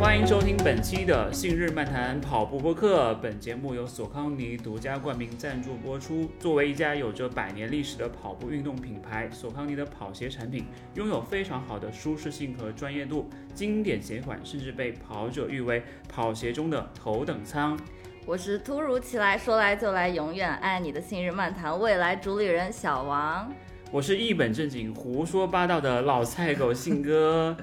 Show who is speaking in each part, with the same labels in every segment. Speaker 1: 欢迎收听本期的《信日漫谈跑步播客》，本节目由索康尼独家冠名赞助播出。作为一家有着百年历史的跑步运动品牌，索康尼的跑鞋产品拥有非常好的舒适性和专业度，经典鞋款甚至被跑者誉为跑鞋中的头等舱。
Speaker 2: 我是突如其来说来就来，永远爱你的信日漫谈未来主理人小王。
Speaker 1: 我是一本正经胡说八道的老菜狗信哥。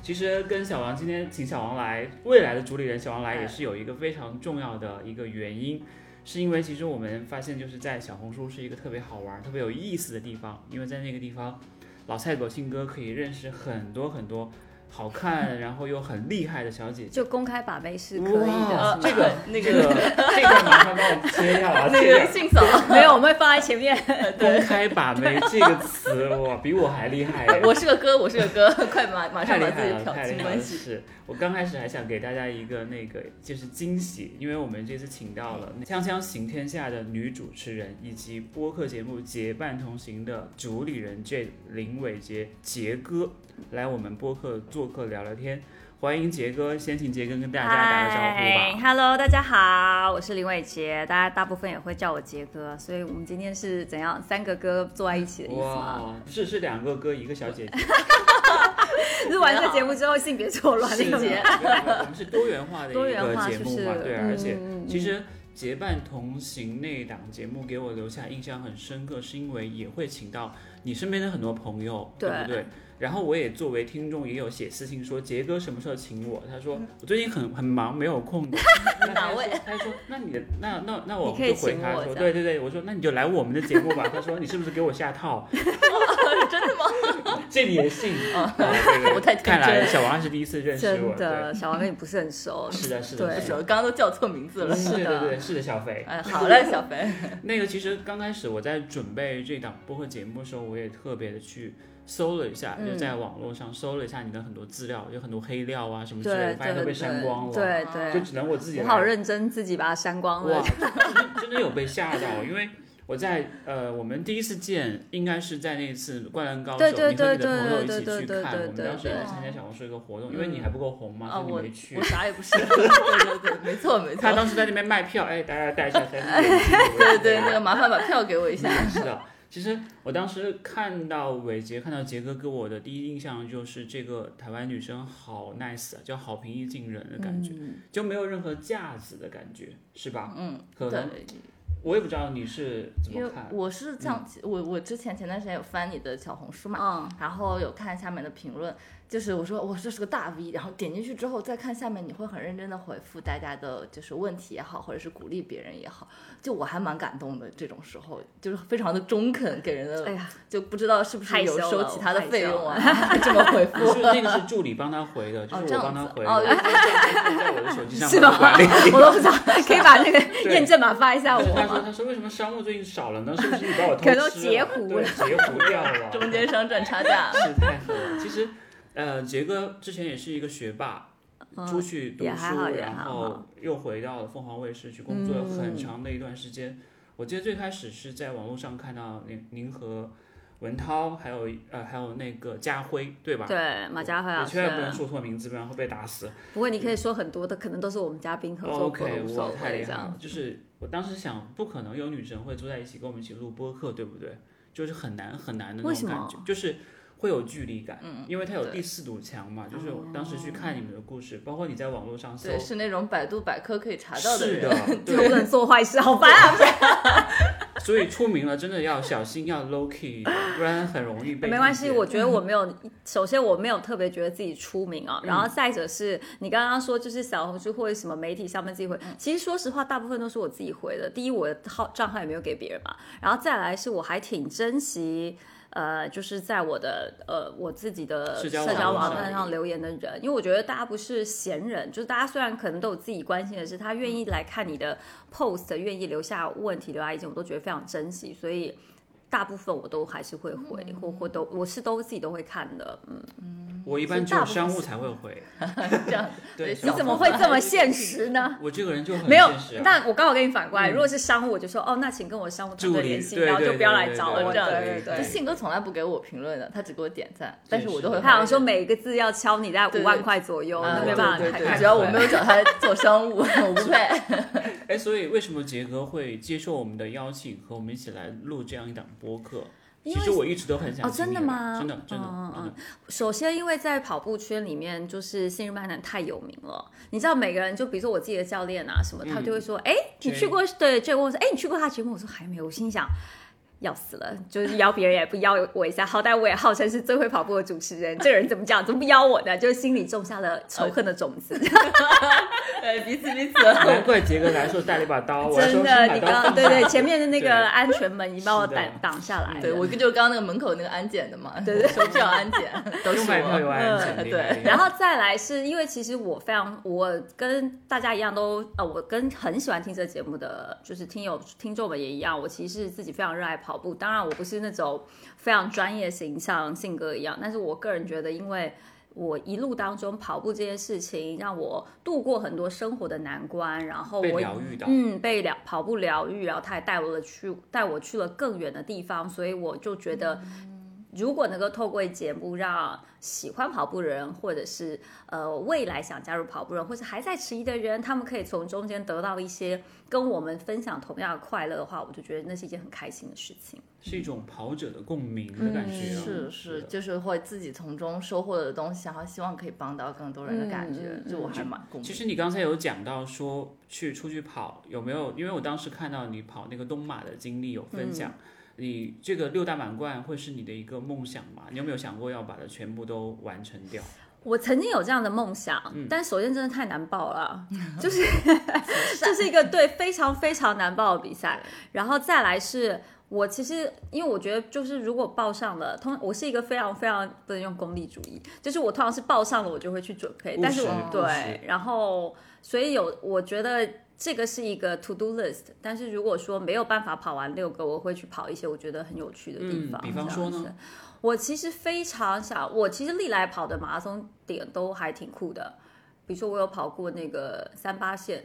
Speaker 1: 其实跟小王今天请小王来，未来的主理人小王来也是有一个非常重要的一个原因，是因为其实我们发现就是在小红书是一个特别好玩、特别有意思的地方，因为在那个地方，老菜狗信哥可以认识很多很多好看，然后又很厉害的小姐姐。
Speaker 3: 就公开把妹是可以
Speaker 1: 哇
Speaker 3: 的，，
Speaker 1: 这 个
Speaker 3: 那
Speaker 1: 这个
Speaker 3: 个
Speaker 1: 这个麻烦帮我切掉啊！这
Speaker 2: 那个信嫂，
Speaker 3: 没有，我们会放在前面。
Speaker 1: 公开把妹这个词，哇，比我还厉害耶！
Speaker 2: 我是个哥，我是个哥， 快马马
Speaker 1: 太
Speaker 2: 上
Speaker 1: 厉
Speaker 2: 把自
Speaker 1: 害
Speaker 2: 己
Speaker 1: 了，
Speaker 2: 挑
Speaker 1: 太
Speaker 2: 清
Speaker 1: 厉害
Speaker 2: 关
Speaker 1: 了！
Speaker 2: 系。
Speaker 1: 是我刚开始还想给大家一个那个就是惊喜，因为我们这次请到了《锵锵行天下》的女主持人以及播客节目《结伴同行》的主理人 J 林伟杰杰哥来我们播客做客聊聊天。欢迎杰哥，先请杰哥跟大家打个招呼吧。
Speaker 3: h e l l o 大家好，我是林伟杰，大家大部分也会叫我杰哥，所以我们今天是怎样三个哥坐在一起的意思吗？
Speaker 2: 啊
Speaker 1: 哇，是是两个哥一个小姐姐，
Speaker 3: 录完这节目之后性别错乱了
Speaker 1: 是
Speaker 3: 一
Speaker 1: 的
Speaker 3: 节，
Speaker 1: 我们是多元化的一
Speaker 3: 多元
Speaker 1: 个
Speaker 3: 化
Speaker 1: 节目嘛，
Speaker 3: 就是
Speaker 1: 对，啊
Speaker 3: 嗯
Speaker 1: 而且
Speaker 3: 嗯
Speaker 1: 其实。结伴同行那档节目给我留下印象很深刻，是因为也会请到你身边的很多朋友，对
Speaker 3: 对
Speaker 1: 不对？然后我也作为听众也有写私信说杰哥什么时候请我？他
Speaker 3: 嗯
Speaker 1: 说我最近很很忙，没有 空的。那他
Speaker 2: 哪位
Speaker 1: 说？他说那你的那那那我
Speaker 3: 你可以
Speaker 1: 就回
Speaker 3: 请
Speaker 1: 他说
Speaker 3: 我这样
Speaker 1: 对对对，我说那你就来我们的节目吧。 他说你是不是给我下套？
Speaker 2: 真的吗？
Speaker 1: 这你也信？
Speaker 3: 哦
Speaker 1: 啊对 对
Speaker 2: 我太天
Speaker 1: 看
Speaker 2: 真
Speaker 1: 来
Speaker 2: 了
Speaker 1: 小王还是第一次认识我，
Speaker 3: 真的，小王跟你不是很熟
Speaker 1: 对，，是的，是的，
Speaker 3: 对
Speaker 1: 是的
Speaker 2: 我刚刚都叫错名字了。
Speaker 1: 嗯对对
Speaker 3: 的
Speaker 1: 对，是的，小肥。
Speaker 3: 呃
Speaker 2: 哎，好嘞，小肥，
Speaker 1: 那个其实刚开始我在准备这档播客节目的时候，我也特别的去搜了一下，就
Speaker 3: 嗯
Speaker 1: 在网络上搜了一下你的很多资料，有很多黑料啊什么之类的，
Speaker 3: 对
Speaker 1: 发现都
Speaker 3: 对
Speaker 1: 被删光了，
Speaker 3: 对
Speaker 1: 就
Speaker 3: 对
Speaker 1: 只能我自己
Speaker 3: 对，
Speaker 1: 来。
Speaker 3: 我好认真自己把它删光
Speaker 1: 哇
Speaker 3: 了，，
Speaker 1: 真的有被吓到，因为。我在呃，我们第一次见应该是在那次《灌篮高手》，
Speaker 3: 对对
Speaker 1: 你和你
Speaker 3: 对
Speaker 1: 的朋友一起
Speaker 3: 对
Speaker 1: 去
Speaker 3: 对对
Speaker 1: 看。
Speaker 3: 对
Speaker 1: 我
Speaker 3: 嗯
Speaker 1: 们当时
Speaker 2: 对
Speaker 1: 在
Speaker 2: 对
Speaker 1: 参加小红书一个活动，因为你还不够红嘛，所
Speaker 2: 啊，
Speaker 1: 以你
Speaker 2: 我
Speaker 1: 没去
Speaker 2: 我。啥也不 是。对对对，没错没
Speaker 1: 他
Speaker 2: 错。
Speaker 1: 当时在那边卖票，哎，大家带一下 三对
Speaker 2: 对对，那个麻烦把票给我一下。
Speaker 1: 是的，其实我当时看到伟杰，看到杰哥给我的第一印象就是这个台湾女生好 nice 啊，就好平易近人的感觉，就没有任何架子的感觉，是吧？
Speaker 2: 嗯，
Speaker 1: 可能
Speaker 2: 对，
Speaker 1: 我也不知道你是怎
Speaker 2: 因
Speaker 1: 么
Speaker 2: 为
Speaker 1: 看，嗯
Speaker 2: 我是这样，我我之前前段时间有翻你的小红书嘛，
Speaker 3: 嗯，
Speaker 2: 然后有看下面的评论，就是我说我这是个大 V，然后点进去之后再看下面，你会很认真的回复大家的就是问题也好，或者是鼓励别人也好，就我还蛮感动的。这种时候就是非常的中肯，给人的、
Speaker 3: 哎呀，
Speaker 2: 就不知道是不是
Speaker 3: 害羞
Speaker 2: 有收
Speaker 3: 了
Speaker 2: 其他的
Speaker 3: 我害
Speaker 2: 费
Speaker 3: 羞
Speaker 2: 用啊
Speaker 3: 了，
Speaker 2: 这么回
Speaker 1: 不 是
Speaker 2: 复。
Speaker 1: 那个是助理帮他回的，就
Speaker 2: 哦
Speaker 1: 是
Speaker 2: 这
Speaker 1: 我帮
Speaker 2: 样
Speaker 1: 他
Speaker 2: 子
Speaker 1: 回的，
Speaker 2: 哦
Speaker 1: 在我的手机上
Speaker 3: 是
Speaker 1: 帮他
Speaker 3: 吗
Speaker 1: 管理。？
Speaker 3: 我都不知道，可以把那个验证码发一下
Speaker 1: 但
Speaker 3: 我
Speaker 1: 是他说：“
Speaker 3: 吗？
Speaker 1: 他说为什么商务最近少了呢？是不是你把我偷
Speaker 3: 可
Speaker 1: 吃
Speaker 3: 能
Speaker 1: 了？
Speaker 3: 截胡
Speaker 1: 对，截胡掉了。
Speaker 2: 中间商赚 差价，
Speaker 1: 是太狠了。其实，呃，杰哥之前也是一个学霸，出去读
Speaker 3: 嗯也还好
Speaker 1: 书，
Speaker 3: 也
Speaker 1: 然
Speaker 3: 还
Speaker 1: 后
Speaker 3: 好嗯
Speaker 1: 又回到了凤凰卫视去工作了很长的一段时间。我记得最开始是在网络上看到您您和文涛，还有呃还有那个家辉，对吧？
Speaker 3: 对，马家辉老
Speaker 1: 我千万不能
Speaker 3: 师，
Speaker 1: 说错名字，不然会被打死。
Speaker 3: 不过你可以说很多的，可能都是我们嘉宾合作过的，
Speaker 1: OK，
Speaker 3: 无
Speaker 1: 我
Speaker 3: 所
Speaker 1: 太
Speaker 3: 谓
Speaker 1: 厉
Speaker 3: 这
Speaker 1: 害
Speaker 3: 样
Speaker 1: 了。。就是我当时想，不可能有女生会坐在一起跟我们一起录播客，对不对？就是很难很难的那
Speaker 3: 为
Speaker 1: 种
Speaker 3: 什
Speaker 1: 感
Speaker 3: 么
Speaker 1: 觉，就是会有距离感，
Speaker 2: 嗯
Speaker 1: 因为它有
Speaker 2: 对
Speaker 1: 第四堵墙嘛。就是我当时去看你们的故事，包括你在网络上搜，
Speaker 2: 对，是那种百度百科可以查到
Speaker 1: 嗯是
Speaker 2: 人。
Speaker 1: 的，
Speaker 3: 就不
Speaker 1: 对，
Speaker 3: 能做坏事，好烦啊！
Speaker 1: 所以出名了真的要小心，要 low key，一点不然很容易被
Speaker 3: 没关系，
Speaker 1: 理解
Speaker 3: 我觉得我没有，首先我没有特别觉得自己出名啊，然后再者是你刚刚说就是小红书或者什么媒体上面自己回，其实说实话，大部分都是我自己回的。第一，我的号账号也没有给别人嘛，然后再来是我还挺珍惜。呃，就是在我的呃我自己的
Speaker 1: 社
Speaker 3: 社
Speaker 1: 交
Speaker 3: 交
Speaker 1: 网
Speaker 3: 网
Speaker 1: 络
Speaker 3: 站
Speaker 1: 上
Speaker 3: 上留言的人，因为我觉得大家不是闲人，就是大家虽然可能都有自己关心的事，他愿意来看你的 post，愿意留下问题、留下意见，我都觉得非常珍惜，所以大部分我都还是会回，或或都我是都自己都会看的，嗯，
Speaker 1: 我一般只
Speaker 2: 所以大
Speaker 1: 有
Speaker 2: 部分
Speaker 1: 商务才会 回。
Speaker 2: 这样子。
Speaker 1: 对，
Speaker 2: 你
Speaker 1: 小
Speaker 3: 你怎么
Speaker 1: 部
Speaker 3: 会
Speaker 1: 分
Speaker 3: 这么现 实呢？
Speaker 1: 我这个人就很
Speaker 3: 没有
Speaker 1: 现实啊，嗯
Speaker 3: 但我刚好跟你反过来，如果是商务，我就说哦，那请跟我商务团
Speaker 1: 助
Speaker 3: 队
Speaker 1: 理
Speaker 3: 联系，
Speaker 1: 对
Speaker 3: 然后
Speaker 1: 对
Speaker 3: 就不要
Speaker 1: 对
Speaker 3: 来
Speaker 1: 对
Speaker 3: 找
Speaker 1: 对
Speaker 2: 哦
Speaker 3: 我
Speaker 1: 对
Speaker 3: 这样。
Speaker 1: 对
Speaker 2: 就
Speaker 1: 对
Speaker 2: 信哥从来不给我评论的，他只给我点赞，但是我都
Speaker 1: 是
Speaker 2: 会。
Speaker 3: 他好像说每一个字要敲你大概
Speaker 2: 对
Speaker 3: 五万块左右，
Speaker 2: 啊
Speaker 3: 那没
Speaker 2: 对
Speaker 3: 办
Speaker 2: 对
Speaker 3: 法
Speaker 2: 对，
Speaker 3: 太
Speaker 2: 只要我
Speaker 3: 快
Speaker 2: 没有找他做商务， 我不配。
Speaker 1: 哎，所以为什么杰哥会接受我们的邀请，和我们一起来录这样一档播客？
Speaker 3: 因
Speaker 1: 其
Speaker 3: 为
Speaker 1: 实我一直都很想
Speaker 3: 哦真
Speaker 1: 请你
Speaker 3: 的
Speaker 1: 来
Speaker 3: 吗
Speaker 1: 真的，真的，
Speaker 3: 嗯嗯
Speaker 1: 真的。
Speaker 3: 首先，因为在跑步圈里面，就是信日曼南太有名了。你知道，每个人就比如说我自己的教练啊什么，
Speaker 2: 嗯
Speaker 3: 他就会说：“哎、你去过对这个？”我说：“哎，你去过他的节目？”我说：“还没有。”我心想。 要死了，就是邀别人也不邀我一下，好歹我也号称是最会跑步的主持人，这个人怎么这样，怎么不邀我呢？就是心里种下 了仇恨的种子。
Speaker 2: 哎，彼此彼此。
Speaker 1: 难怪杰哥来的时候带了一把刀，我还
Speaker 3: 真
Speaker 1: 说
Speaker 3: 的，
Speaker 1: 是把
Speaker 3: 你
Speaker 1: 刀
Speaker 3: 刚
Speaker 1: 放
Speaker 3: 对
Speaker 1: 下
Speaker 3: 对， 前面的那
Speaker 1: 对
Speaker 3: 个安全门，你把我
Speaker 1: 是的
Speaker 3: 挡挡下来了。
Speaker 2: 对，我就是刚刚那个门口那个安检的嘛，对
Speaker 3: 对
Speaker 2: 手指要安检，都是
Speaker 1: 又
Speaker 2: 我。
Speaker 1: 买票又安全，
Speaker 2: 嗯
Speaker 1: 厉
Speaker 2: 对
Speaker 1: 害厉害
Speaker 3: 然后再来是因为其实我非常，我跟大家一样都，呃，我跟很喜欢听这节目的，就是听友听众们也一样，我其实是自己非常热爱跑步。当然，我不是那种非常专业型，像信哥一样，但是我个人觉得，因为我一路当中跑步这件事情，让我度过很多生活的难关，然后
Speaker 1: 被
Speaker 3: 我
Speaker 1: 疗愈到，
Speaker 3: 嗯，被疗跑步疗愈，然后他也带我了去带我去了更远的地方，所以我就觉得，如果能够透过节目让喜欢跑步的人，或者是呃未来想加入跑步人，或是还在迟疑的人，他们可以从中间得到一些跟我们分享同样的快乐的话，我就觉得那是一件很开心的事情。
Speaker 1: 是一种跑者的共鸣的感觉
Speaker 3: 嗯
Speaker 1: 啊。
Speaker 2: 是是，就是会自己从中收获的东西，然后希望可以帮到更多人的感觉
Speaker 3: 嗯，嗯
Speaker 2: 就我还蛮共
Speaker 1: 其
Speaker 2: 鸣。
Speaker 1: 实你刚才有讲到说去出去跑有没有？因为我当时看到你跑那个东马的经历有分享，
Speaker 3: 嗯
Speaker 1: 你这个六大满贯会是你的一个梦想吗？你有没有想过要把它全部都完成掉？
Speaker 3: 我曾经有这样的梦想，
Speaker 1: 嗯
Speaker 3: 但首先真的太难报 了，就是就是一个对非常非常难报的比赛，然后再来是。我其实，因为我觉得，就是如果报上了，通我是一个非常非常不能用功利主义，就是我通常是报上了，我就会去准备
Speaker 1: 务，
Speaker 3: 但是我
Speaker 1: 实务
Speaker 3: 对
Speaker 1: 实，
Speaker 3: 然后所以有我觉得这个是一个 to do list，但是如果说没有办法跑完六个，我会去跑一些我觉得很有趣的地
Speaker 1: 嗯
Speaker 3: 方，
Speaker 1: 比方说呢
Speaker 3: 这样子我其实非常想，我其实历来跑的马拉松点都还挺酷的，比如说我有跑过那个三八线，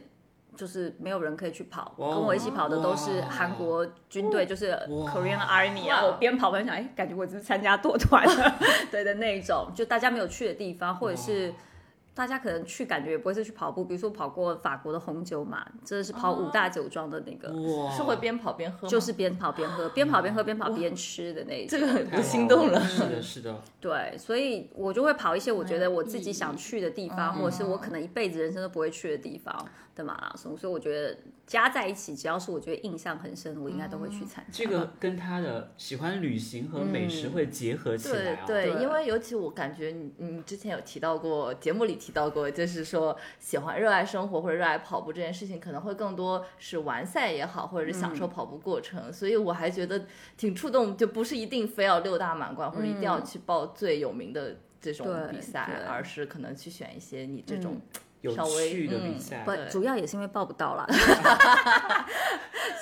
Speaker 3: 就是没有人可以去跑，
Speaker 1: 哇
Speaker 3: 跟我一起跑的都是
Speaker 1: 哇
Speaker 3: 韩国军队，就是
Speaker 1: 哇
Speaker 3: Korean Army
Speaker 2: 哇
Speaker 3: 啊，我边跑边想，哎，感觉我只是参加多团了， 对的那一种，就大家没有去的地方，或者是。大家可能去感觉也不会是去跑步，比如说跑过法国的红酒马，真的
Speaker 1: 哦
Speaker 3: 是跑五大酒庄的那个，
Speaker 1: 哇，
Speaker 2: 是会边跑边喝吗，
Speaker 3: 就是边跑边喝，边跑边喝边跑边吃的那一种。
Speaker 2: 这个
Speaker 1: 太
Speaker 2: 我
Speaker 1: 好
Speaker 2: 心动了。
Speaker 1: 哦是的，是 的，
Speaker 3: 对，所以我就会跑一些我觉得我自
Speaker 2: 意
Speaker 3: 己
Speaker 2: 义
Speaker 3: 想去的地
Speaker 1: 嗯
Speaker 3: 方，或者是我可能一辈子人生都不会去的地方的马拉松。所以我觉得加在一起，只要是我觉得印象很深，我应该都会去参加。
Speaker 1: 这个跟他的喜欢旅行和美食会结合起来
Speaker 2: 对
Speaker 1: 啊。
Speaker 2: 呃嗯对，
Speaker 3: 对
Speaker 2: 因为尤其我感觉你你之前有提到过，节目里提到过，就是说喜欢热爱生活或者热爱跑步这件事情，可能会更多是完赛也好，或者是
Speaker 3: 嗯
Speaker 2: 享受跑步过程。所以我还觉得挺触动，就不是一定非要六大满贯、或者一定要去报最有名的这种
Speaker 3: 嗯对
Speaker 2: 比赛
Speaker 3: 对，嗯
Speaker 2: 而是可能去选一些你这种、
Speaker 1: 有
Speaker 2: 稍微
Speaker 1: 趣的
Speaker 2: 嗯
Speaker 1: 比赛
Speaker 3: 不，
Speaker 2: 对
Speaker 3: 主要也是因为报不到啦。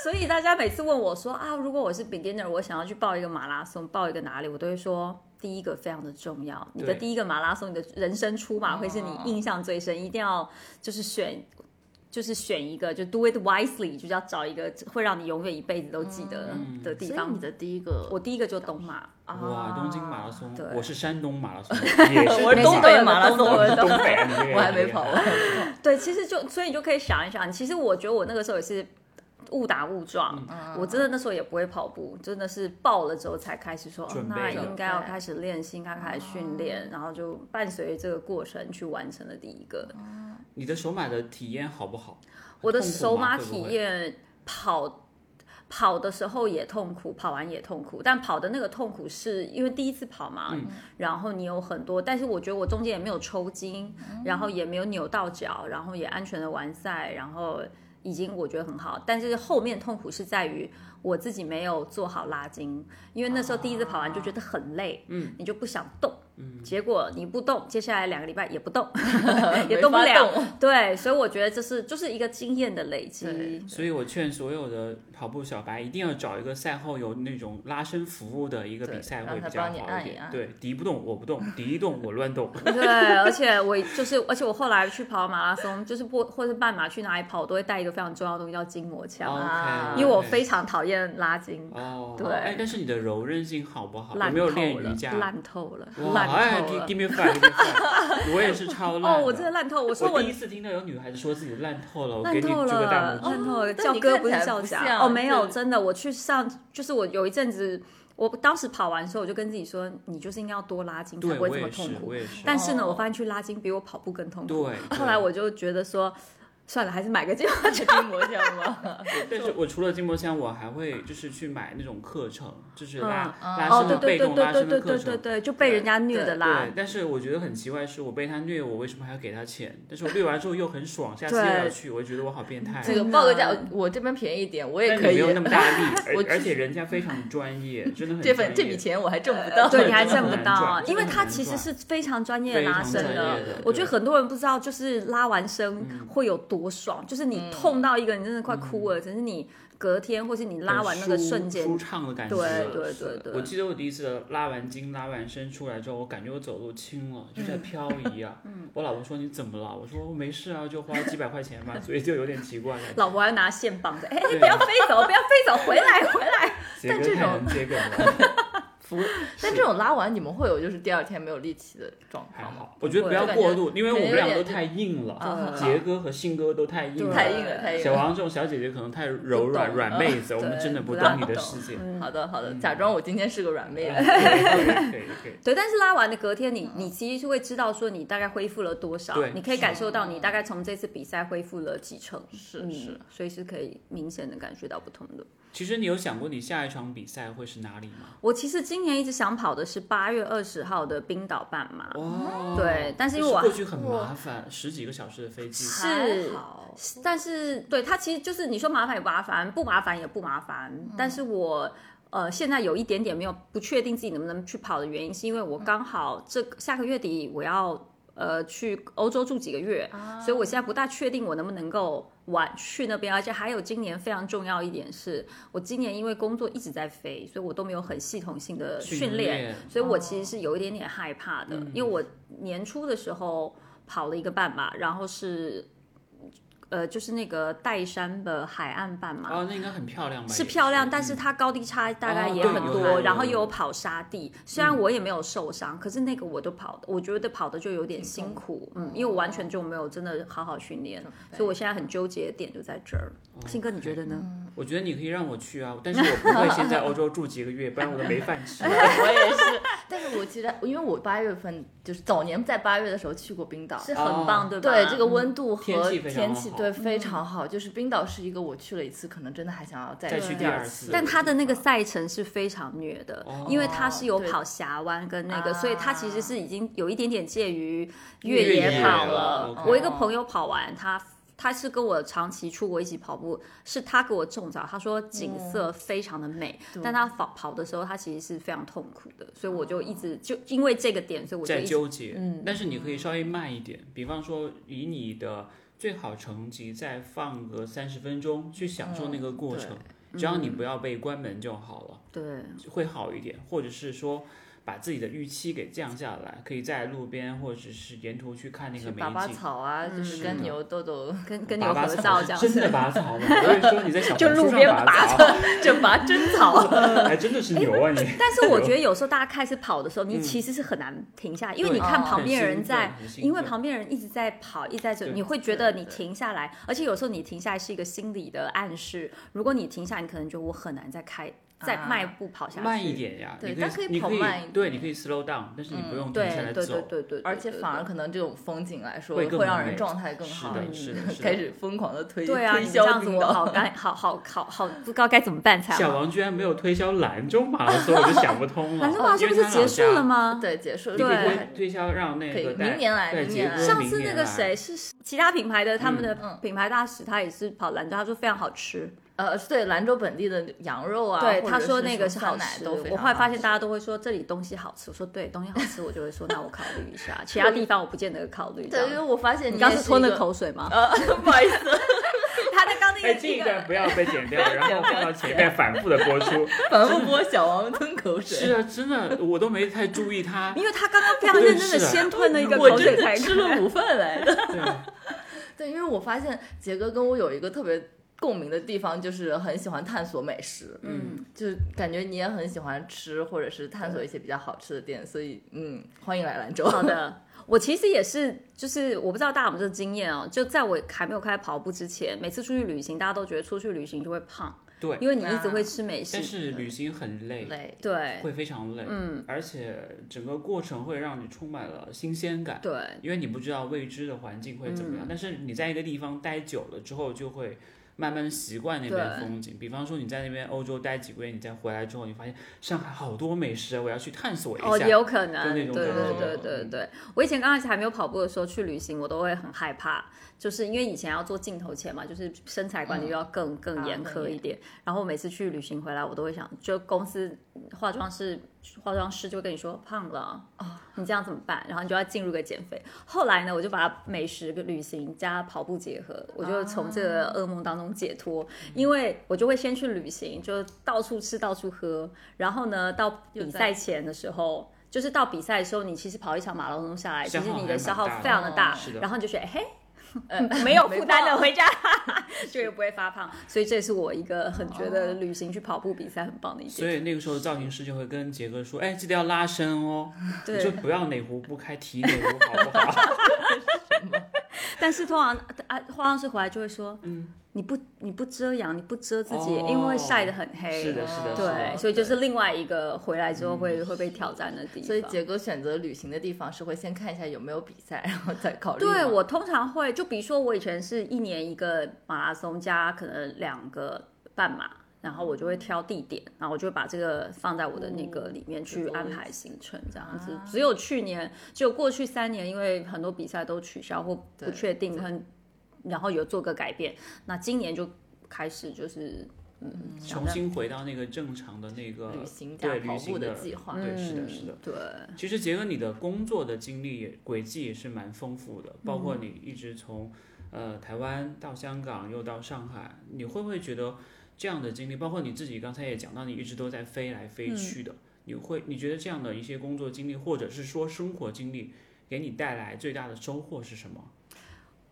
Speaker 3: 所以大家每次问我说啊，如果我是 beginner，我想要去报一个马拉松，报一个哪里，我都会说。第一个非常的重要，你的
Speaker 1: 对
Speaker 3: 第一个马拉松，你的人生出马会是你印象最深，一定要就是选，就是选一个，就 do it wisely，就是要找一个会让你永远一辈子都记得的地
Speaker 2: 所以
Speaker 3: 方。
Speaker 2: 你的第一个
Speaker 3: 我第一个就东马，
Speaker 2: 嗯
Speaker 1: 哇，
Speaker 2: 啊
Speaker 1: 东京马拉松
Speaker 3: 对，
Speaker 1: 我是山东马 拉松，也是
Speaker 3: 我是东北马拉松
Speaker 1: 我 是东
Speaker 3: 我
Speaker 1: 北啊，你这个
Speaker 2: 我还没
Speaker 1: 厉害
Speaker 2: 跑，我还没跑。
Speaker 3: 对，其实就所以你就可以想一想，其实我觉得我那个时候也是误打误
Speaker 1: 嗯
Speaker 3: 撞，我真的那时候也不会跑步，真的是报了之后才开始说，哦
Speaker 1: 准、备
Speaker 3: 那
Speaker 1: 了
Speaker 3: 应该要开始练习，应该开始训练，然后就伴随这个过程去完成了第一个。
Speaker 1: 你的手马的体验好不好？
Speaker 3: 我的
Speaker 1: 痛苦吗
Speaker 3: 手马
Speaker 1: 会不
Speaker 3: 体
Speaker 1: 会
Speaker 3: 验跑。跑的时候也痛苦，跑完也痛苦，但跑的那个痛苦是因为第一次跑嘛，
Speaker 1: 嗯
Speaker 3: 然后你有很多，但是我觉得我中间也没有抽筋，
Speaker 1: 嗯
Speaker 3: 然后也没有扭到脚，然后也安全的完赛，然后已经我觉得很好。但是后面痛苦是在于我
Speaker 1: 啊
Speaker 3: 自己没有做好拉筋，因为那时候第一次跑完就觉得很累，嗯，你就不想动，结果你不动，接下来两个礼拜也不动，
Speaker 1: 哦
Speaker 3: 也
Speaker 2: 没
Speaker 3: 动不
Speaker 2: 法
Speaker 3: 了
Speaker 2: 动。
Speaker 3: 对，所以我觉得这是就是一个经验的累积
Speaker 2: 对。
Speaker 1: 所以我劝所有的跑步小白一定要找一个赛后有那种拉伸服务的一个
Speaker 2: 对
Speaker 1: 比赛
Speaker 2: 让
Speaker 1: 会
Speaker 2: 他
Speaker 1: 比较
Speaker 2: 帮你
Speaker 1: 好
Speaker 2: 按
Speaker 1: 一
Speaker 2: 一
Speaker 1: 点。
Speaker 2: 按
Speaker 1: 对，敌不动我不动，敌动我乱 动。
Speaker 3: 对，而且我就是，而且我后来去跑马拉松，就是不或是半马去哪里跑，我都会带一个非常重要的东西叫筋膜
Speaker 1: 哦
Speaker 3: 枪，
Speaker 1: OK，
Speaker 2: 啊
Speaker 3: 因为我非常讨厌拉筋，
Speaker 1: 哦，
Speaker 3: 对
Speaker 1: 哎，但是你的柔韧性好不哦好？有
Speaker 3: 烂
Speaker 1: 没
Speaker 3: 透
Speaker 1: 有练
Speaker 3: 了
Speaker 1: 瑜，伽？
Speaker 3: 烂透了，
Speaker 1: 哇，哎
Speaker 3: 烂透
Speaker 1: ，give
Speaker 3: 了。
Speaker 1: give me five，give me five，我也是超烂
Speaker 3: 哦，我真的烂透，我说
Speaker 1: 我
Speaker 3: 我
Speaker 1: 第一次听到有女孩子说自己烂透了，我给
Speaker 3: 烂
Speaker 1: 你
Speaker 3: 透
Speaker 1: 这个大
Speaker 3: 了，
Speaker 1: 拇指。
Speaker 3: 烂透了，
Speaker 2: 哦
Speaker 3: 叫
Speaker 2: 但你
Speaker 3: 哥
Speaker 2: 看
Speaker 3: 不
Speaker 2: 起
Speaker 3: 是
Speaker 2: 来
Speaker 3: 叫
Speaker 2: 不
Speaker 3: 假
Speaker 2: 像
Speaker 3: 哦，没有，
Speaker 2: 对
Speaker 3: 真的，我去上就是我有一阵子，我当时跑完的时候，我就跟自己说，你就是应该要多拉筋才
Speaker 1: 对，
Speaker 3: 不会
Speaker 1: 我
Speaker 3: 这么
Speaker 1: 也
Speaker 3: 痛
Speaker 1: 是，
Speaker 3: 苦
Speaker 1: 我。也是。
Speaker 3: 但是呢，
Speaker 2: 哦
Speaker 3: 我发现去拉筋比我跑步更痛苦。
Speaker 1: 对，
Speaker 3: 后来我就觉得说，算了，还是买个筋膜
Speaker 2: 是筋膜枪 吗？
Speaker 1: 对，但是我除了筋膜枪，我还会就是去买那种课程，就是拉、
Speaker 2: 嗯
Speaker 1: 拉
Speaker 3: 哦，
Speaker 1: 伸
Speaker 3: 对
Speaker 1: 的被
Speaker 3: 对对
Speaker 1: 动
Speaker 3: 对
Speaker 1: 拉
Speaker 3: 对
Speaker 1: 伸
Speaker 3: 对
Speaker 1: 的课
Speaker 3: 对对
Speaker 1: 程。
Speaker 3: 对，就被人家虐的啦
Speaker 1: 对，。但是我觉得很奇怪，是我被他虐，我为什么还要给他钱？但是我虐完之后又很爽，下次又要
Speaker 3: 对
Speaker 1: 去，我就觉得我好变态。啊
Speaker 2: 这个
Speaker 3: 真的
Speaker 2: 报个价，我我这边便宜一点，我也
Speaker 1: 但你
Speaker 2: 可以
Speaker 1: 没。有那么大力，而
Speaker 2: 我
Speaker 1: 而且人家非常专业，真的很
Speaker 2: 这份
Speaker 1: 专
Speaker 2: 这
Speaker 1: 业
Speaker 2: 笔钱我还挣不到，
Speaker 3: 呃对， 你还
Speaker 1: 真的
Speaker 3: 挣
Speaker 1: 很难
Speaker 3: 不到
Speaker 1: 赚，
Speaker 3: 因为
Speaker 1: 真的
Speaker 3: 它
Speaker 1: 很
Speaker 3: 其实
Speaker 1: 难
Speaker 3: 是非常专业
Speaker 1: 非常
Speaker 3: 拉伸
Speaker 1: 专
Speaker 3: 的
Speaker 1: 业的。
Speaker 3: 我觉得
Speaker 1: 对嗯
Speaker 3: 很多人不知道，就是拉完伸会有多爽，就是你痛到一个你真的快哭了，只是你隔天或是你拉完那个
Speaker 1: 很舒
Speaker 3: 瞬间
Speaker 1: 舒，畅的感觉。
Speaker 3: 对对对
Speaker 1: 我
Speaker 3: 对，
Speaker 1: 记得我第一次拉完筋、拉完伸出来之后，我感觉我走路轻了，就在漂移啊。我老婆说你怎么了？我说我没事啊，就花几百块钱嘛，所以就有点奇怪了。
Speaker 3: 老婆还拿线绑着，哎，
Speaker 1: 对啊
Speaker 3: 不要飞走，不要飞走，回来回来。
Speaker 1: 桔梗
Speaker 2: 这
Speaker 1: 太能桔梗了，服
Speaker 2: 但这种拉完你们会有就是第二天没有力气的状
Speaker 1: 还
Speaker 2: 况吗？
Speaker 1: 好，我觉得不要过度，因为我们俩
Speaker 2: 感
Speaker 1: 都
Speaker 2: 觉
Speaker 1: 太硬了，
Speaker 2: 啊
Speaker 1: 杰哥和信哥都太硬
Speaker 3: 对
Speaker 1: 了，
Speaker 2: 太硬了，
Speaker 3: 哎
Speaker 2: 太硬
Speaker 1: 小
Speaker 2: 了。
Speaker 1: 王这种小姐姐可能太柔软
Speaker 2: 不懂
Speaker 3: 呃
Speaker 1: 软妹子，我们
Speaker 2: 对
Speaker 1: 真的不
Speaker 2: 不
Speaker 1: 懂
Speaker 2: 大
Speaker 1: 你的
Speaker 2: 懂
Speaker 1: 世界。
Speaker 2: 好的，好
Speaker 1: 嗯
Speaker 2: 的，假装我今天是个软
Speaker 3: 哎
Speaker 2: 妹
Speaker 1: 对
Speaker 2: 子。
Speaker 1: 可以可以，
Speaker 3: 对，但是拉完的隔天你，你其实是会知道说你大概恢复了多少
Speaker 1: 对，
Speaker 3: 你可以感受到你大概从这次比赛恢复了几成，
Speaker 2: 是
Speaker 3: 嗯
Speaker 2: 是，
Speaker 3: 所以是可以明显的感觉到不同的。
Speaker 1: 其实你有想过你下一场比赛会是哪里吗？
Speaker 3: 我其实今年一直想跑的是八月二十号的冰岛半马，
Speaker 1: 哦，
Speaker 3: 对，但是因
Speaker 1: 就
Speaker 3: 为
Speaker 1: 是
Speaker 3: 我
Speaker 1: 过去很麻烦，十几个小时的飞机，
Speaker 3: 是
Speaker 2: 还好
Speaker 3: 但是对它其实就是你说麻烦也麻烦，不麻烦也不麻烦。
Speaker 2: 嗯
Speaker 3: 但是我呃现在有一点点没有不确定自己能不能去跑的原因，是因为
Speaker 2: 嗯
Speaker 3: 我刚好这下个月底我要呃去欧洲住几个月，
Speaker 2: 啊
Speaker 3: 所以我现在不大确定我能不能够晚去那边。而且还有今年非常重要一点是，我今年因为工作一直在飞，所以我都没有很系统性的训
Speaker 1: 训
Speaker 3: 练，
Speaker 1: 练
Speaker 3: 所以我其实是有一点点害怕
Speaker 1: 嗯
Speaker 3: 的，因为我年初的时候跑了一个半马，然后是。呃，就是那个岱山的海岸半马，
Speaker 1: 哦，那应该很漂亮吧？
Speaker 3: 是
Speaker 1: 也
Speaker 3: 漂亮，但
Speaker 1: 嗯
Speaker 3: 是它高低差大概
Speaker 1: 哦
Speaker 3: 也
Speaker 1: 对
Speaker 3: 很
Speaker 1: 有
Speaker 3: 多，
Speaker 1: 有
Speaker 3: 然后
Speaker 1: 有嗯
Speaker 3: 又有跑沙地。虽然我也没有受伤，可是那个我都跑的，我觉得跑的就有点辛苦，
Speaker 1: 哦
Speaker 3: 嗯，因为我完全就没有真的好好训练，所以我现在很纠结的点就在这儿。
Speaker 1: 哦
Speaker 3: 信哥，你觉得呢？
Speaker 1: 我觉得你可以让我去啊，但是我不会先在欧洲住几个月，不然我都没饭吃。啊
Speaker 2: 我也是，但是我其实因为我八月份就是早年在八月的时候去过冰岛，
Speaker 3: 嗯是
Speaker 1: 哦
Speaker 3: 很棒，对吧？
Speaker 2: 对这个温度
Speaker 1: 嗯
Speaker 2: 和
Speaker 1: 天气非常
Speaker 2: 天气
Speaker 1: 好
Speaker 2: 对非常好，就是冰岛是一个我去了一次，可能真的还想要再
Speaker 1: 再去
Speaker 2: 第
Speaker 1: 第二
Speaker 2: 次
Speaker 1: 次，啊
Speaker 3: 但它的那个赛程是非常虐的，
Speaker 1: 哦
Speaker 3: 因为它是有
Speaker 2: 对
Speaker 3: 跑峡湾跟那个，
Speaker 2: 啊
Speaker 3: 所以它其实是已经有一点点介于
Speaker 1: 越
Speaker 3: 越
Speaker 1: 野
Speaker 3: 野跑
Speaker 1: 了
Speaker 3: 了。
Speaker 1: ，OK
Speaker 3: 我一个朋友跑完，他他是跟我长期出国一起跑步，是他给我种草，他说景
Speaker 2: 嗯
Speaker 3: 色非常的美，但他跑跑的时候，他其实是非常痛苦的，所以我
Speaker 2: 哦
Speaker 3: 就一直就因为这个点，所以我就
Speaker 1: 在
Speaker 3: 一嗯直
Speaker 1: 纠结。但是你可以稍微慢一点，比方说以你的最好成绩再放个三十分钟，去享受那
Speaker 3: 嗯
Speaker 1: 个过程，只要你不要被关门就好了，
Speaker 3: 对。
Speaker 1: 会好一点。或者是说。把自己的预期给降下来，可以在路边或者是沿途去看那
Speaker 2: 去
Speaker 1: 个美
Speaker 2: 拔拔
Speaker 1: 景。
Speaker 2: 草啊，就是
Speaker 1: 是的
Speaker 2: 跟牛豆豆
Speaker 3: 跟跟你
Speaker 1: 拔
Speaker 3: 有
Speaker 1: 拔
Speaker 3: 合
Speaker 1: 草
Speaker 3: 照
Speaker 1: 是
Speaker 3: 这样
Speaker 1: 真
Speaker 3: 子，
Speaker 1: 的拔草 吗？我跟你说，你在小
Speaker 3: 就
Speaker 1: 红书
Speaker 3: 路
Speaker 1: 上
Speaker 3: 边
Speaker 1: 拔
Speaker 3: 拔
Speaker 1: 草，
Speaker 2: 就拔 真草。
Speaker 1: 还真的是牛啊你！
Speaker 3: 哎但是我 觉得有时候大家开始跑的时候，你其实是很难停下来，因为
Speaker 1: 对
Speaker 3: 你看
Speaker 2: 哦
Speaker 3: 旁边人在
Speaker 1: 很兴奋很兴奋
Speaker 3: 因为旁边人一直在跑，一直在走，
Speaker 1: 对
Speaker 3: 你会觉得
Speaker 2: 对
Speaker 3: 你
Speaker 2: 对
Speaker 3: 停下来，而且有时候你停下来是一个心理的暗示。如果你停下来，你可能觉得我很难再开、再
Speaker 2: 啊
Speaker 3: 迈步跑下去。
Speaker 1: 慢一，点呀，
Speaker 2: 对
Speaker 1: 你
Speaker 2: 但
Speaker 1: 可
Speaker 2: 可
Speaker 1: 以
Speaker 2: 以
Speaker 1: 你
Speaker 2: 跑慢一点
Speaker 1: 对，你可以 slow down，但是你不用停
Speaker 3: 对
Speaker 1: 下来
Speaker 3: 对对
Speaker 1: 走。
Speaker 3: 对对，
Speaker 2: 而且
Speaker 3: 对
Speaker 2: 反而。可能这种风景来说，
Speaker 1: 会更
Speaker 2: 会让
Speaker 1: 美
Speaker 2: 人状态更
Speaker 1: 是
Speaker 2: 好
Speaker 1: 的
Speaker 2: 一点。
Speaker 1: 是的是的
Speaker 2: 开始疯狂的推
Speaker 3: 对对啊，
Speaker 2: 推
Speaker 3: 你这
Speaker 2: 销
Speaker 3: 样子
Speaker 2: 冰
Speaker 3: 我好
Speaker 2: 岛。
Speaker 3: 干，好好好好不知道该怎么办才
Speaker 1: 小
Speaker 3: 好。
Speaker 1: 王居然没有推销兰州马拉松，我就想不通了。
Speaker 3: 兰州马拉松不是结束了
Speaker 1: 吗？
Speaker 3: 吗？
Speaker 2: 对，结束了
Speaker 1: 你可以
Speaker 3: 对
Speaker 1: 推推销让那
Speaker 2: 可以
Speaker 1: 个
Speaker 2: 明年来
Speaker 1: 对
Speaker 2: 明年来
Speaker 1: 杰哥
Speaker 3: 上
Speaker 1: 明
Speaker 3: 次那
Speaker 1: 年
Speaker 3: 个
Speaker 1: 来
Speaker 3: 谁是其他品牌的，他们
Speaker 2: 嗯
Speaker 3: 的
Speaker 2: 嗯
Speaker 3: 品牌大使，他也是跑兰州，他说非常好吃，
Speaker 2: 呃，对，兰州本地的羊肉啊，
Speaker 3: 对，
Speaker 2: 或者
Speaker 3: 他说
Speaker 2: 是
Speaker 3: 那个是
Speaker 2: 什么酸
Speaker 3: 好
Speaker 2: 奶
Speaker 3: 吃，
Speaker 2: 都非
Speaker 3: 我
Speaker 2: 常
Speaker 3: 后来发
Speaker 2: 好
Speaker 3: 现
Speaker 2: 吃
Speaker 3: 大家都会说这里东西好吃，我说对，东西好吃，我就会说那我考虑一下， 其他地方我不见得考虑。这
Speaker 2: 对，因为
Speaker 3: 样
Speaker 2: 我发现
Speaker 3: 你
Speaker 2: 你
Speaker 3: 刚
Speaker 2: 也
Speaker 3: 是
Speaker 2: 一
Speaker 3: 吞了
Speaker 2: 个，
Speaker 3: 口水吗？
Speaker 2: 呃，不好意思，
Speaker 3: 他的刚那
Speaker 1: 哎，这一段不要被剪掉，然后放到前面反复的播出。
Speaker 2: 反复播小王吞口 水，
Speaker 1: 是啊，真的，我都没太注意它。
Speaker 3: 因为他刚刚非常认真的
Speaker 1: 是啊
Speaker 3: 先吞了一个
Speaker 2: 我
Speaker 3: 口
Speaker 2: 真
Speaker 3: 水
Speaker 2: 的
Speaker 3: 才嗯
Speaker 2: 吃了
Speaker 3: 开
Speaker 2: 午饭来的。
Speaker 1: 对，
Speaker 2: 对，因为我发现杰哥跟我有一个特别共鸣的地方，就是很喜欢探索美食，
Speaker 3: 嗯，
Speaker 2: 就是感觉你也很喜欢吃，或者是探索一些比较好吃的店，所以嗯，欢迎来兰州。
Speaker 3: 好的， 我其实也是，就是我不知道大家有没有这个经验哦，就在我还没有开始跑步之前，每次出去旅行，大家都觉得出去旅行就会胖，
Speaker 1: 对
Speaker 3: 因为你一直
Speaker 2: 啊
Speaker 3: 会吃美
Speaker 1: 但
Speaker 3: 食，
Speaker 1: 是旅行很累，
Speaker 2: 累，
Speaker 3: 对
Speaker 1: 会非常累，嗯，而且整个过程会让你充满了新鲜感，
Speaker 3: 对，
Speaker 1: 因为你不知道未知的环境会怎
Speaker 3: 嗯
Speaker 1: 么样。但是你在一个地方待久了之后，就会慢慢习惯那边的
Speaker 3: 对
Speaker 1: 风景。比方说你在那边欧洲待几个月，你再回来之后，你发现上海好多美食，啊我要去探索一下。
Speaker 3: 哦，也有可
Speaker 1: 就
Speaker 3: 能，
Speaker 1: 那
Speaker 3: 对
Speaker 1: 种
Speaker 3: 对
Speaker 1: 感嗯
Speaker 2: 觉
Speaker 3: 对对对。我以前刚开始还没有跑步的时候去旅行，我都会很害怕，就是因为以前要做镜头前嘛，就是身材
Speaker 1: 嗯
Speaker 3: 管理又要更、更
Speaker 2: 啊
Speaker 3: 严
Speaker 2: 更
Speaker 3: 苛
Speaker 2: 严
Speaker 3: 一点。然后我每次去旅行回来，我都会想，就公司化妆师化妆师就会跟你说胖了哦，你这样怎么办？然后你就要进入个减肥。后来呢，我就把美食、旅行加跑步结合，我就从这个噩梦当中解脱，因为我就会先去旅行，就到处吃、到处喝，然后呢，到比赛前的时候。就是到比赛的时候，你其实跑一场马拉松下来，其
Speaker 1: 消耗
Speaker 3: 实你的
Speaker 1: 还
Speaker 3: 消
Speaker 1: 蛮大
Speaker 3: 耗
Speaker 1: 的
Speaker 3: 非常的大，
Speaker 1: 是的
Speaker 3: 然后你就觉得嘿，没有负担的
Speaker 2: 嗯呃没
Speaker 3: 回家就也不会发胖，所以这也是我一个很觉
Speaker 1: 哦
Speaker 3: 得旅行去跑步比赛很棒的一
Speaker 1: 所
Speaker 3: 点。
Speaker 1: 以那个时候造型师就会跟杰哥说：“哎，记得要拉伸哦，你就
Speaker 3: 对，
Speaker 1: 不要哪壶不开提哪壶，好不好
Speaker 3: 但是通常啊，化妆师回来就会说，嗯，你不你不遮阳，你不遮自己，
Speaker 1: 哦
Speaker 3: 因为会晒得很？”黑。
Speaker 1: 是的，是的，是
Speaker 3: 对，
Speaker 1: 的。嗯
Speaker 3: 所以就是另外一个回来之后会会被挑战的地方。
Speaker 2: 所以杰哥选择旅行的地方是会先看一下有没有比赛，然后再考虑吗。
Speaker 3: 对我通常会，就比如说我以前是一年一个马拉松加可能两个半马，然后我
Speaker 1: 嗯
Speaker 3: 就会挑地点，然后我就会把这个放在我的那个里面去安排行程这样子。
Speaker 1: 嗯
Speaker 3: 只有去年，只有过去三年，因为很多比赛都取消或不确定，很然后有做个改变，那今年就开始就是嗯，想
Speaker 1: 重
Speaker 3: 着
Speaker 1: 新回到那个正常的那个
Speaker 2: 旅行加
Speaker 1: 对
Speaker 2: 跑
Speaker 1: 旅
Speaker 2: 步
Speaker 1: 行
Speaker 2: 的计划，
Speaker 1: 对，是的，是的。
Speaker 3: 嗯对。
Speaker 1: 其实杰哥，你的工作的经历也轨迹也是蛮丰富的，
Speaker 3: 嗯
Speaker 1: 包括你一直从、呃台湾到香港，又到上海，你会不会觉得这样的经历，包括你自己刚才也讲到，你一直都在飞来飞去
Speaker 3: 嗯
Speaker 1: 的，你会你觉得这样的一些工作经历，或者是说生活经历，给你带来最大的收获是什么？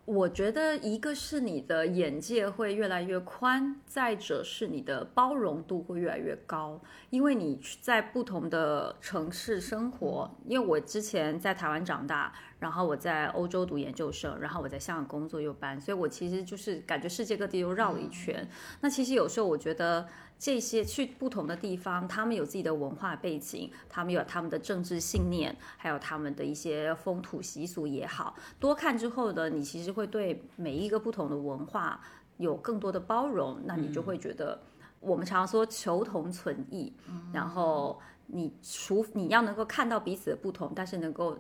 Speaker 3: 我觉得一个是你的眼界会越来越宽，再者是你的包容度会越来越高，因为你去在不同的城市生活。因为我之前在台湾长大，然后我在欧洲读研究生，然后我在香港工作又搬，所以我其实就是感觉世界各地又绕了一圈。那其实有时候我觉得。这些去不同的地方，他们有自己的文化背景，他们有他们的政治信念，还有他们的一些风土习俗也好，多看之后呢，你其实会对每一个不同的文化有更多的包容，那
Speaker 2: 嗯
Speaker 3: 你就会觉得，我们常说求同存异，
Speaker 2: 嗯
Speaker 3: 然后你除你要能够看到彼此的不同，但是能够。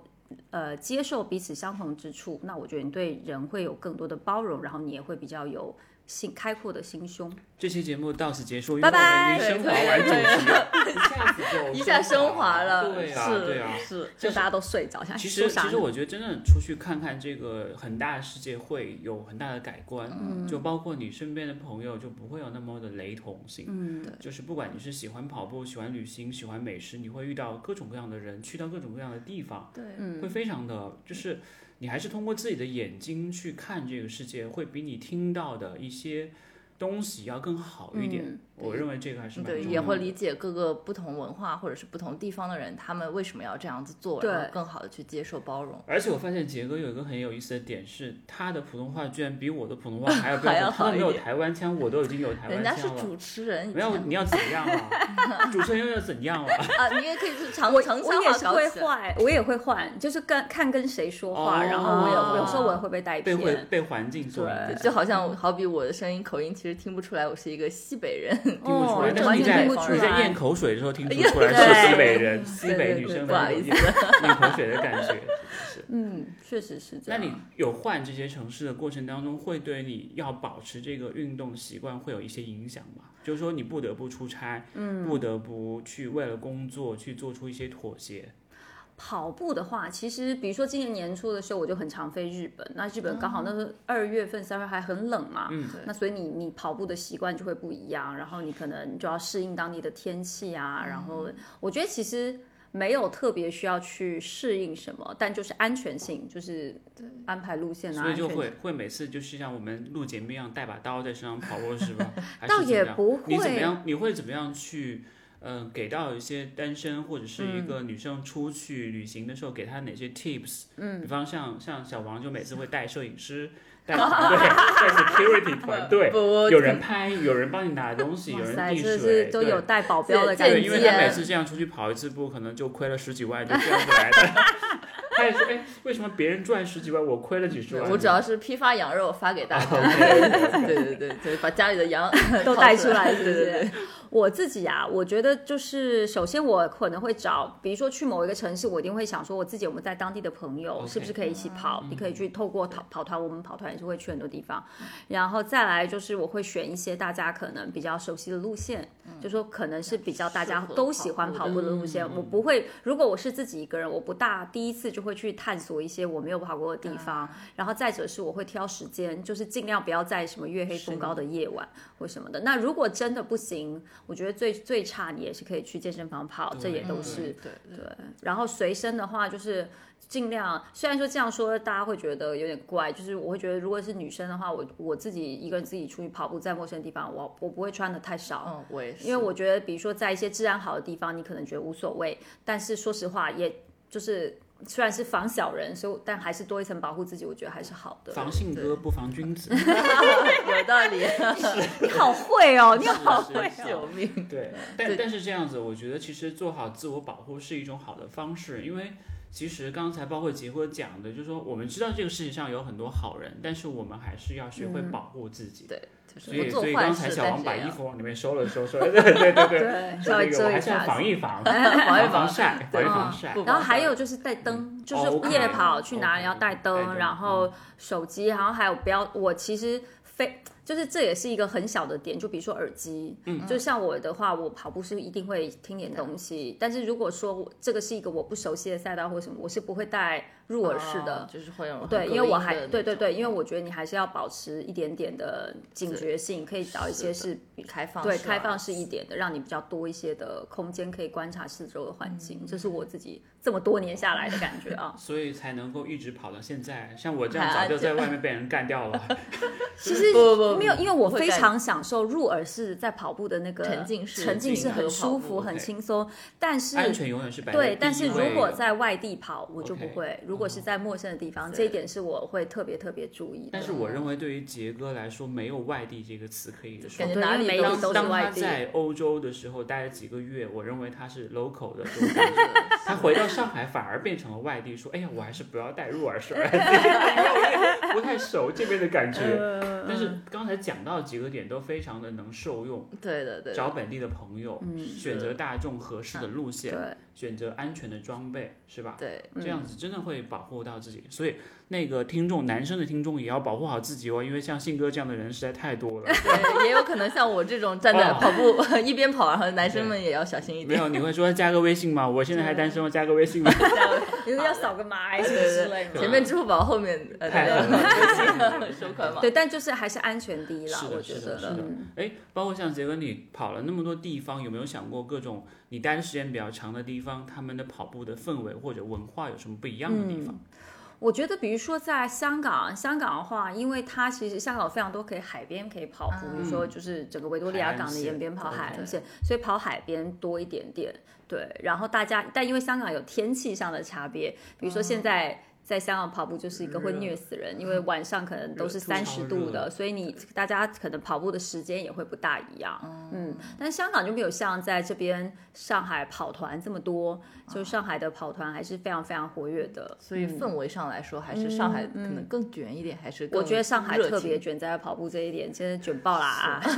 Speaker 3: 呃，接受彼此相同之处，那我觉得你对人会有更多的包容，然后你也会比较有心开阔的心胸。
Speaker 1: 这期节目到此结束，因为
Speaker 3: 拜
Speaker 1: 我们
Speaker 3: 拜
Speaker 1: 已经 升华完主题了， 一下子就
Speaker 2: 一下升华了，
Speaker 1: 对啊，
Speaker 2: 是
Speaker 1: 对啊。
Speaker 3: 嗯
Speaker 2: 是，
Speaker 3: 就大家都睡着，想
Speaker 1: 其
Speaker 3: 说
Speaker 1: 实，
Speaker 3: 啥
Speaker 1: 其
Speaker 3: 呢
Speaker 1: 实我觉得真正出去看看这个很大的世界，会有很大的改观。啊
Speaker 2: 嗯
Speaker 1: 就包括你身边的朋友，就不会有那么的雷同性。
Speaker 3: 嗯，
Speaker 1: 就是不管你是喜欢跑步、喜欢旅行、喜欢美食，你会遇到各种各样的人，去到各种各样的地方，
Speaker 2: 对，
Speaker 1: 会非常的，就是你还是通过自己的眼睛去看这个世界，会比你听到的一些东西要更好一点。我认为这个还是蛮
Speaker 2: 嗯对，
Speaker 1: 重
Speaker 2: 也
Speaker 1: 要
Speaker 2: 会
Speaker 1: 的。
Speaker 2: 理解各个不同文化或者是不同地方的人，他们为什么要这样子做，然后
Speaker 3: 对
Speaker 2: 更好的去接受包容。
Speaker 1: 而且我发现杰哥有一个很有意思的点是，他的普通话居然比我的普通话还要标
Speaker 2: 还要
Speaker 1: 准，他
Speaker 2: 好
Speaker 1: 都
Speaker 2: 一
Speaker 1: 没
Speaker 2: 点
Speaker 1: 有台湾腔，我都已经有台
Speaker 2: 人
Speaker 1: 湾
Speaker 2: 家是
Speaker 1: 腔了。
Speaker 2: 主持人，以
Speaker 1: 没有，
Speaker 2: 前
Speaker 1: 你要怎样啊？主持人又要怎样 了？
Speaker 2: 啊，你也可以是 长
Speaker 3: 我
Speaker 2: 长
Speaker 3: 我
Speaker 2: 沙
Speaker 3: 也
Speaker 2: 话
Speaker 3: 是
Speaker 2: 搞
Speaker 3: 会
Speaker 2: 起来。
Speaker 3: 换，我也会换，就是跟看跟谁说话，
Speaker 1: 哦
Speaker 3: 然后我有有时候我也会被带
Speaker 1: 被会
Speaker 3: 偏。
Speaker 1: 被环境所影
Speaker 3: 对
Speaker 1: 响。
Speaker 2: 就好像好比我的声音口音其实实听不出来我是一个西北人，
Speaker 1: 听不出来，
Speaker 3: 哦
Speaker 1: 但是
Speaker 2: 完
Speaker 1: 你
Speaker 2: 全
Speaker 1: 在
Speaker 2: 听不出
Speaker 1: 你在
Speaker 3: 来
Speaker 1: 咽口水的时候 听不出来
Speaker 3: 对
Speaker 1: 是西北人，西
Speaker 3: 对
Speaker 1: 北
Speaker 3: 对
Speaker 1: 女
Speaker 3: 对
Speaker 1: 生
Speaker 2: 不好
Speaker 1: 的
Speaker 2: 意
Speaker 1: 那
Speaker 2: 思
Speaker 1: 种 咽口水的 感觉。是
Speaker 3: 嗯，确实是这
Speaker 1: 那
Speaker 3: 样。
Speaker 1: 你有换这些城市的过程当中，会对你要保持这个运动习惯会有一些影响吗？就是说你不得不出差，嗯，不得不去为了工作去做出一些妥协。
Speaker 3: 跑步的话，其实比如说今年年初的时候，我就很常飞日本。那日本刚好那时候二月份、三月还很冷嘛，
Speaker 1: 嗯
Speaker 2: 哦对
Speaker 3: 那所以你你跑步的习惯就会不一样，然后你可能就要适应当地的天气啊。然后
Speaker 2: 嗯
Speaker 3: 我觉得其实没有特别需要去适应什么，但就是安全性，就是安排路线啊，
Speaker 1: 所以就
Speaker 3: 安全
Speaker 1: 会会每次就是像我们录节目一样带把刀在身上跑过是 吧？还是
Speaker 3: 倒
Speaker 1: 怎么
Speaker 3: 也
Speaker 1: 样
Speaker 3: 不
Speaker 1: 你怎么
Speaker 3: 会
Speaker 1: 样？你会怎么样去？嗯、给到一些单身或者是
Speaker 3: 嗯
Speaker 1: 一个女生出去旅行的时候，给她哪些 tips？嗯，比方像像小王就每次会带摄影师， 带团队，带 security 团队，
Speaker 2: 不
Speaker 1: 有人拍，有人帮你拿东西，有
Speaker 3: 哇
Speaker 1: 人
Speaker 3: 塞，
Speaker 1: 递水，
Speaker 3: 这是
Speaker 1: 对
Speaker 3: 都有带保镖的
Speaker 2: 见
Speaker 3: 感
Speaker 1: 对，
Speaker 3: 觉。
Speaker 1: 因为他每次这样出去跑一次步，可能就亏了十几万，就赚回 来的。 他也说，哎，为什么别人赚十几万，我亏了几十万呢？
Speaker 2: 我主要是批发羊肉发给大
Speaker 1: 哦
Speaker 2: 家， 对对对对，把家里的羊
Speaker 3: 都带出来，是不
Speaker 2: 对对对
Speaker 3: 是？ 我自己啊，我觉得就是，首先我可能会找，比如说去某一个城市，我一定会想说，我自己有没有在当地的朋友
Speaker 1: OK 嗯
Speaker 3: 是不是可以一起跑？你可以去透过跑跑团，我们跑团也是会去很多地方，然后再来就是我会选一些大家可能比较熟悉的路线，
Speaker 1: 嗯
Speaker 3: 就说可能是比较大家
Speaker 2: 适合
Speaker 3: 都喜欢
Speaker 2: 跑
Speaker 3: 跑
Speaker 2: 步的
Speaker 3: 步的路线。我
Speaker 1: 嗯
Speaker 3: 不会，如果我是自己一个人，我不大第一次就会去探索一些我没有跑过的地方，然后再者是我会挑时间，就是尽量不要在什么月黑风高的夜晚或什么的。那如果真的不行，我觉得最最差你也是可以去健身房跑，这也都是。
Speaker 2: 对对对
Speaker 3: 然后随身的话就是。尽量，虽然说这样说大家会觉得有点怪，就是我会觉得，如果是女生的话，我我自己一个人自己出去跑步，在陌生的地方，我我不会穿的太少，
Speaker 2: 嗯，我也是，
Speaker 3: 因为我觉得，比如说在一些治安好的地方，你可能觉得无所谓，但是说实话，也就是虽然是防小人，所以但还是多一层保护自己，我觉得还是好的。
Speaker 1: 防信鸽不防君 子，
Speaker 2: 有道理，
Speaker 3: 你好会哦，你好
Speaker 1: 是啊
Speaker 3: 会
Speaker 1: 是
Speaker 3: 哦。
Speaker 2: 救命。
Speaker 1: 对，但但是这样子，我觉得其实做好自我保护是一种好的方式，因为其实刚才包括结婚讲的，就是说我们知道这个世界上有很多好人，但是我们还是要学会保护自己。
Speaker 2: 嗯对，就是
Speaker 1: 所
Speaker 2: 不
Speaker 1: 以，
Speaker 2: 做
Speaker 1: 所以
Speaker 2: 坏
Speaker 1: 刚
Speaker 2: 事
Speaker 1: 才，小
Speaker 2: 但
Speaker 1: 王
Speaker 2: 是
Speaker 1: 把
Speaker 2: 也
Speaker 1: 衣
Speaker 2: 要
Speaker 1: 服往里面收了收， 说对对对对，
Speaker 3: 对，稍
Speaker 1: 说
Speaker 3: 微
Speaker 1: 这个
Speaker 3: 遮
Speaker 1: 我还
Speaker 3: 一
Speaker 1: 是要
Speaker 3: 下。
Speaker 1: 防一防，防一 防晒，防一
Speaker 3: 嗯
Speaker 1: 防晒。
Speaker 2: 不嗯
Speaker 3: 然后
Speaker 2: 保
Speaker 3: 还
Speaker 2: 守
Speaker 3: 有就是带灯，
Speaker 2: 哦
Speaker 3: 就
Speaker 1: OK，
Speaker 3: 是夜跑去哪里
Speaker 1: OK，
Speaker 3: 要带
Speaker 1: 带
Speaker 3: 灯，
Speaker 1: 灯。
Speaker 3: 然
Speaker 2: 嗯
Speaker 3: 后手机，然后还有不要，我其实非就是这也是一个很小的点，就比如说耳机，嗯，就像我的话，我跑步是一定会听点东西，但是如果说我这个是一个我不熟悉的赛道或什么，我是不会带入耳式的
Speaker 2: 哦，就是会有很
Speaker 3: 对，
Speaker 2: 隔
Speaker 3: 因为我
Speaker 2: 音的
Speaker 3: 还
Speaker 2: 那
Speaker 3: 对对对，
Speaker 2: 种
Speaker 3: 因为我觉得你还是要保持一点点的警觉性，可以找一些是比
Speaker 2: 开放
Speaker 3: 对
Speaker 2: 式
Speaker 3: 开
Speaker 2: 啊
Speaker 3: 放式一点的，让你比较多一些的空间可以观察四周的环
Speaker 2: 嗯
Speaker 3: 境。这是我自己这么多年下来的感觉 啊
Speaker 1: 所以才能够一直跑到现在。像我这样早就在外面被人干掉了。
Speaker 3: 其实
Speaker 2: 不不不
Speaker 3: 没有，因为我
Speaker 2: 不会
Speaker 3: 非
Speaker 2: 干
Speaker 3: 常享受入耳式在跑步的那个
Speaker 2: 沉浸式
Speaker 3: 沉浸式
Speaker 2: 进入
Speaker 3: 很舒
Speaker 2: 跑步
Speaker 3: 服、很
Speaker 1: OK
Speaker 3: 轻松，但 是
Speaker 1: 安全永远是百分之
Speaker 3: 对，但是
Speaker 1: 一位
Speaker 3: 如果
Speaker 1: 的
Speaker 3: 在外地跑，我就不
Speaker 1: OK
Speaker 3: 会。如果是在陌生的地方，
Speaker 2: 嗯对
Speaker 3: 这一点是我会特别特别注意的。
Speaker 1: 但是我认为，对于杰哥来说，没有“外地”这个词可以说
Speaker 2: 感。觉
Speaker 3: 对
Speaker 2: 哪
Speaker 3: 因为
Speaker 2: 里
Speaker 3: 每一
Speaker 2: 都
Speaker 1: 当
Speaker 3: 个都是
Speaker 1: 当他
Speaker 3: 外地。
Speaker 1: 在欧洲的时候待了几个月，我认为他是 local 的这种感觉。他回到上海反而变成了外地，说：“哎呀，我还是不要带入耳 式耳机，因为我不太熟这边的感觉。”
Speaker 3: 嗯
Speaker 1: 但是刚才讲到几个点都非常的能受用，
Speaker 2: 对对嗯对，
Speaker 1: 找本地的朋友，选择大众合适的路线，
Speaker 3: 对，
Speaker 1: 选择安全的装备，是吧？
Speaker 2: 对嗯
Speaker 1: 这样子真的会保护到自己。所以那个听众，男生的听众也要保护好自己哦，因为像信哥这样的人实在太多 了。
Speaker 2: 对，也有可能像我这种站在
Speaker 1: 哦
Speaker 2: 跑步 一边跑，然后男生们也要小心一
Speaker 1: 没
Speaker 2: 点。
Speaker 1: 有，你会说加个微信吗？我现在还单
Speaker 2: 嗯
Speaker 1: 身，我哦加个微信吗？
Speaker 3: 因为要扫个码什
Speaker 2: 对
Speaker 3: 么
Speaker 2: 对
Speaker 3: 之
Speaker 2: 对
Speaker 3: 类，的。
Speaker 2: 前面支付宝，后面呃，
Speaker 1: 太
Speaker 2: 对
Speaker 1: 狠了
Speaker 2: 对 收款码。
Speaker 3: 对，但就是还是安全第一啦
Speaker 1: 是，的
Speaker 3: 我觉
Speaker 1: 是的
Speaker 3: 得。
Speaker 1: 是的
Speaker 3: 嗯
Speaker 1: 哎，包括像杰哥，你跑了那么多地方，有没有想过各种你待的时间比较长的地方，他们的跑步的氛围或者文化有什么不一样的地方？
Speaker 3: 嗯我觉得，比如说在香港，香港的话，因为它其实香港有非常多可以海边可以跑步，比如说就是整个维多利亚港的沿边跑
Speaker 1: 嗯海
Speaker 3: 海
Speaker 1: 岸线
Speaker 3: 岸线，所以跑海边多一
Speaker 1: 哦
Speaker 3: 点点。对，然后大家，但因为香港有天气上的差别，比如说现在。在香港跑步就是一个会虐死人，因为晚上可能都是
Speaker 1: 热吐槽
Speaker 3: 三十度
Speaker 1: 热
Speaker 3: 的，所以你大家可能跑步的时间也会不大一样。
Speaker 1: 哦
Speaker 3: 嗯，但香港就没有像在这边上海跑团这么多，就上海的跑团还是非常非常活跃的。
Speaker 2: 啊所以氛围上来说，还是上海可能更卷一点，还是
Speaker 3: 嗯我觉得上海特别卷
Speaker 2: 卷。
Speaker 3: 在跑步这一点，真的卷爆啦、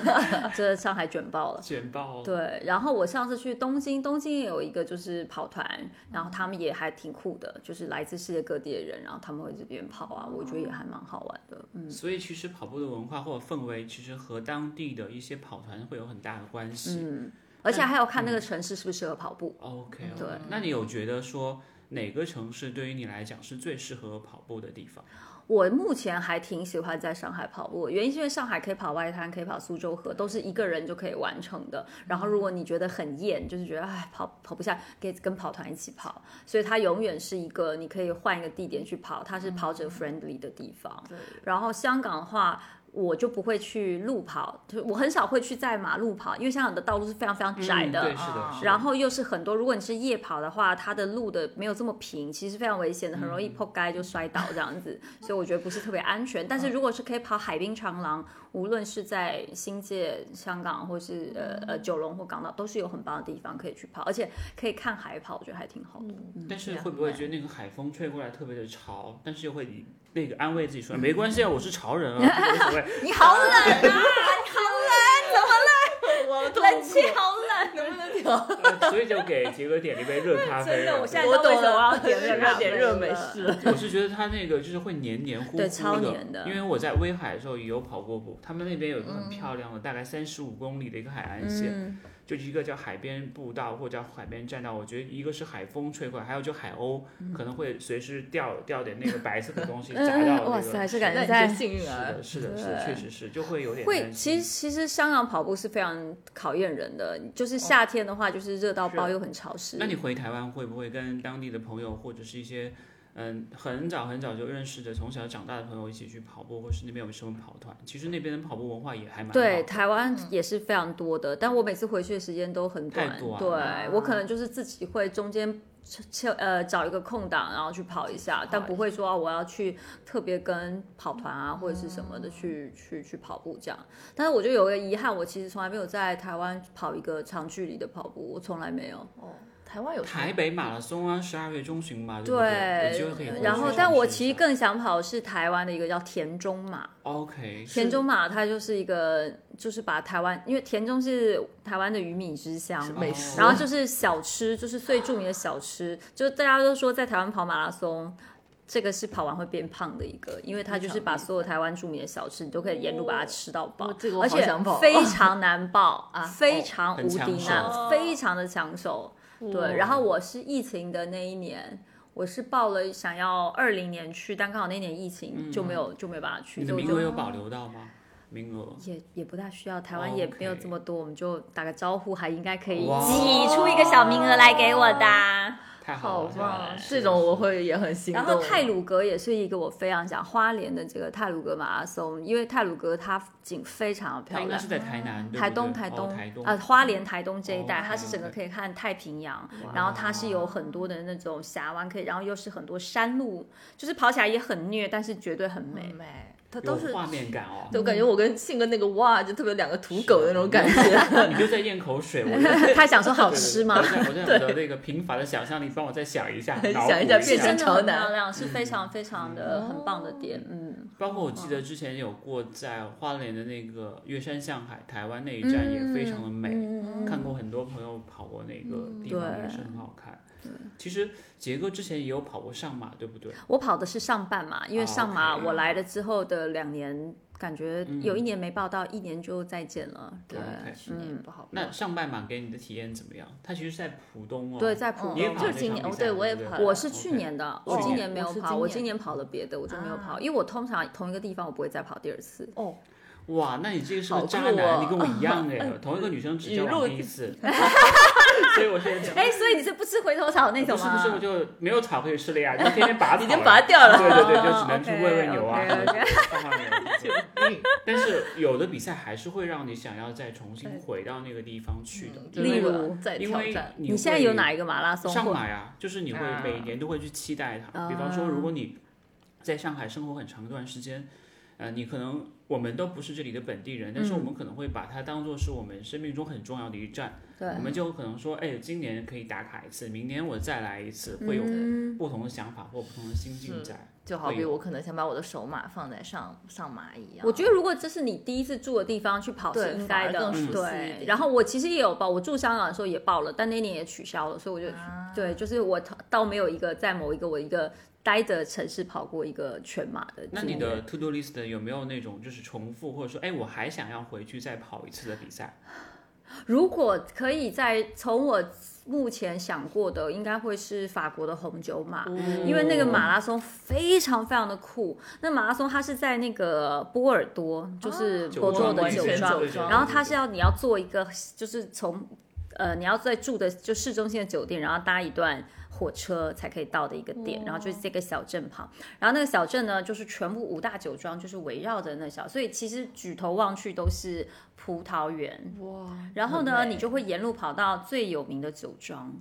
Speaker 3: 啊！ 这上海卷
Speaker 2: 嗯
Speaker 3: 爆了。
Speaker 1: 卷
Speaker 2: 哦
Speaker 1: 爆，
Speaker 3: 对，然后我上次去东京，东京也有一个就是跑团，然后
Speaker 2: 嗯
Speaker 3: 他们也还挺酷的，就是来自世界各地的人，然后他们会这边跑啊，我
Speaker 2: 哦
Speaker 3: 觉得也还蛮好玩的。嗯，
Speaker 1: 所以其实跑步的文化或者氛围，其实和当地的一些跑团会有很大的关系。
Speaker 3: 嗯而且还要看那
Speaker 2: 嗯
Speaker 3: 个城市适不适合跑步。
Speaker 1: OK，对，那你有觉得说哪个城市对于你来讲是最适合跑步的地方？
Speaker 3: 我目前还挺喜欢在上海跑步，原因是因为上海可以跑外滩，可以跑苏州河，都是一个人就可以完成的。然后如果你觉得很厌，就是觉得哎跑跑不下，可以跟跑团一起跑，所以它永远是一个你可以换一个地点去跑，它是跑者 friendly 的地方。然后香港的话。我就不会去路跑，就是我很少会去在马路跑，因为香港的道路是非常非常窄的，
Speaker 1: 嗯、对，是的，
Speaker 2: 啊
Speaker 1: 是的
Speaker 3: 然后又是很多，如果你是夜跑的话，它的路的没有这么平，其实非常危险的，很容易破街就摔倒这样 子，所以我觉得不是特别安全。但是如果是可以跑海滨长廊，无论是在新界、香港，或是呃呃九龙或港岛，都是有很棒的地方可以去跑，而且可以看海跑，我觉得还挺好的。
Speaker 1: 嗯但是
Speaker 2: 两
Speaker 1: 会不会觉得那个海风吹过来特别的潮？但是又会以那个安慰自己 说没关系啊，我是潮人啊，无所谓。
Speaker 3: 你好冷啊！你 好冷，怎么冷？冷气好冷。
Speaker 2: 能不能调？
Speaker 1: 呃所以就给杰哥点了一杯热咖啡。啊
Speaker 3: 真的，我现在
Speaker 2: 我
Speaker 3: 知道为
Speaker 2: 懂
Speaker 3: 什么
Speaker 2: 了
Speaker 3: 要 点热咖啡
Speaker 2: 点热
Speaker 3: 了嗯
Speaker 2: 美式。
Speaker 1: 我是觉得它那个就是会黏黏糊糊
Speaker 3: 对超黏的
Speaker 1: 因为我在威海的时候也有跑过步，他们那边有一个很漂亮的，大概三十五公里的一个海岸线，
Speaker 3: 嗯，
Speaker 1: 就一个叫海边步道或叫海边栈道。我觉得一个是海风吹过来，还有就海鸥、
Speaker 3: 嗯
Speaker 1: 可能会随时掉掉点那个白色的东西砸到那个。
Speaker 3: 嗯哇塞，这感
Speaker 2: 那
Speaker 3: 觉
Speaker 2: 你
Speaker 3: 在
Speaker 2: 就幸
Speaker 1: 是
Speaker 2: 运儿
Speaker 1: 的，。是的，是的，确实是，就会有点
Speaker 3: 会，
Speaker 1: 担
Speaker 3: 其
Speaker 1: 心
Speaker 3: 实其实香港跑步是非常考验人的，就是夏天的话就是热到爆又很潮湿。
Speaker 1: 哦那你回台湾会不会跟当地的朋友或者是一些嗯很早很早就认识的、从小长大的朋友一起去跑步，或是那边有什么跑团？其实那边的跑步文化也还蛮好
Speaker 3: 对，台湾也是非常多的，但我每次回去的时间都很短。
Speaker 1: 太短
Speaker 3: 对、
Speaker 1: 了
Speaker 3: 我可能就是自己会中间切呃找一个空档，然后去跑一下，但不会说啊我要去特别跟跑团啊或者是什么
Speaker 1: 嗯
Speaker 3: 的去、去去跑步这样。但是我就有个遗憾，我其实从来没有在台湾跑一个长距离的跑步，我从来没有。
Speaker 2: 哦，台湾有什么
Speaker 1: 台北马拉松啊，十二月中旬嘛，对不有机会可以回
Speaker 3: 对，呃
Speaker 1: 去
Speaker 3: 然后
Speaker 1: 尝
Speaker 3: 但我
Speaker 1: 试一
Speaker 3: 其实
Speaker 1: 下
Speaker 3: 更想跑的是台湾的一个叫田中马，
Speaker 1: OK
Speaker 3: 田
Speaker 1: 是
Speaker 3: 中马它就是一个就是把台湾，因为田中是台湾的鱼米之乡嘛，
Speaker 2: 美
Speaker 1: 哦
Speaker 2: 食？
Speaker 3: 然后就是小吃，就是最著名的小吃，就是大家都说在台湾跑马拉松。这个是跑完会变胖的一个，因为它就是把所有台湾著名的小吃，你都可以沿路把它吃到饱，
Speaker 2: 哦这个我
Speaker 3: 而
Speaker 2: 好
Speaker 3: 且
Speaker 2: 想跑
Speaker 3: 非常难爆啊， 非常
Speaker 1: 很
Speaker 3: 无敌
Speaker 1: 抢
Speaker 3: 难，
Speaker 2: 手
Speaker 3: 非常的抢手。对，然后我是疫情的那一年，我是报了想要二零年去，但刚好那年疫情就没有、就没办法去，
Speaker 1: 你的
Speaker 3: 所以我
Speaker 1: 名额
Speaker 3: 就
Speaker 1: 有保留到吗？名额
Speaker 3: 也也不大需要，
Speaker 1: 哦
Speaker 3: 台湾也没有这么多，我们就打个招呼，还应该可以
Speaker 1: 哇
Speaker 3: 挤出一个小名额来给我的啊。
Speaker 1: 太好了，太好了
Speaker 2: 这种我会也很心
Speaker 3: 然
Speaker 2: 动。
Speaker 3: 后泰鲁格也是一个我非常想花莲的这个泰鲁格马拉松，因为泰鲁格它景非常
Speaker 1: 它
Speaker 3: 漂
Speaker 1: 应该
Speaker 3: 亮
Speaker 1: 是。在台南，对不
Speaker 3: 台
Speaker 1: 对
Speaker 3: 东，台
Speaker 1: 哦
Speaker 3: 东，
Speaker 1: 台东
Speaker 3: 呃，花莲、台东这一带，
Speaker 1: 哦
Speaker 3: 它是整个可以看太平洋，然后它是有很多的那种峡湾，可以，然后又是很多山路，就是跑起来也很虐，但是绝对很美。
Speaker 2: 美，它
Speaker 1: 有
Speaker 2: 都是
Speaker 1: 画面嗯感哦。
Speaker 2: 对，我感觉我跟信哥那个哇，就特别两个土狗的那种 感觉。
Speaker 1: 啊你就在咽口水，我就
Speaker 3: 他想说 好吃吗
Speaker 1: 我？在我在我的那个贫乏的想象力，帮我再想一下，脑补
Speaker 2: 想一 下
Speaker 3: 是
Speaker 2: 变
Speaker 3: 真
Speaker 2: 成
Speaker 3: 的
Speaker 2: 潮
Speaker 3: 很
Speaker 2: 男
Speaker 3: 漂亮，是非常非常的很棒的点，嗯，
Speaker 1: 包括我记得之前有过在花莲的那个月山向海，台湾那一站也非常的美，
Speaker 3: 嗯
Speaker 1: 看过很多朋友跑过那个地
Speaker 3: 嗯
Speaker 1: 方，
Speaker 3: 对
Speaker 1: 也是很好看。其实杰哥之前也有跑过上马，对不对？
Speaker 3: 我跑的是上半马，因为上马
Speaker 1: 哦，OK
Speaker 3: 我来了之后的两年，感觉有
Speaker 1: 嗯
Speaker 3: 一年没报到，一年就再见了。对
Speaker 1: OK
Speaker 2: 去年不好
Speaker 1: 嗯那上半马给你的体验怎么样？它其实是在浦东哦，
Speaker 3: 对，在浦
Speaker 2: 嗯
Speaker 1: 你也
Speaker 3: 东
Speaker 1: 跑
Speaker 2: 就
Speaker 1: 那
Speaker 2: 是今
Speaker 1: 场
Speaker 2: 年
Speaker 1: 比
Speaker 2: 哦
Speaker 1: 赛
Speaker 2: 对我也
Speaker 1: 不
Speaker 2: 跑
Speaker 3: 我是去年的，我
Speaker 1: 去
Speaker 3: 今
Speaker 1: 年
Speaker 3: 年没有
Speaker 2: 我是
Speaker 3: 跑，
Speaker 2: 今
Speaker 3: 我
Speaker 2: 年
Speaker 3: 今年跑了别的，我就没有跑，
Speaker 2: 啊
Speaker 3: 因为我通常同一个地方我不会再跑第二次。
Speaker 2: 哦，
Speaker 1: 哇，那你这个是个
Speaker 2: 好酷
Speaker 1: 渣男，
Speaker 2: 哦
Speaker 1: 你跟我一样哎，同一个女生只交往第一次， 所以我现在讲。
Speaker 3: 哎，所以你是不吃回头草 那
Speaker 1: 不
Speaker 3: 种
Speaker 1: 是不
Speaker 3: 吗？
Speaker 1: 是，我就没有草可以吃了呀，就天天拔草了，
Speaker 3: 已经拔掉了
Speaker 1: 对对 对，就只能去
Speaker 3: 哦，OK，
Speaker 1: 喂喂牛啊，或
Speaker 3: OK，OK
Speaker 1: 者是放放牛这种。 但是有的比赛还是会让你想要再重新回到那个地方去的，
Speaker 2: 就
Speaker 1: 因为
Speaker 2: 那个
Speaker 3: 嗯例如
Speaker 2: 在
Speaker 1: 因
Speaker 2: 挑
Speaker 1: 为
Speaker 2: 战，
Speaker 1: 会
Speaker 3: 你现在有哪一个马拉松
Speaker 1: 上
Speaker 3: 会？
Speaker 1: 海啊，就是你会
Speaker 3: 啊哦
Speaker 1: 每年都会去期待它。比方说，如果你在上海生活很长一段时间，呃，你可能我们都不是这里的本地人，但
Speaker 3: 嗯
Speaker 1: 是我们可能会把它当做是我们生命中很重要的一站。
Speaker 3: 对，
Speaker 1: 我们就可能说，哎，今年可以打卡一次，明年我再来一次，会
Speaker 3: 嗯
Speaker 1: 有不同的想法或不同的心境在。
Speaker 2: 就好比
Speaker 1: 会有
Speaker 2: 我可能想把我的手马放在上上马一样。
Speaker 3: 我觉得如果这是你第一次住的地方去跑
Speaker 2: 对
Speaker 3: 是应该
Speaker 2: 反
Speaker 3: 的
Speaker 1: 嗯
Speaker 2: 而更熟，悉一
Speaker 3: 对。
Speaker 2: 点
Speaker 3: 然后我其实也有报，我住香港的时候也报了，但那年也取消了，所以我就
Speaker 2: 啊
Speaker 3: 对，就是我倒没有一个在某一个我一个待的城市跑过一个全马的经验。
Speaker 1: 那你的 to do list 有没有那种就是重复，或者说，哎，我还想要回去再跑一次的比赛？
Speaker 3: 如果可以在从我目前想过的，应该会是法国的红酒马，
Speaker 2: 哦
Speaker 1: 哦
Speaker 3: 因为那个马拉松非常非常的酷。那马拉松它是在那个波尔多，就是
Speaker 2: 啊
Speaker 1: 酒
Speaker 3: 波多
Speaker 1: 庄
Speaker 3: 的
Speaker 1: 完
Speaker 3: 酒
Speaker 1: 全
Speaker 3: 庄
Speaker 1: 啊酒，庄
Speaker 3: 然后它是要你要做一个，就是从呃你要在住的就市中心的酒店，然后搭一段。火车才可以到的一个点，然后就是这个小镇旁，然后那个小镇呢，就是全部五大酒庄，就是围绕着那小，所以其实举头望去都是葡萄园，
Speaker 2: 哇，
Speaker 3: 然后呢，
Speaker 2: 很美
Speaker 3: 你就会沿路跑到最有名的酒庄，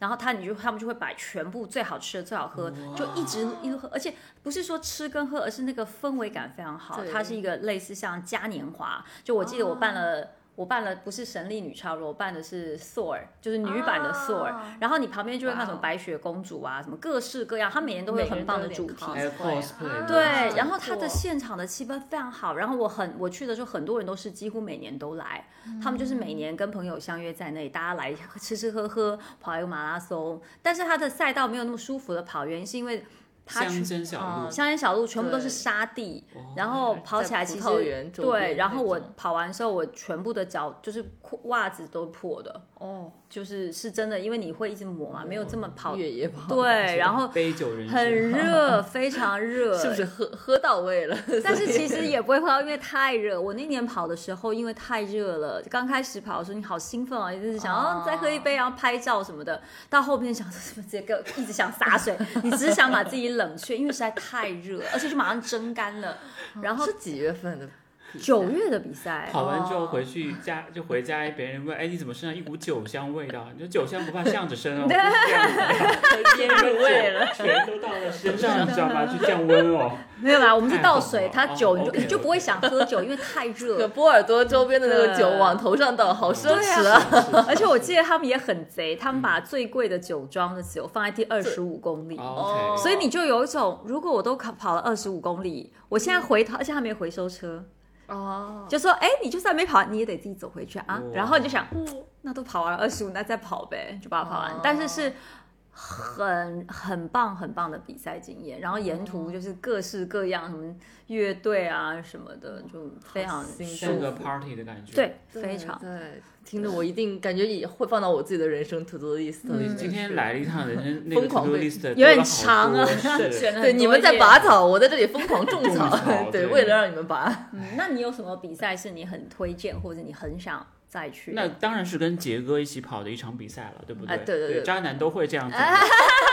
Speaker 3: 然后他你就他们就会摆全部最好吃的、最好喝，就一直一路喝，而且不是说吃跟喝，而是那个氛围感非常好。
Speaker 2: 对
Speaker 3: 它是一个类似像嘉年华，就我记得我办了。我办了不是神力女超人，我办的是 Thor，就是女版的 Thor、
Speaker 2: 啊
Speaker 3: 然后你旁边就会看什么
Speaker 2: 哇哦
Speaker 3: 白雪公主啊，什么各式各样，它每年都会有很棒的主题。
Speaker 1: 还有哎 cosplay
Speaker 3: 对
Speaker 1: 啊，
Speaker 3: 然后它
Speaker 2: 做
Speaker 3: 的现场的气氛非常好。然后我很我去的时候，很多人都是几乎每年都来，他们就是
Speaker 2: 嗯
Speaker 3: 每年跟朋友相约在那里，大家来吃吃喝喝，跑一个马拉松。但是它的赛道没有那么舒服的跑，原因是因为它
Speaker 1: 乡
Speaker 3: 全
Speaker 1: 间小
Speaker 3: 嗯
Speaker 1: 路，
Speaker 3: 乡间小路全部都是
Speaker 2: 对
Speaker 3: 沙地，然后跑起来其
Speaker 2: 在葡萄
Speaker 3: 实
Speaker 2: 园周边
Speaker 3: 对，然后我
Speaker 2: 那种
Speaker 3: 跑完的时候，我全部的脚就是裤袜子都破的，
Speaker 2: 哦，
Speaker 3: 就是是真的，因为你会一直磨嘛，没有这么跑。
Speaker 2: 越野跑
Speaker 3: 对，然后
Speaker 1: 杯酒人
Speaker 3: 很
Speaker 1: 生。
Speaker 3: 热，非常热，
Speaker 2: 是不是喝喝到位了？
Speaker 3: 但是其实也不会跑，因为太热。我那年跑的时候，因为太热了，刚开始跑的时候你好兴奋啊，一直想
Speaker 2: 哦
Speaker 3: 要再喝一杯，然后拍照什么的。到后面想什么，直接给我一直想洒 水，你只是想把自己冷却，因为实在太热，而且就马上蒸干了。然后
Speaker 2: 是几月份的？
Speaker 3: 九月的比赛，哦
Speaker 1: 跑完之后回去家就回家，别人问，哎，你怎么身上一股酒香味道？你说酒香不怕巷子深哦，我就是这样 子
Speaker 2: 腌
Speaker 1: 的，
Speaker 2: 入味了，
Speaker 1: 全都到了身上，你知道吗？去降温 哦。
Speaker 3: 没有啦，我们是
Speaker 1: 太
Speaker 3: 倒
Speaker 1: 好了
Speaker 3: 水，它
Speaker 1: 哦
Speaker 3: 酒你就
Speaker 1: OK，OK
Speaker 3: 你就不会想喝酒，因为太热
Speaker 2: 这 个。波尔多周边的那个酒
Speaker 3: 对
Speaker 2: 往头上倒，好奢侈
Speaker 3: 对
Speaker 2: 啊！
Speaker 3: 啊！而且我记得他们也很贼，他们把最贵的酒庄的酒放在第二十五公里。
Speaker 1: 哦 OK，
Speaker 3: 所以你就有一种，如果我都跑跑了二十五公里，我现在回头，而且还没回收车，
Speaker 2: 哦，
Speaker 3: 就说，哎，你就算没跑，你也得自己走回去啊
Speaker 1: 嗯哇。
Speaker 3: 然后你就想，哦那都跑完了二十五，那再跑呗，就把它跑完。
Speaker 2: 哦
Speaker 3: 但是是很很棒很棒的比赛经验，然后沿
Speaker 1: 哦
Speaker 3: 途就是各式各样什么乐队啊什么的，就非常
Speaker 2: 好兴奋
Speaker 1: 像
Speaker 3: 舒
Speaker 1: 个
Speaker 3: 服。
Speaker 1: party 的感觉。
Speaker 3: 对，非常。
Speaker 2: 对，听着我一定感觉也会放到我自己的人生 to do list 里
Speaker 3: 嗯
Speaker 2: 面去。
Speaker 1: 嗯今天来了一趟人 生那个
Speaker 2: 疯狂
Speaker 1: to do
Speaker 2: 被
Speaker 1: list，有
Speaker 3: 有点长啊，
Speaker 1: 是
Speaker 2: 对，你们在
Speaker 3: 拔。
Speaker 2: 拔草，我在这里疯狂种
Speaker 1: 种草
Speaker 2: 对，
Speaker 1: 对
Speaker 2: 为了让你们拔，
Speaker 3: 嗯那你有什么比赛是你很推荐，或者你很想再去？
Speaker 1: 那当然是跟杰哥一起跑的一场比赛了，对不对？
Speaker 2: 哎对对对
Speaker 1: 渣男都会这 样子。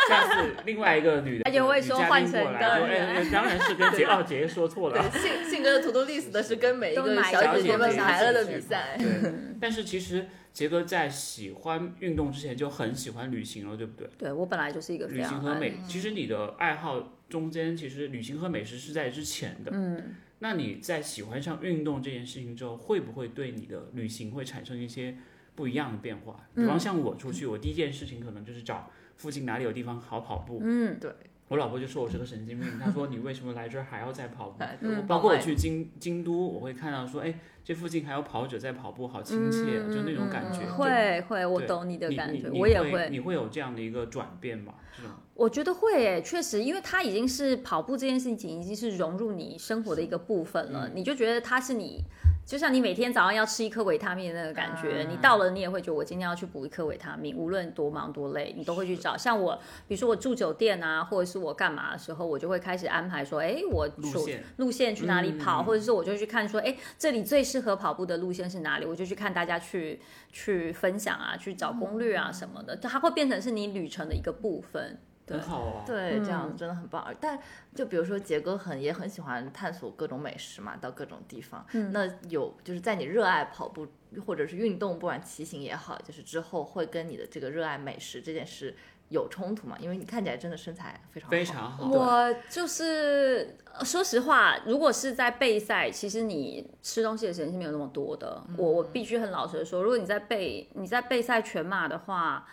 Speaker 1: 下次另外一个女的，
Speaker 3: 而且哎我也说
Speaker 1: 女嘉宾过来
Speaker 3: 换成
Speaker 1: 说，
Speaker 3: 当然
Speaker 1: 哎，当然是 跟杰哦，杰说错了。
Speaker 2: 信信哥的 to do list 是跟每一
Speaker 3: 都
Speaker 2: 个
Speaker 3: 买
Speaker 2: 小
Speaker 3: 小
Speaker 2: 姐姐
Speaker 1: 姐
Speaker 2: 们
Speaker 1: 姐
Speaker 2: 排了的
Speaker 3: 一起
Speaker 2: 比
Speaker 3: 去
Speaker 2: 赛。
Speaker 1: 对，但是其实杰哥在喜欢运动之前就很喜欢旅行了，对不对？
Speaker 3: 对我本来就是一个非
Speaker 1: 旅行
Speaker 3: 常
Speaker 1: 和
Speaker 3: 爱
Speaker 1: 美，
Speaker 2: 嗯
Speaker 1: 其实你的爱好中间，其实旅行和美食是在之前的。嗯，那你在喜欢上运动这件事情之后，会不会对你的旅行会产生一些不一样的变化？比
Speaker 2: 嗯
Speaker 1: 方像我出去，我第一件事情可能就是找附近哪里有地方好跑步。
Speaker 3: 嗯，
Speaker 2: 对，
Speaker 1: 我老婆就说我是个神经病，她说你为什么来这儿还要再跑步？
Speaker 2: 哎
Speaker 3: 嗯
Speaker 1: 包括我，去京京都，我会看到说，哎，这附近还有跑者在跑步，好亲切，啊就那种感觉。
Speaker 2: 嗯
Speaker 1: 就
Speaker 3: 会会，我
Speaker 1: 对
Speaker 3: 懂你的
Speaker 1: 你
Speaker 3: 感
Speaker 1: 你
Speaker 3: 觉，
Speaker 1: 你
Speaker 3: 我也
Speaker 1: 会，
Speaker 3: 会，
Speaker 1: 你会有这样的一个转变吗？这种
Speaker 3: 我觉得会诶，确实，因为它已经是跑步这件事情已经是融入你生活的一个部分了，你就觉得它是你就像你每天早上要吃一颗维他命的那个感觉，
Speaker 2: 啊
Speaker 3: 你到了你也会觉得我今天要去补一颗维他命，无论多忙多累，你都会去找。像我，比如说我住酒店啊，或者是我干嘛的时候，我就会开始安排说，哎，我
Speaker 1: 路
Speaker 3: 走
Speaker 1: 线
Speaker 3: 路线去哪里跑，
Speaker 1: 嗯
Speaker 3: 或者是我就去看说，哎，这里最适合跑步的路线是哪里，我就去看大家去去分享啊，去
Speaker 1: 嗯
Speaker 3: 找攻略啊什么的，它会变成是你旅程的一个部分。对
Speaker 1: 很好哦。
Speaker 2: 对，这样
Speaker 3: 嗯
Speaker 2: 真的很棒。但就比如说杰哥很也很喜欢探索各种美食嘛，到各种地方。
Speaker 3: 嗯
Speaker 2: 那有就是在你热爱跑步或者是运动，不管骑行也好，就是之后会跟你的这个热爱美食这件事有冲突吗？因为你看起来真的身材非常
Speaker 1: 非常好
Speaker 2: 对
Speaker 3: 我就是呃说实话，如果是在备赛，其实你吃东西的时间是没有那么多的。我
Speaker 1: 嗯
Speaker 3: 我必须很老实的说，如果你在备你在备赛全马的话，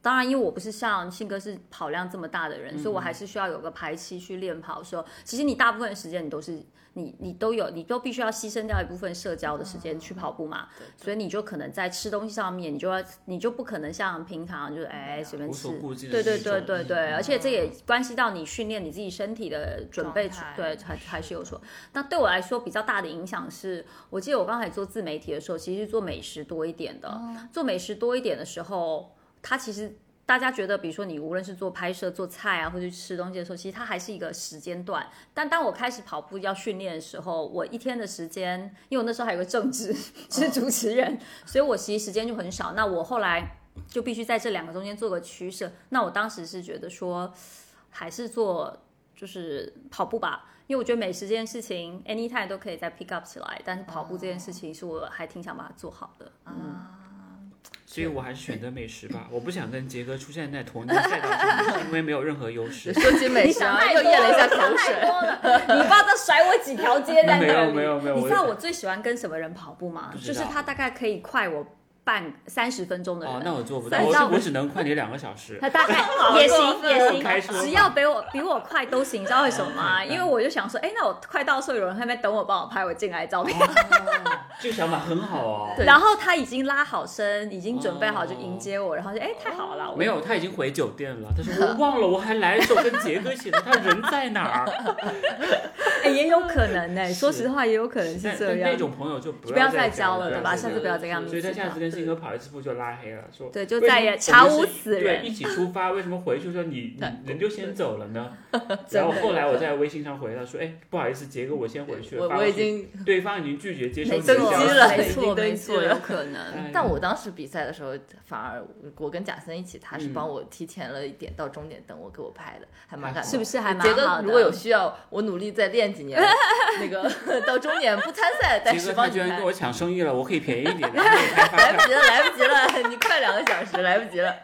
Speaker 3: 当然因为我不是像信哥是跑量这么大的
Speaker 1: 嗯
Speaker 3: 人，所以我还是需要有个排期去练跑的时候。其实你大部分时间你都是你你都有你都必须要牺牲掉一部分社交的时间去跑步
Speaker 1: 嗯
Speaker 3: 嘛，所以你就可能在吃东西上面，你就要你就不可能像平常就是哎随便
Speaker 1: 啊无
Speaker 3: 吃
Speaker 1: 所顾忌，的
Speaker 3: 对对
Speaker 1: 那
Speaker 3: 对
Speaker 1: 种
Speaker 3: 对对，
Speaker 1: 嗯
Speaker 3: 而且这也关系到你训练你自己身体的准备
Speaker 2: 状态，
Speaker 3: 对，还还是有所。那对我来说比较大的影响是，我记得我刚才做自媒体的时候，其实做美食多一点的，
Speaker 2: 哦
Speaker 3: 做美食多一点的时候，它其实。大家觉得，比如说你无论是做拍摄、做菜啊，或者去吃东西的时候，其实它还是一个时间段。但当我开始跑步要训练的时候，我一天的时间，因为我那时候还有个正职是
Speaker 2: 哦
Speaker 3: 主持人，所以我其实时间就很少。那我后来就必须在这两个中间做个取舍。那我当时是觉得说，还是做就是跑步吧，因为我觉得美食这件事情，anytime 都可以再 pick up 起来，但是跑步这件
Speaker 1: 哦
Speaker 3: 事情是我还挺想把它做好的。
Speaker 1: 啊
Speaker 3: 嗯，
Speaker 1: 所以我还是选择美食吧。我不想跟杰哥出现在同一个赛道上，是因为没有任何优势。
Speaker 2: 说起美
Speaker 3: 你
Speaker 2: 食
Speaker 3: 想
Speaker 1: 哎
Speaker 2: 啊，
Speaker 3: 太
Speaker 2: 又
Speaker 3: 多
Speaker 2: 咽了一下
Speaker 3: 你想
Speaker 2: 口水。
Speaker 3: 太多了，你爸再甩我几条街在那里。
Speaker 1: 没有没有没有
Speaker 3: 你
Speaker 1: 我
Speaker 3: 知道我最喜欢跟什么人跑步吗
Speaker 1: 不？知
Speaker 3: 就
Speaker 1: 道
Speaker 3: 是他大概可以快我半三十分钟的人。
Speaker 1: 哦，那我做不
Speaker 3: 赛
Speaker 1: 到，
Speaker 3: 道
Speaker 1: 我是
Speaker 3: 我
Speaker 1: 我只能快你两个小时
Speaker 3: 他。大概也行
Speaker 2: 分
Speaker 1: 我
Speaker 3: 也
Speaker 1: 开
Speaker 3: 行
Speaker 1: 车，
Speaker 3: 只要比我比我快都行，你知道为什么 吗？
Speaker 1: 嗯嗯
Speaker 3: 因为我就想说，哎，那我快到的时候有人还没等我，帮我拍我进来的照片。
Speaker 1: 哦这个想法很好哦。
Speaker 2: 对
Speaker 3: 然后他已经拉好声，已经准备好就迎接我，然后就哎太好了，我
Speaker 1: 没有，他已经回酒店了。他说我忘了，我还来的时候跟杰哥一起的，他人在哪儿？
Speaker 3: 哎也有可能呢，说实话也有可能是
Speaker 1: 但
Speaker 3: 这
Speaker 1: 但那
Speaker 3: 样。
Speaker 1: 种朋友就不
Speaker 3: 不要
Speaker 1: 再
Speaker 3: 再交了，对吧？
Speaker 1: 交
Speaker 3: 下
Speaker 1: 了
Speaker 3: 次不要这个样子。
Speaker 1: 所以他下次跟信哥跑一次步就拉黑了，说
Speaker 3: 对就
Speaker 1: 为什么
Speaker 3: 再也
Speaker 1: 我们
Speaker 3: 查无
Speaker 1: 是
Speaker 3: 此人
Speaker 1: 对，一起出发，为什么回去说你你人就先走了呢？然后
Speaker 3: 真的
Speaker 1: 后来我在微信上回他说，哎，不好意思，杰哥，我先回去了。
Speaker 2: 我
Speaker 1: 发
Speaker 2: 我
Speaker 1: 过
Speaker 2: 已
Speaker 1: 去，
Speaker 2: 经
Speaker 1: 对方已经拒绝接受
Speaker 3: 没
Speaker 1: 你
Speaker 3: 错
Speaker 1: 的消
Speaker 2: 登
Speaker 1: 息
Speaker 2: 机 了
Speaker 3: 没
Speaker 2: 已
Speaker 3: 错
Speaker 2: 经
Speaker 3: 没
Speaker 2: 登机
Speaker 3: 错，
Speaker 2: 了
Speaker 3: 有可能。
Speaker 1: 哎
Speaker 2: 但我当时比赛的时候，反而我跟贾森一起，他是
Speaker 1: 嗯
Speaker 2: 帮我提前了一点到终点等我，给我拍的，还蛮感动。
Speaker 3: 哎是不是还蛮
Speaker 2: 杰
Speaker 3: 好
Speaker 2: 哥
Speaker 3: 的
Speaker 2: 如果有需要，我努力再练几年，那个到终点不参赛，但
Speaker 1: 杰
Speaker 2: 是
Speaker 1: 哥
Speaker 2: 帮
Speaker 1: 他
Speaker 2: 你
Speaker 1: 居然
Speaker 2: 拍
Speaker 1: 跟。我抢生意了，我可以便宜一 点的，然后我开发
Speaker 2: 来
Speaker 1: 票
Speaker 2: 不及了，来不及了， 你快两个小时，来不 及了，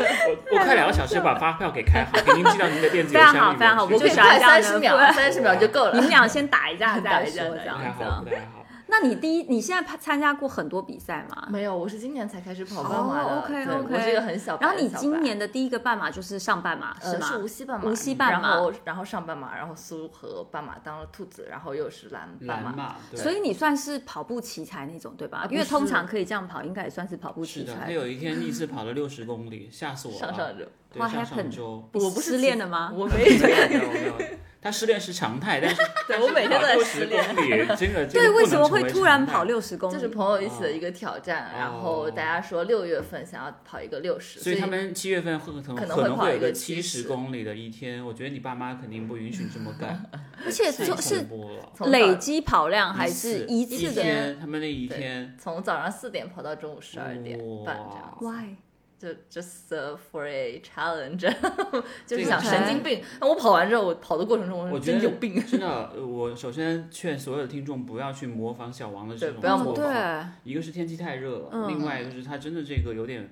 Speaker 1: 我我快两个小时把发票给开好，给您寄到您的电子
Speaker 3: 非
Speaker 1: 邮
Speaker 3: 常
Speaker 1: 箱
Speaker 3: 好
Speaker 1: 里面
Speaker 3: 非常好
Speaker 1: 去
Speaker 3: 我
Speaker 2: 就
Speaker 3: 不
Speaker 2: 是
Speaker 3: 喜欢
Speaker 2: 快
Speaker 3: 这样
Speaker 2: 三
Speaker 3: 的
Speaker 2: 十秒，
Speaker 3: 不
Speaker 2: 三十秒就够
Speaker 3: 你
Speaker 2: 了。
Speaker 3: 们俩先打一架再来说，
Speaker 2: 打一架
Speaker 3: 这
Speaker 1: 不
Speaker 3: 样
Speaker 1: 太好，
Speaker 3: 子啊
Speaker 1: 不。太好。
Speaker 3: 那你第一，你现在参加过很多比赛吗？
Speaker 2: 没有，我是今年才开始跑半马的
Speaker 3: 哦，OK，
Speaker 2: 对
Speaker 3: OK
Speaker 2: 我是一个很小白
Speaker 3: 然
Speaker 2: 的
Speaker 3: 后
Speaker 2: 小
Speaker 3: 你
Speaker 2: 白。
Speaker 3: 今年的第一个半马就是上半马、
Speaker 2: 呃
Speaker 3: 吗？
Speaker 2: 是无锡半马，
Speaker 3: 无锡半马
Speaker 2: 然后然后上半马，然后苏荷半马当了兔子，然后又是蓝半
Speaker 1: 蓝
Speaker 2: 马，
Speaker 1: 嘛，对
Speaker 3: 所以你算是跑步奇才那种对吧？
Speaker 2: 不
Speaker 3: 因为通常
Speaker 2: 是
Speaker 3: 可以这样跑，应该也算是跑步
Speaker 1: 是
Speaker 3: 奇
Speaker 1: 的，他
Speaker 3: 才。
Speaker 1: 有一天逆次跑了六十公里，吓死我了。
Speaker 2: 上上周。
Speaker 1: 对
Speaker 3: What
Speaker 1: 上
Speaker 3: happened？
Speaker 1: 上周。
Speaker 3: 我不是
Speaker 2: 失
Speaker 3: 失恋了吗？
Speaker 2: 我
Speaker 1: 没有
Speaker 2: 没
Speaker 1: 没 有没有，他失恋是常态，但是
Speaker 2: 对我每天都在失
Speaker 1: 六
Speaker 2: 恋
Speaker 1: 十公里，真的
Speaker 3: 对，为什么会突然跑？六十公
Speaker 2: 这
Speaker 3: 里？
Speaker 2: 是朋友一起的一个挑战，
Speaker 1: 哦
Speaker 2: 然后大家说六月份想要跑一个六十，
Speaker 1: 这
Speaker 2: 所
Speaker 1: 个不能成为常态所以他们七月份会可能
Speaker 2: 可能会
Speaker 1: 能
Speaker 2: 跑
Speaker 1: 会有
Speaker 2: 一个
Speaker 1: 七十
Speaker 2: 70
Speaker 1: 公里的一天，我觉得你爸妈肯定不允许这么干，
Speaker 3: 而且
Speaker 1: 太
Speaker 3: 是
Speaker 1: 恐
Speaker 3: 是
Speaker 1: 怖了。
Speaker 2: 从早
Speaker 3: 累积跑量还是
Speaker 1: 一
Speaker 3: 一
Speaker 1: 次
Speaker 3: 次
Speaker 1: 一
Speaker 3: 的
Speaker 1: 天，他们那一
Speaker 2: 对
Speaker 1: 天
Speaker 2: 从早上四点跑到中午十二点半这样子，
Speaker 3: ？Why？
Speaker 2: 就 just uh, for a challenge，就是
Speaker 1: 这个
Speaker 2: 想神经病。那我跑完之后，我跑的过程中，
Speaker 1: 我觉
Speaker 2: 真
Speaker 1: 得
Speaker 2: 有病。
Speaker 1: 真的，呃我首先劝所有的听众不要去模仿小王的这
Speaker 2: 对
Speaker 1: 种
Speaker 2: 不要
Speaker 1: 做
Speaker 2: 模
Speaker 3: 哦
Speaker 1: 法
Speaker 3: 对。
Speaker 1: 一个是天气太热了，
Speaker 3: 嗯
Speaker 1: 另外一个是他真的这个有点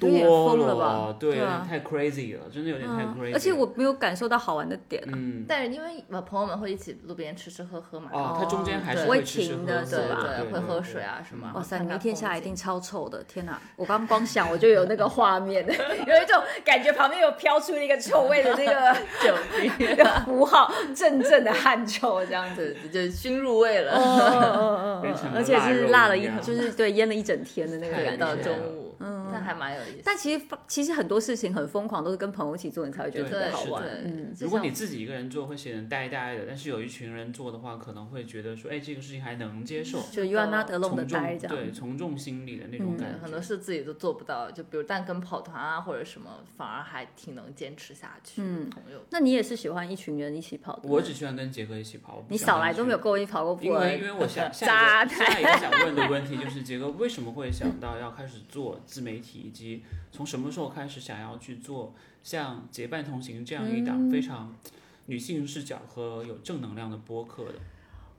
Speaker 3: 有点
Speaker 1: 多
Speaker 3: 疯了吧
Speaker 1: 对，
Speaker 3: 对啊
Speaker 1: 太 crazy 了，真的有点太 crazy
Speaker 3: 嗯
Speaker 1: 了。
Speaker 3: 而且我没有感受到好玩的点啊，
Speaker 1: 嗯，
Speaker 2: 但是因为呃朋友们会一起路边吃吃喝喝嘛，
Speaker 1: 哦，他中间还是
Speaker 2: 对
Speaker 1: 会吃吃
Speaker 3: 会停
Speaker 1: 喝
Speaker 3: 的
Speaker 1: 喝
Speaker 2: 对
Speaker 3: 是吧
Speaker 1: 对对，
Speaker 2: 会喝
Speaker 1: 对嗯
Speaker 2: 水啊什么。
Speaker 3: 哇塞，
Speaker 2: 看
Speaker 3: 你
Speaker 2: 看
Speaker 3: 们一天下来一
Speaker 2: 风景
Speaker 3: 定超臭的！天哪，我刚光想我就有那个画面， 有一种感觉旁边有飘出那个臭味的那 个
Speaker 2: 有 病，
Speaker 3: 符号，阵阵的汗臭这样子。
Speaker 2: 对，就熏入味
Speaker 3: 哦
Speaker 2: 了，
Speaker 3: 哦哦 哦
Speaker 1: 变成了
Speaker 3: 而且是辣了一
Speaker 1: 腊肉一，样
Speaker 3: 就是对腌了一整天的那个
Speaker 2: 对
Speaker 3: 感
Speaker 2: 到
Speaker 3: 觉。
Speaker 2: 中午。
Speaker 3: 嗯，
Speaker 2: 那还蛮有意思。
Speaker 3: 但其实其实很多事情很疯狂，都是跟朋友一起做，你才会觉得特别
Speaker 2: 对
Speaker 3: 好
Speaker 1: 是
Speaker 3: 玩。
Speaker 1: 的
Speaker 3: 嗯，
Speaker 2: 就
Speaker 1: 如果
Speaker 2: 像
Speaker 1: 你自己一个人做，会显得呆呆的；但是有一群人做的话，可能会觉得说，哎，这个事情还能接受，
Speaker 3: 就 you are not
Speaker 1: 从
Speaker 3: alone 的呆
Speaker 1: 众
Speaker 3: 这样。
Speaker 1: 对从众心理的那种
Speaker 3: 嗯
Speaker 1: 感觉。
Speaker 2: 很多事自己都做不到，就比如蛋跟跑团啊或者什么，反而还挺能坚持下去。
Speaker 3: 嗯
Speaker 2: 朋友，
Speaker 3: 那你也是喜欢一群人一起跑的吗？
Speaker 1: 我只喜欢跟杰哥一起跑。我不
Speaker 3: 你
Speaker 1: 喜欢
Speaker 3: 少来
Speaker 1: 跟
Speaker 3: 都没有跟我一起跑过步。
Speaker 1: 因为因为我 想下
Speaker 3: 渣
Speaker 1: 一个下一个想问的问题就是，杰哥为什么会想到要开始做自媒体，以及从什么时候开始想要去做像《结伴同行》这样一档
Speaker 2: 嗯
Speaker 1: 非常女性视角和有正能量的播客的？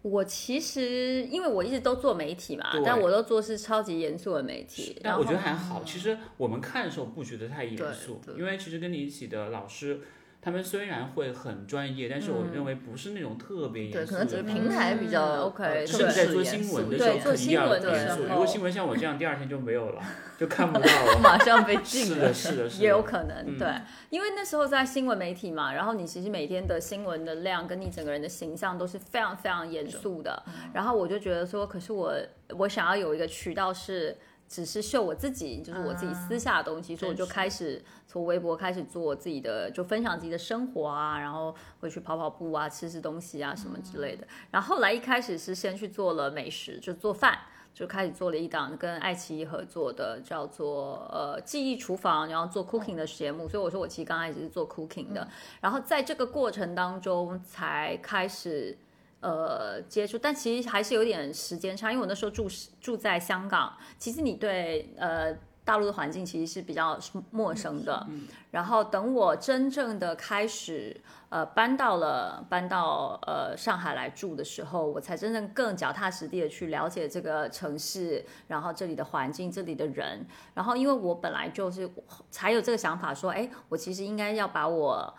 Speaker 3: 我其实因为我一直都做媒体嘛
Speaker 1: 对，
Speaker 3: 但我都做是超级严肃的媒体。
Speaker 1: 但
Speaker 3: 然后
Speaker 1: 我觉得还好，其实我们看的时候不觉得太严肃
Speaker 2: 对，对
Speaker 1: 因为其实跟你一起的老师。他们虽然会很专业，但是我认为不是那种特别
Speaker 2: 嗯对，
Speaker 1: 严肃
Speaker 2: 可
Speaker 1: 的那
Speaker 2: 能只
Speaker 1: 种。
Speaker 2: 是平台比较、呃
Speaker 3: 嗯，OK，
Speaker 1: 是
Speaker 2: 正
Speaker 1: 不是在
Speaker 2: 式
Speaker 1: 做
Speaker 2: 严
Speaker 1: 新
Speaker 2: 肃
Speaker 1: 闻的
Speaker 2: 一
Speaker 1: 时候
Speaker 2: 点
Speaker 3: 对做
Speaker 1: 肯定要有
Speaker 3: 新闻
Speaker 2: 的
Speaker 1: 严肃
Speaker 2: 时
Speaker 1: 如果
Speaker 3: 候
Speaker 1: 新闻像我这样，第二天就没 有了，就看不到了。
Speaker 2: 马上被禁
Speaker 1: 是
Speaker 2: 了
Speaker 1: 的，。是的，是的，
Speaker 3: 也有可能，
Speaker 1: 嗯
Speaker 3: 对，因为那时候在新闻媒体嘛，然后你其实每天的新闻的量跟你整个人的形象都是非常非常严肃的。
Speaker 1: 嗯
Speaker 3: 然后我就觉得说，可是我我想要有一个渠道是。只是秀我自己，就是我自己私下的东西，所以我就
Speaker 2: 真是
Speaker 3: 开始从微博开始做我自己的，就分享自己的生活啊，然后会去跑跑步啊，吃吃东西啊什么之类的。然后后来一开始是先去做了美食，就做饭，就开始做了一档跟爱奇艺合作的，叫做呃记忆厨房，然后做 cooking 的节目。所以我说我其实刚开始是做 cooking 的，然后在这个过程当中才开始。呃，接触，但其实还是有点时间差，因为我那时候住住在香港，其实你对呃大陆的环境其实是比较陌生的。然后等我真正的开始呃搬到了搬到呃上海来住的时候，我才真正更脚踏实地的去了解这个城市，然后这里的环境，这里的人。然后因为我本来就是才有这个想法说，哎，我其实应该要把我。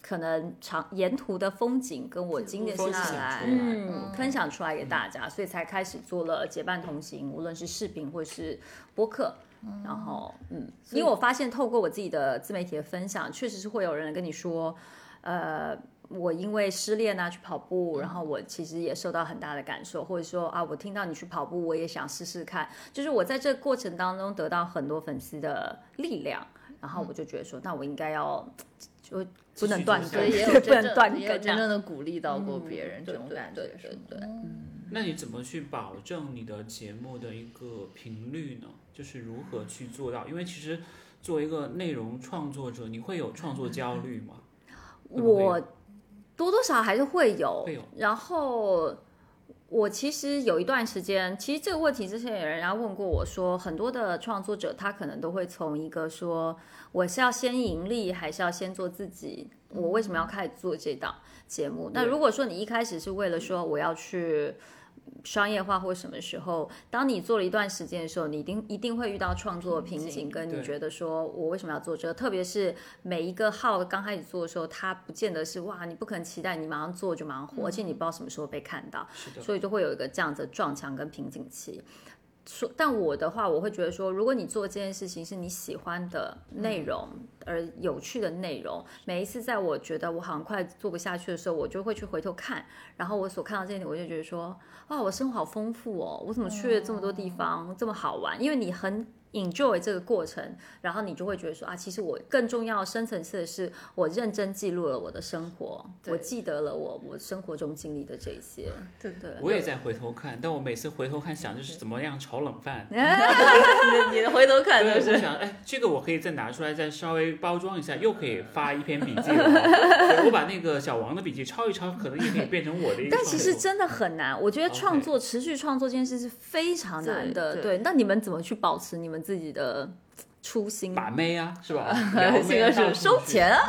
Speaker 3: 可能长沿途的风景跟我经历的事
Speaker 1: 分
Speaker 3: 情
Speaker 1: 享出来
Speaker 3: 嗯，
Speaker 1: 嗯
Speaker 3: 分享出来给大家，所以才开始做了结伴同行，无论是视频或是播客。然后，嗯，
Speaker 2: 所以
Speaker 3: 因为我发现透过我自己的自媒体的分享，确实是会有人跟你说，呃，我因为失恋啊去跑步，然后我其实也受到很大的感受，或者说啊，我听到你去跑步，我也想试试看。就是我在这个过程当中得到很多粉丝的力量，然后我就觉得说，那我应该要就不能断
Speaker 1: 继续
Speaker 2: 所
Speaker 3: 根，
Speaker 2: 以也有
Speaker 3: 对 不
Speaker 2: 真
Speaker 3: 能
Speaker 2: 正
Speaker 3: 断啊
Speaker 2: 也有
Speaker 3: 根这
Speaker 2: 真
Speaker 3: 样。
Speaker 2: 正的鼓励到过别人，这
Speaker 3: 对
Speaker 2: 种
Speaker 3: 对
Speaker 2: 感觉
Speaker 3: 对
Speaker 2: 是
Speaker 3: 对
Speaker 2: 吗
Speaker 3: 对
Speaker 1: 那你怎么去保证你的节目的一个频率呢？就是如何去做到？因为其实作为一个内容创作者，你会有创作焦虑吗？会不会
Speaker 3: 我多多少少还是会有，
Speaker 1: 会有
Speaker 3: 然后我其实有一段时间，其实这个问题之前有人家问过我说，很多的创作者他可能都会从一个说我是要先盈利，还是要先做自己？我为什么要开始做这档节目？那如果说你一开始是为了说我要去。商业化或什么时候，当你做了一段时间的时候，你一定一定会遇到创作瓶
Speaker 2: 瓶
Speaker 3: 颈，
Speaker 2: 颈
Speaker 3: 跟你
Speaker 1: 对
Speaker 3: 觉得说我为什么要做这个？特别是每一个号刚开始做的时候，它不见得是哇，你不可能期待你马上做就马上火，而且你不知道什么时候被看到，
Speaker 1: 是的，
Speaker 3: 所以就会有一个这样子的撞墙跟瓶颈期。说，但我的话，我会觉得说，如果你做这件事情是你喜欢的内容，
Speaker 1: 嗯
Speaker 3: 而有趣的内容，每一次在我觉得我好像快做不下去的时候，我就会去回头看，然后我所看到这些，我就觉得说，哇，我生活好丰富哦，我怎么去了这么多地方，
Speaker 1: 嗯
Speaker 3: 这么好玩？因为你很 enjoy 这个过程，然后你就会觉得说啊，其实我更重要、深层次的是，我认真记录了我的生活，我记得了我我生活中经历的这些。
Speaker 2: 对对
Speaker 1: 我也在回头看，但我每次回头看想就是怎么样炒冷饭。
Speaker 3: 啊
Speaker 2: 对，你你回头看
Speaker 1: 对，
Speaker 2: 就
Speaker 1: 我
Speaker 2: 是。
Speaker 1: 想，哎，这个我可以再拿出来，再稍微包装一下，又可以发一篇笔记了。对我把那个小王的笔记抄一抄，可能也可以变成我的一个
Speaker 3: 但
Speaker 1: 创作。
Speaker 3: 其实真的很难，我觉得
Speaker 1: OK
Speaker 3: 创作、持续创作这件事是非常难的。
Speaker 2: 对
Speaker 3: 对，那你们怎么去保持你们自己的初心？
Speaker 1: 把妹啊，是吧？
Speaker 2: 这个是收钱啊，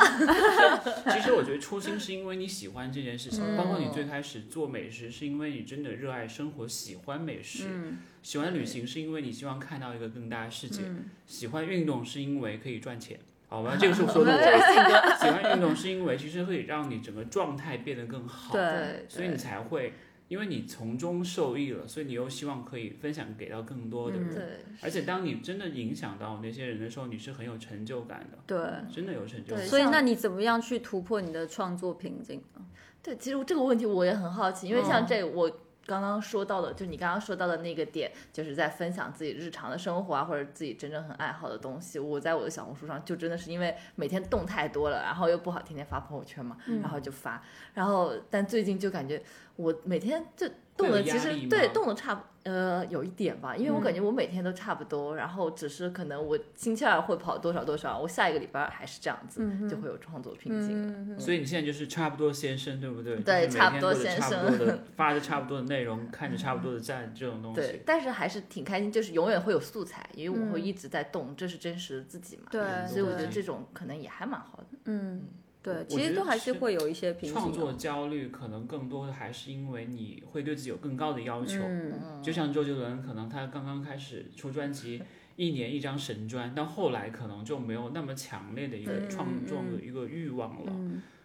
Speaker 1: 其实我觉得初心是因为你喜欢这件事情，
Speaker 2: 嗯
Speaker 1: 包括你最开始做美食，是因为你真的热爱生活，喜欢美食；
Speaker 2: 嗯
Speaker 1: 喜欢旅行，是因为你希望看到一个更大的世界；
Speaker 2: 嗯
Speaker 1: 喜欢运动，是因为可以赚钱。好 吧，这个是我说的我。喜欢运动是因为其实可以让你整个状态变得更好，
Speaker 3: 对
Speaker 1: 所以你才会，因为你从中受益了，所以你又希望可以分享给到更多
Speaker 2: 嗯
Speaker 1: 的人。
Speaker 3: 嗯
Speaker 2: 对，
Speaker 1: 而且当你真的影响到那些人的时候，你是很有成就感的，
Speaker 3: 对。
Speaker 1: 真的有成就
Speaker 2: 对
Speaker 1: 感。
Speaker 3: 所以，
Speaker 2: 像
Speaker 3: 那你怎么样去突破你的创作瓶颈呢？
Speaker 1: 嗯
Speaker 2: 对，其实这个问题我也很好奇，因为像这我刚刚说到的，就你刚刚说到的那个点，就是在分享自己日常的生活啊，或者自己真正很爱好的东西。我在我的小红书上，就真的是因为每天动太多了，然后又不好天天发朋友圈嘛，
Speaker 1: 嗯
Speaker 2: 然后就发。然后，但最近就感觉我每天就动
Speaker 1: 会
Speaker 2: 的
Speaker 1: 有
Speaker 2: 其
Speaker 1: 压力
Speaker 2: 实
Speaker 1: 吗嗯
Speaker 2: 对动的差不呃有一点吧，因为我感觉我每天都差不多，然后只是可能我星期二会跑多少多少，我下一个礼拜二还是这样子，
Speaker 1: 嗯
Speaker 2: 就会有创作瓶颈。
Speaker 3: 嗯，
Speaker 1: 所以你现在就是差不多先生，对不对？
Speaker 2: 对
Speaker 1: 就是每
Speaker 2: 差不
Speaker 1: 天
Speaker 2: 多
Speaker 1: 过着
Speaker 2: 先
Speaker 1: 差
Speaker 2: 生
Speaker 1: 不多的发着差不多的内 容，看着差不多的站这种东
Speaker 2: 对
Speaker 1: 西，，
Speaker 2: 但是还是挺开心，就是永远会有素材，因为我会一直在动，这是真实的自己嘛。
Speaker 1: 嗯
Speaker 3: 对，
Speaker 2: 所以我觉得
Speaker 3: 对
Speaker 2: 这种可能也还蛮好的。
Speaker 3: 嗯，对，
Speaker 1: 我
Speaker 3: 其实
Speaker 1: 觉
Speaker 3: 都
Speaker 1: 得
Speaker 3: 还
Speaker 1: 是
Speaker 3: 是会有一些瓶
Speaker 1: 创
Speaker 3: 颈啊
Speaker 1: 作
Speaker 3: 的。
Speaker 1: 焦虑可能更多的还是因为你会对自己有更高的要求。
Speaker 3: 嗯，
Speaker 1: 就像周杰伦，可能他刚刚开始出专辑，一年一张神专，到后来可能就没有那么强烈的一个创作的一个欲望了。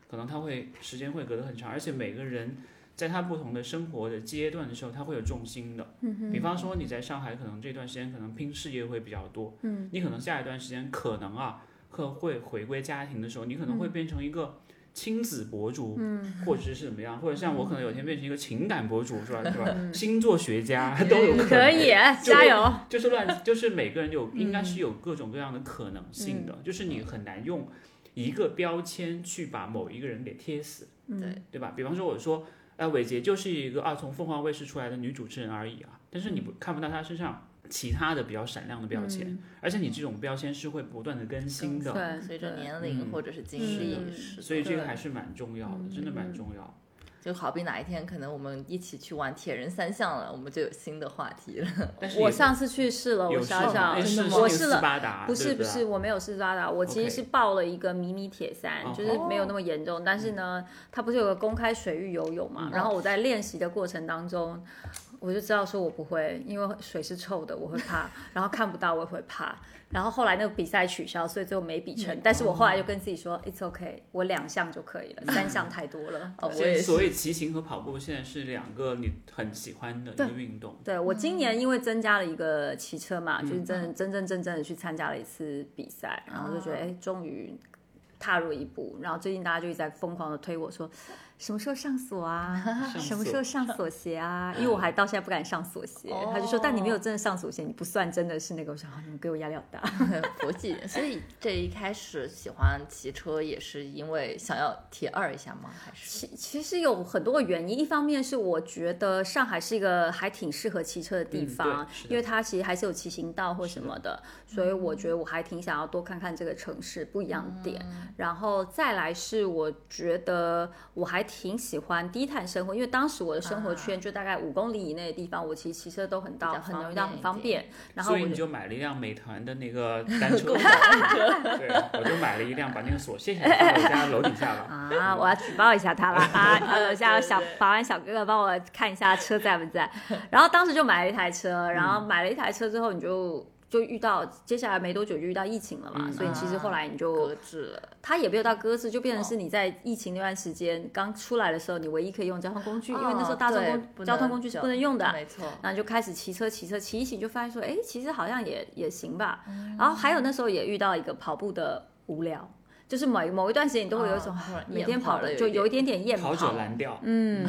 Speaker 1: 可能他会时间会隔得很长，而且每个人在他不同的生活的阶段的时候，他会有重心的。比方说你在上海，可能这段时间可能拼事业会比较多，嗯，你可能下一段时间可能啊，可会回归家庭的时候，你可能会
Speaker 3: 嗯
Speaker 1: 变成一个。亲子博主，嗯，或者是怎么样，或者像我可能有一天变成一个情感博主，是吧？是吧？星座学家都有能
Speaker 3: 嗯可以，嗯加油！
Speaker 1: 就是乱，就是每个人有应该是有各种各样的可能性
Speaker 3: 嗯
Speaker 1: 的，就是你很难用一个标签去把某一个人给贴死，
Speaker 2: 对，
Speaker 1: 对吧？比方说我说，哎、伟杰就是一个啊从凤凰卫视出来的女主持人而已啊，但是
Speaker 3: 嗯
Speaker 1: 你不看不到她身上其他的比较闪亮的标签，而且你这种标签是会不断的更新的，
Speaker 3: 对，
Speaker 2: 随着
Speaker 3: 对
Speaker 2: 年龄
Speaker 1: 嗯
Speaker 2: 或者是经
Speaker 3: 是
Speaker 2: 历
Speaker 3: 的
Speaker 2: 也是，
Speaker 1: 所以这个
Speaker 3: 对
Speaker 1: 还是蛮重要的，真的蛮重要。
Speaker 2: 就好比哪一天可能我们一起去玩铁人三项了，我们就有新的话题了。
Speaker 1: 但是
Speaker 3: 嗯我
Speaker 1: 也
Speaker 3: 上次去试了，我
Speaker 1: 有
Speaker 3: 想
Speaker 1: 试吗
Speaker 3: 想
Speaker 1: 哎，是
Speaker 3: 我
Speaker 1: 是
Speaker 3: 试
Speaker 1: 那个斯
Speaker 3: 了。
Speaker 1: 巴达，
Speaker 3: 不是
Speaker 1: 对
Speaker 3: 不
Speaker 1: 对啊
Speaker 3: 是，，我没有试抓打，我其实
Speaker 1: OK
Speaker 3: 是报了一个迷你铁三
Speaker 1: 哦
Speaker 3: 就是没有那么严重。但是呢，它不是有个公开水域游泳嘛？
Speaker 1: 嗯
Speaker 3: 然后我在练习的过程当中，我就知道说我不会，因为水是臭的，我会 怕，然后看不到我也会怕。然后后来那个比赛取消，所以最后没比
Speaker 1: 嗯
Speaker 3: 成。但是我后
Speaker 1: 哦
Speaker 3: 来就跟自己说，It's OK，我两项就可以了，三项太多了。
Speaker 2: 哦，我
Speaker 1: 所
Speaker 2: 也
Speaker 1: 以
Speaker 2: 是。
Speaker 1: 所以骑行和跑步现在是两个你很喜欢的一个运动。
Speaker 3: 对我今年因为增加了一个骑车嘛，就是真真真正正的去参加了一次比赛，然后就觉得哎，终于踏入一步。然后最近大家就一直在疯狂的推我说，什么时候上锁 啊？
Speaker 1: 锁
Speaker 3: 什么时候上锁鞋啊？因为我还到现在不敢上锁鞋，
Speaker 2: 哦
Speaker 3: 他就说，但你没有真的上锁鞋，你不算真的是那个。我想，啊你们给我压力好大。
Speaker 2: 佛系，所以这一开始喜欢骑车也是因为想要铁二一下吗？还
Speaker 3: 其
Speaker 2: 是
Speaker 3: 其实有很多个原因，一方面是我觉得上海是一个还挺适合骑车的地方，
Speaker 1: 嗯对是的
Speaker 3: 因为它其实还是有骑行道或什么的，所以我觉得我还挺想要多看看这个城市不一样的点。然后再来是我觉得我还挺喜欢低碳生活，因为当时我的生活圈就大概五公里以内的地方，我其实骑车都很到，
Speaker 2: 比较
Speaker 3: 很容易
Speaker 2: 方便
Speaker 3: 到，很方
Speaker 2: 一点
Speaker 3: 便。然后
Speaker 1: 所
Speaker 3: 我
Speaker 1: 以
Speaker 3: 就
Speaker 1: 你就买了一辆美团的那个单 车，对，我就买了一辆，把那个锁卸下来放到我家楼底下了。
Speaker 3: 啊，我要举报一下他 了啊！呃楼下有小
Speaker 2: 对对
Speaker 3: 保安小哥哥帮我看一下车在不在。然后当时就买了一台车，然
Speaker 2: 嗯
Speaker 3: 后买了一台车之后，你就就遇到接下来没多久就遇到疫情了嘛，
Speaker 1: 嗯
Speaker 3: 所以其实后来你就
Speaker 2: 搁置了？
Speaker 3: 它也没有到搁置，就变成是你在疫情那段时间刚出来的时候，你唯一可以用交通工具，因为那时候大众
Speaker 2: 哦对
Speaker 3: 工
Speaker 2: 不
Speaker 3: 交通
Speaker 2: 能
Speaker 3: 工具是
Speaker 2: 就
Speaker 3: 不能用的，
Speaker 2: 没错。
Speaker 3: 然后就开始骑车，骑车，骑一骑就发现说，哎，其实好像也也行吧。
Speaker 2: 嗯
Speaker 3: 然后还有那时候也遇到一个跑步的无聊，就是某某一段时间你都会有一种、
Speaker 2: 啊突然
Speaker 3: 每
Speaker 2: 厌
Speaker 3: 天
Speaker 2: 跑
Speaker 3: 跑
Speaker 2: 了
Speaker 3: 的
Speaker 2: 有
Speaker 3: 就
Speaker 2: 一点
Speaker 3: 有一点点厌跑
Speaker 1: 跑者蓝调，
Speaker 3: 嗯，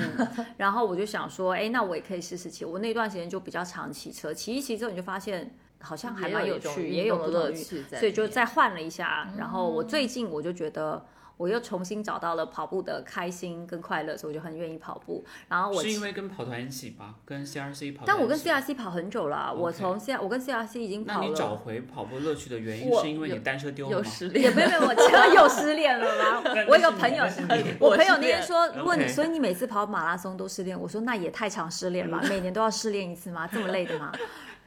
Speaker 3: 然后我就想说，哎，那我也可以试试骑。我那段时间就比较常骑车，骑一骑之后你就发现好像还
Speaker 2: 也
Speaker 3: 蛮
Speaker 2: 有
Speaker 3: 有
Speaker 2: 一种
Speaker 3: 趣，
Speaker 2: 运
Speaker 3: 也有
Speaker 2: 动
Speaker 3: 不
Speaker 2: 的
Speaker 3: 同
Speaker 2: 乐
Speaker 3: 的
Speaker 2: 趣在
Speaker 3: 所以
Speaker 2: 里
Speaker 3: 就
Speaker 2: 面
Speaker 3: 再换了一下。然后我最近我就觉得。我又重新找到了跑步的开心跟快乐，所以我就很愿意跑步。然后我
Speaker 1: 是
Speaker 3: 骑
Speaker 1: 因为跟跑团一起吧，跟 CRC 跑团一起。
Speaker 3: 但我跟 CRC 跑很久了，啊我
Speaker 1: OK
Speaker 3: 从 C 我跟 CRC 已经
Speaker 1: 那
Speaker 3: 跑
Speaker 1: 你找
Speaker 3: 了。
Speaker 1: 回跑步乐趣的原因
Speaker 3: 我
Speaker 1: 是因为你单车丢了
Speaker 2: 有
Speaker 1: 吗？
Speaker 2: 实力，
Speaker 3: 也没有没有，我这又失恋了吗？我有个朋友
Speaker 1: 那是你那是你，
Speaker 3: 我朋友那天说
Speaker 1: 呃我失恋
Speaker 3: 问你，
Speaker 1: OK
Speaker 3: 所以你每次跑马拉松都失恋？我说那也太常失恋了
Speaker 1: 嗯
Speaker 3: 吧，每年都要失恋一次吗？这么累的吗？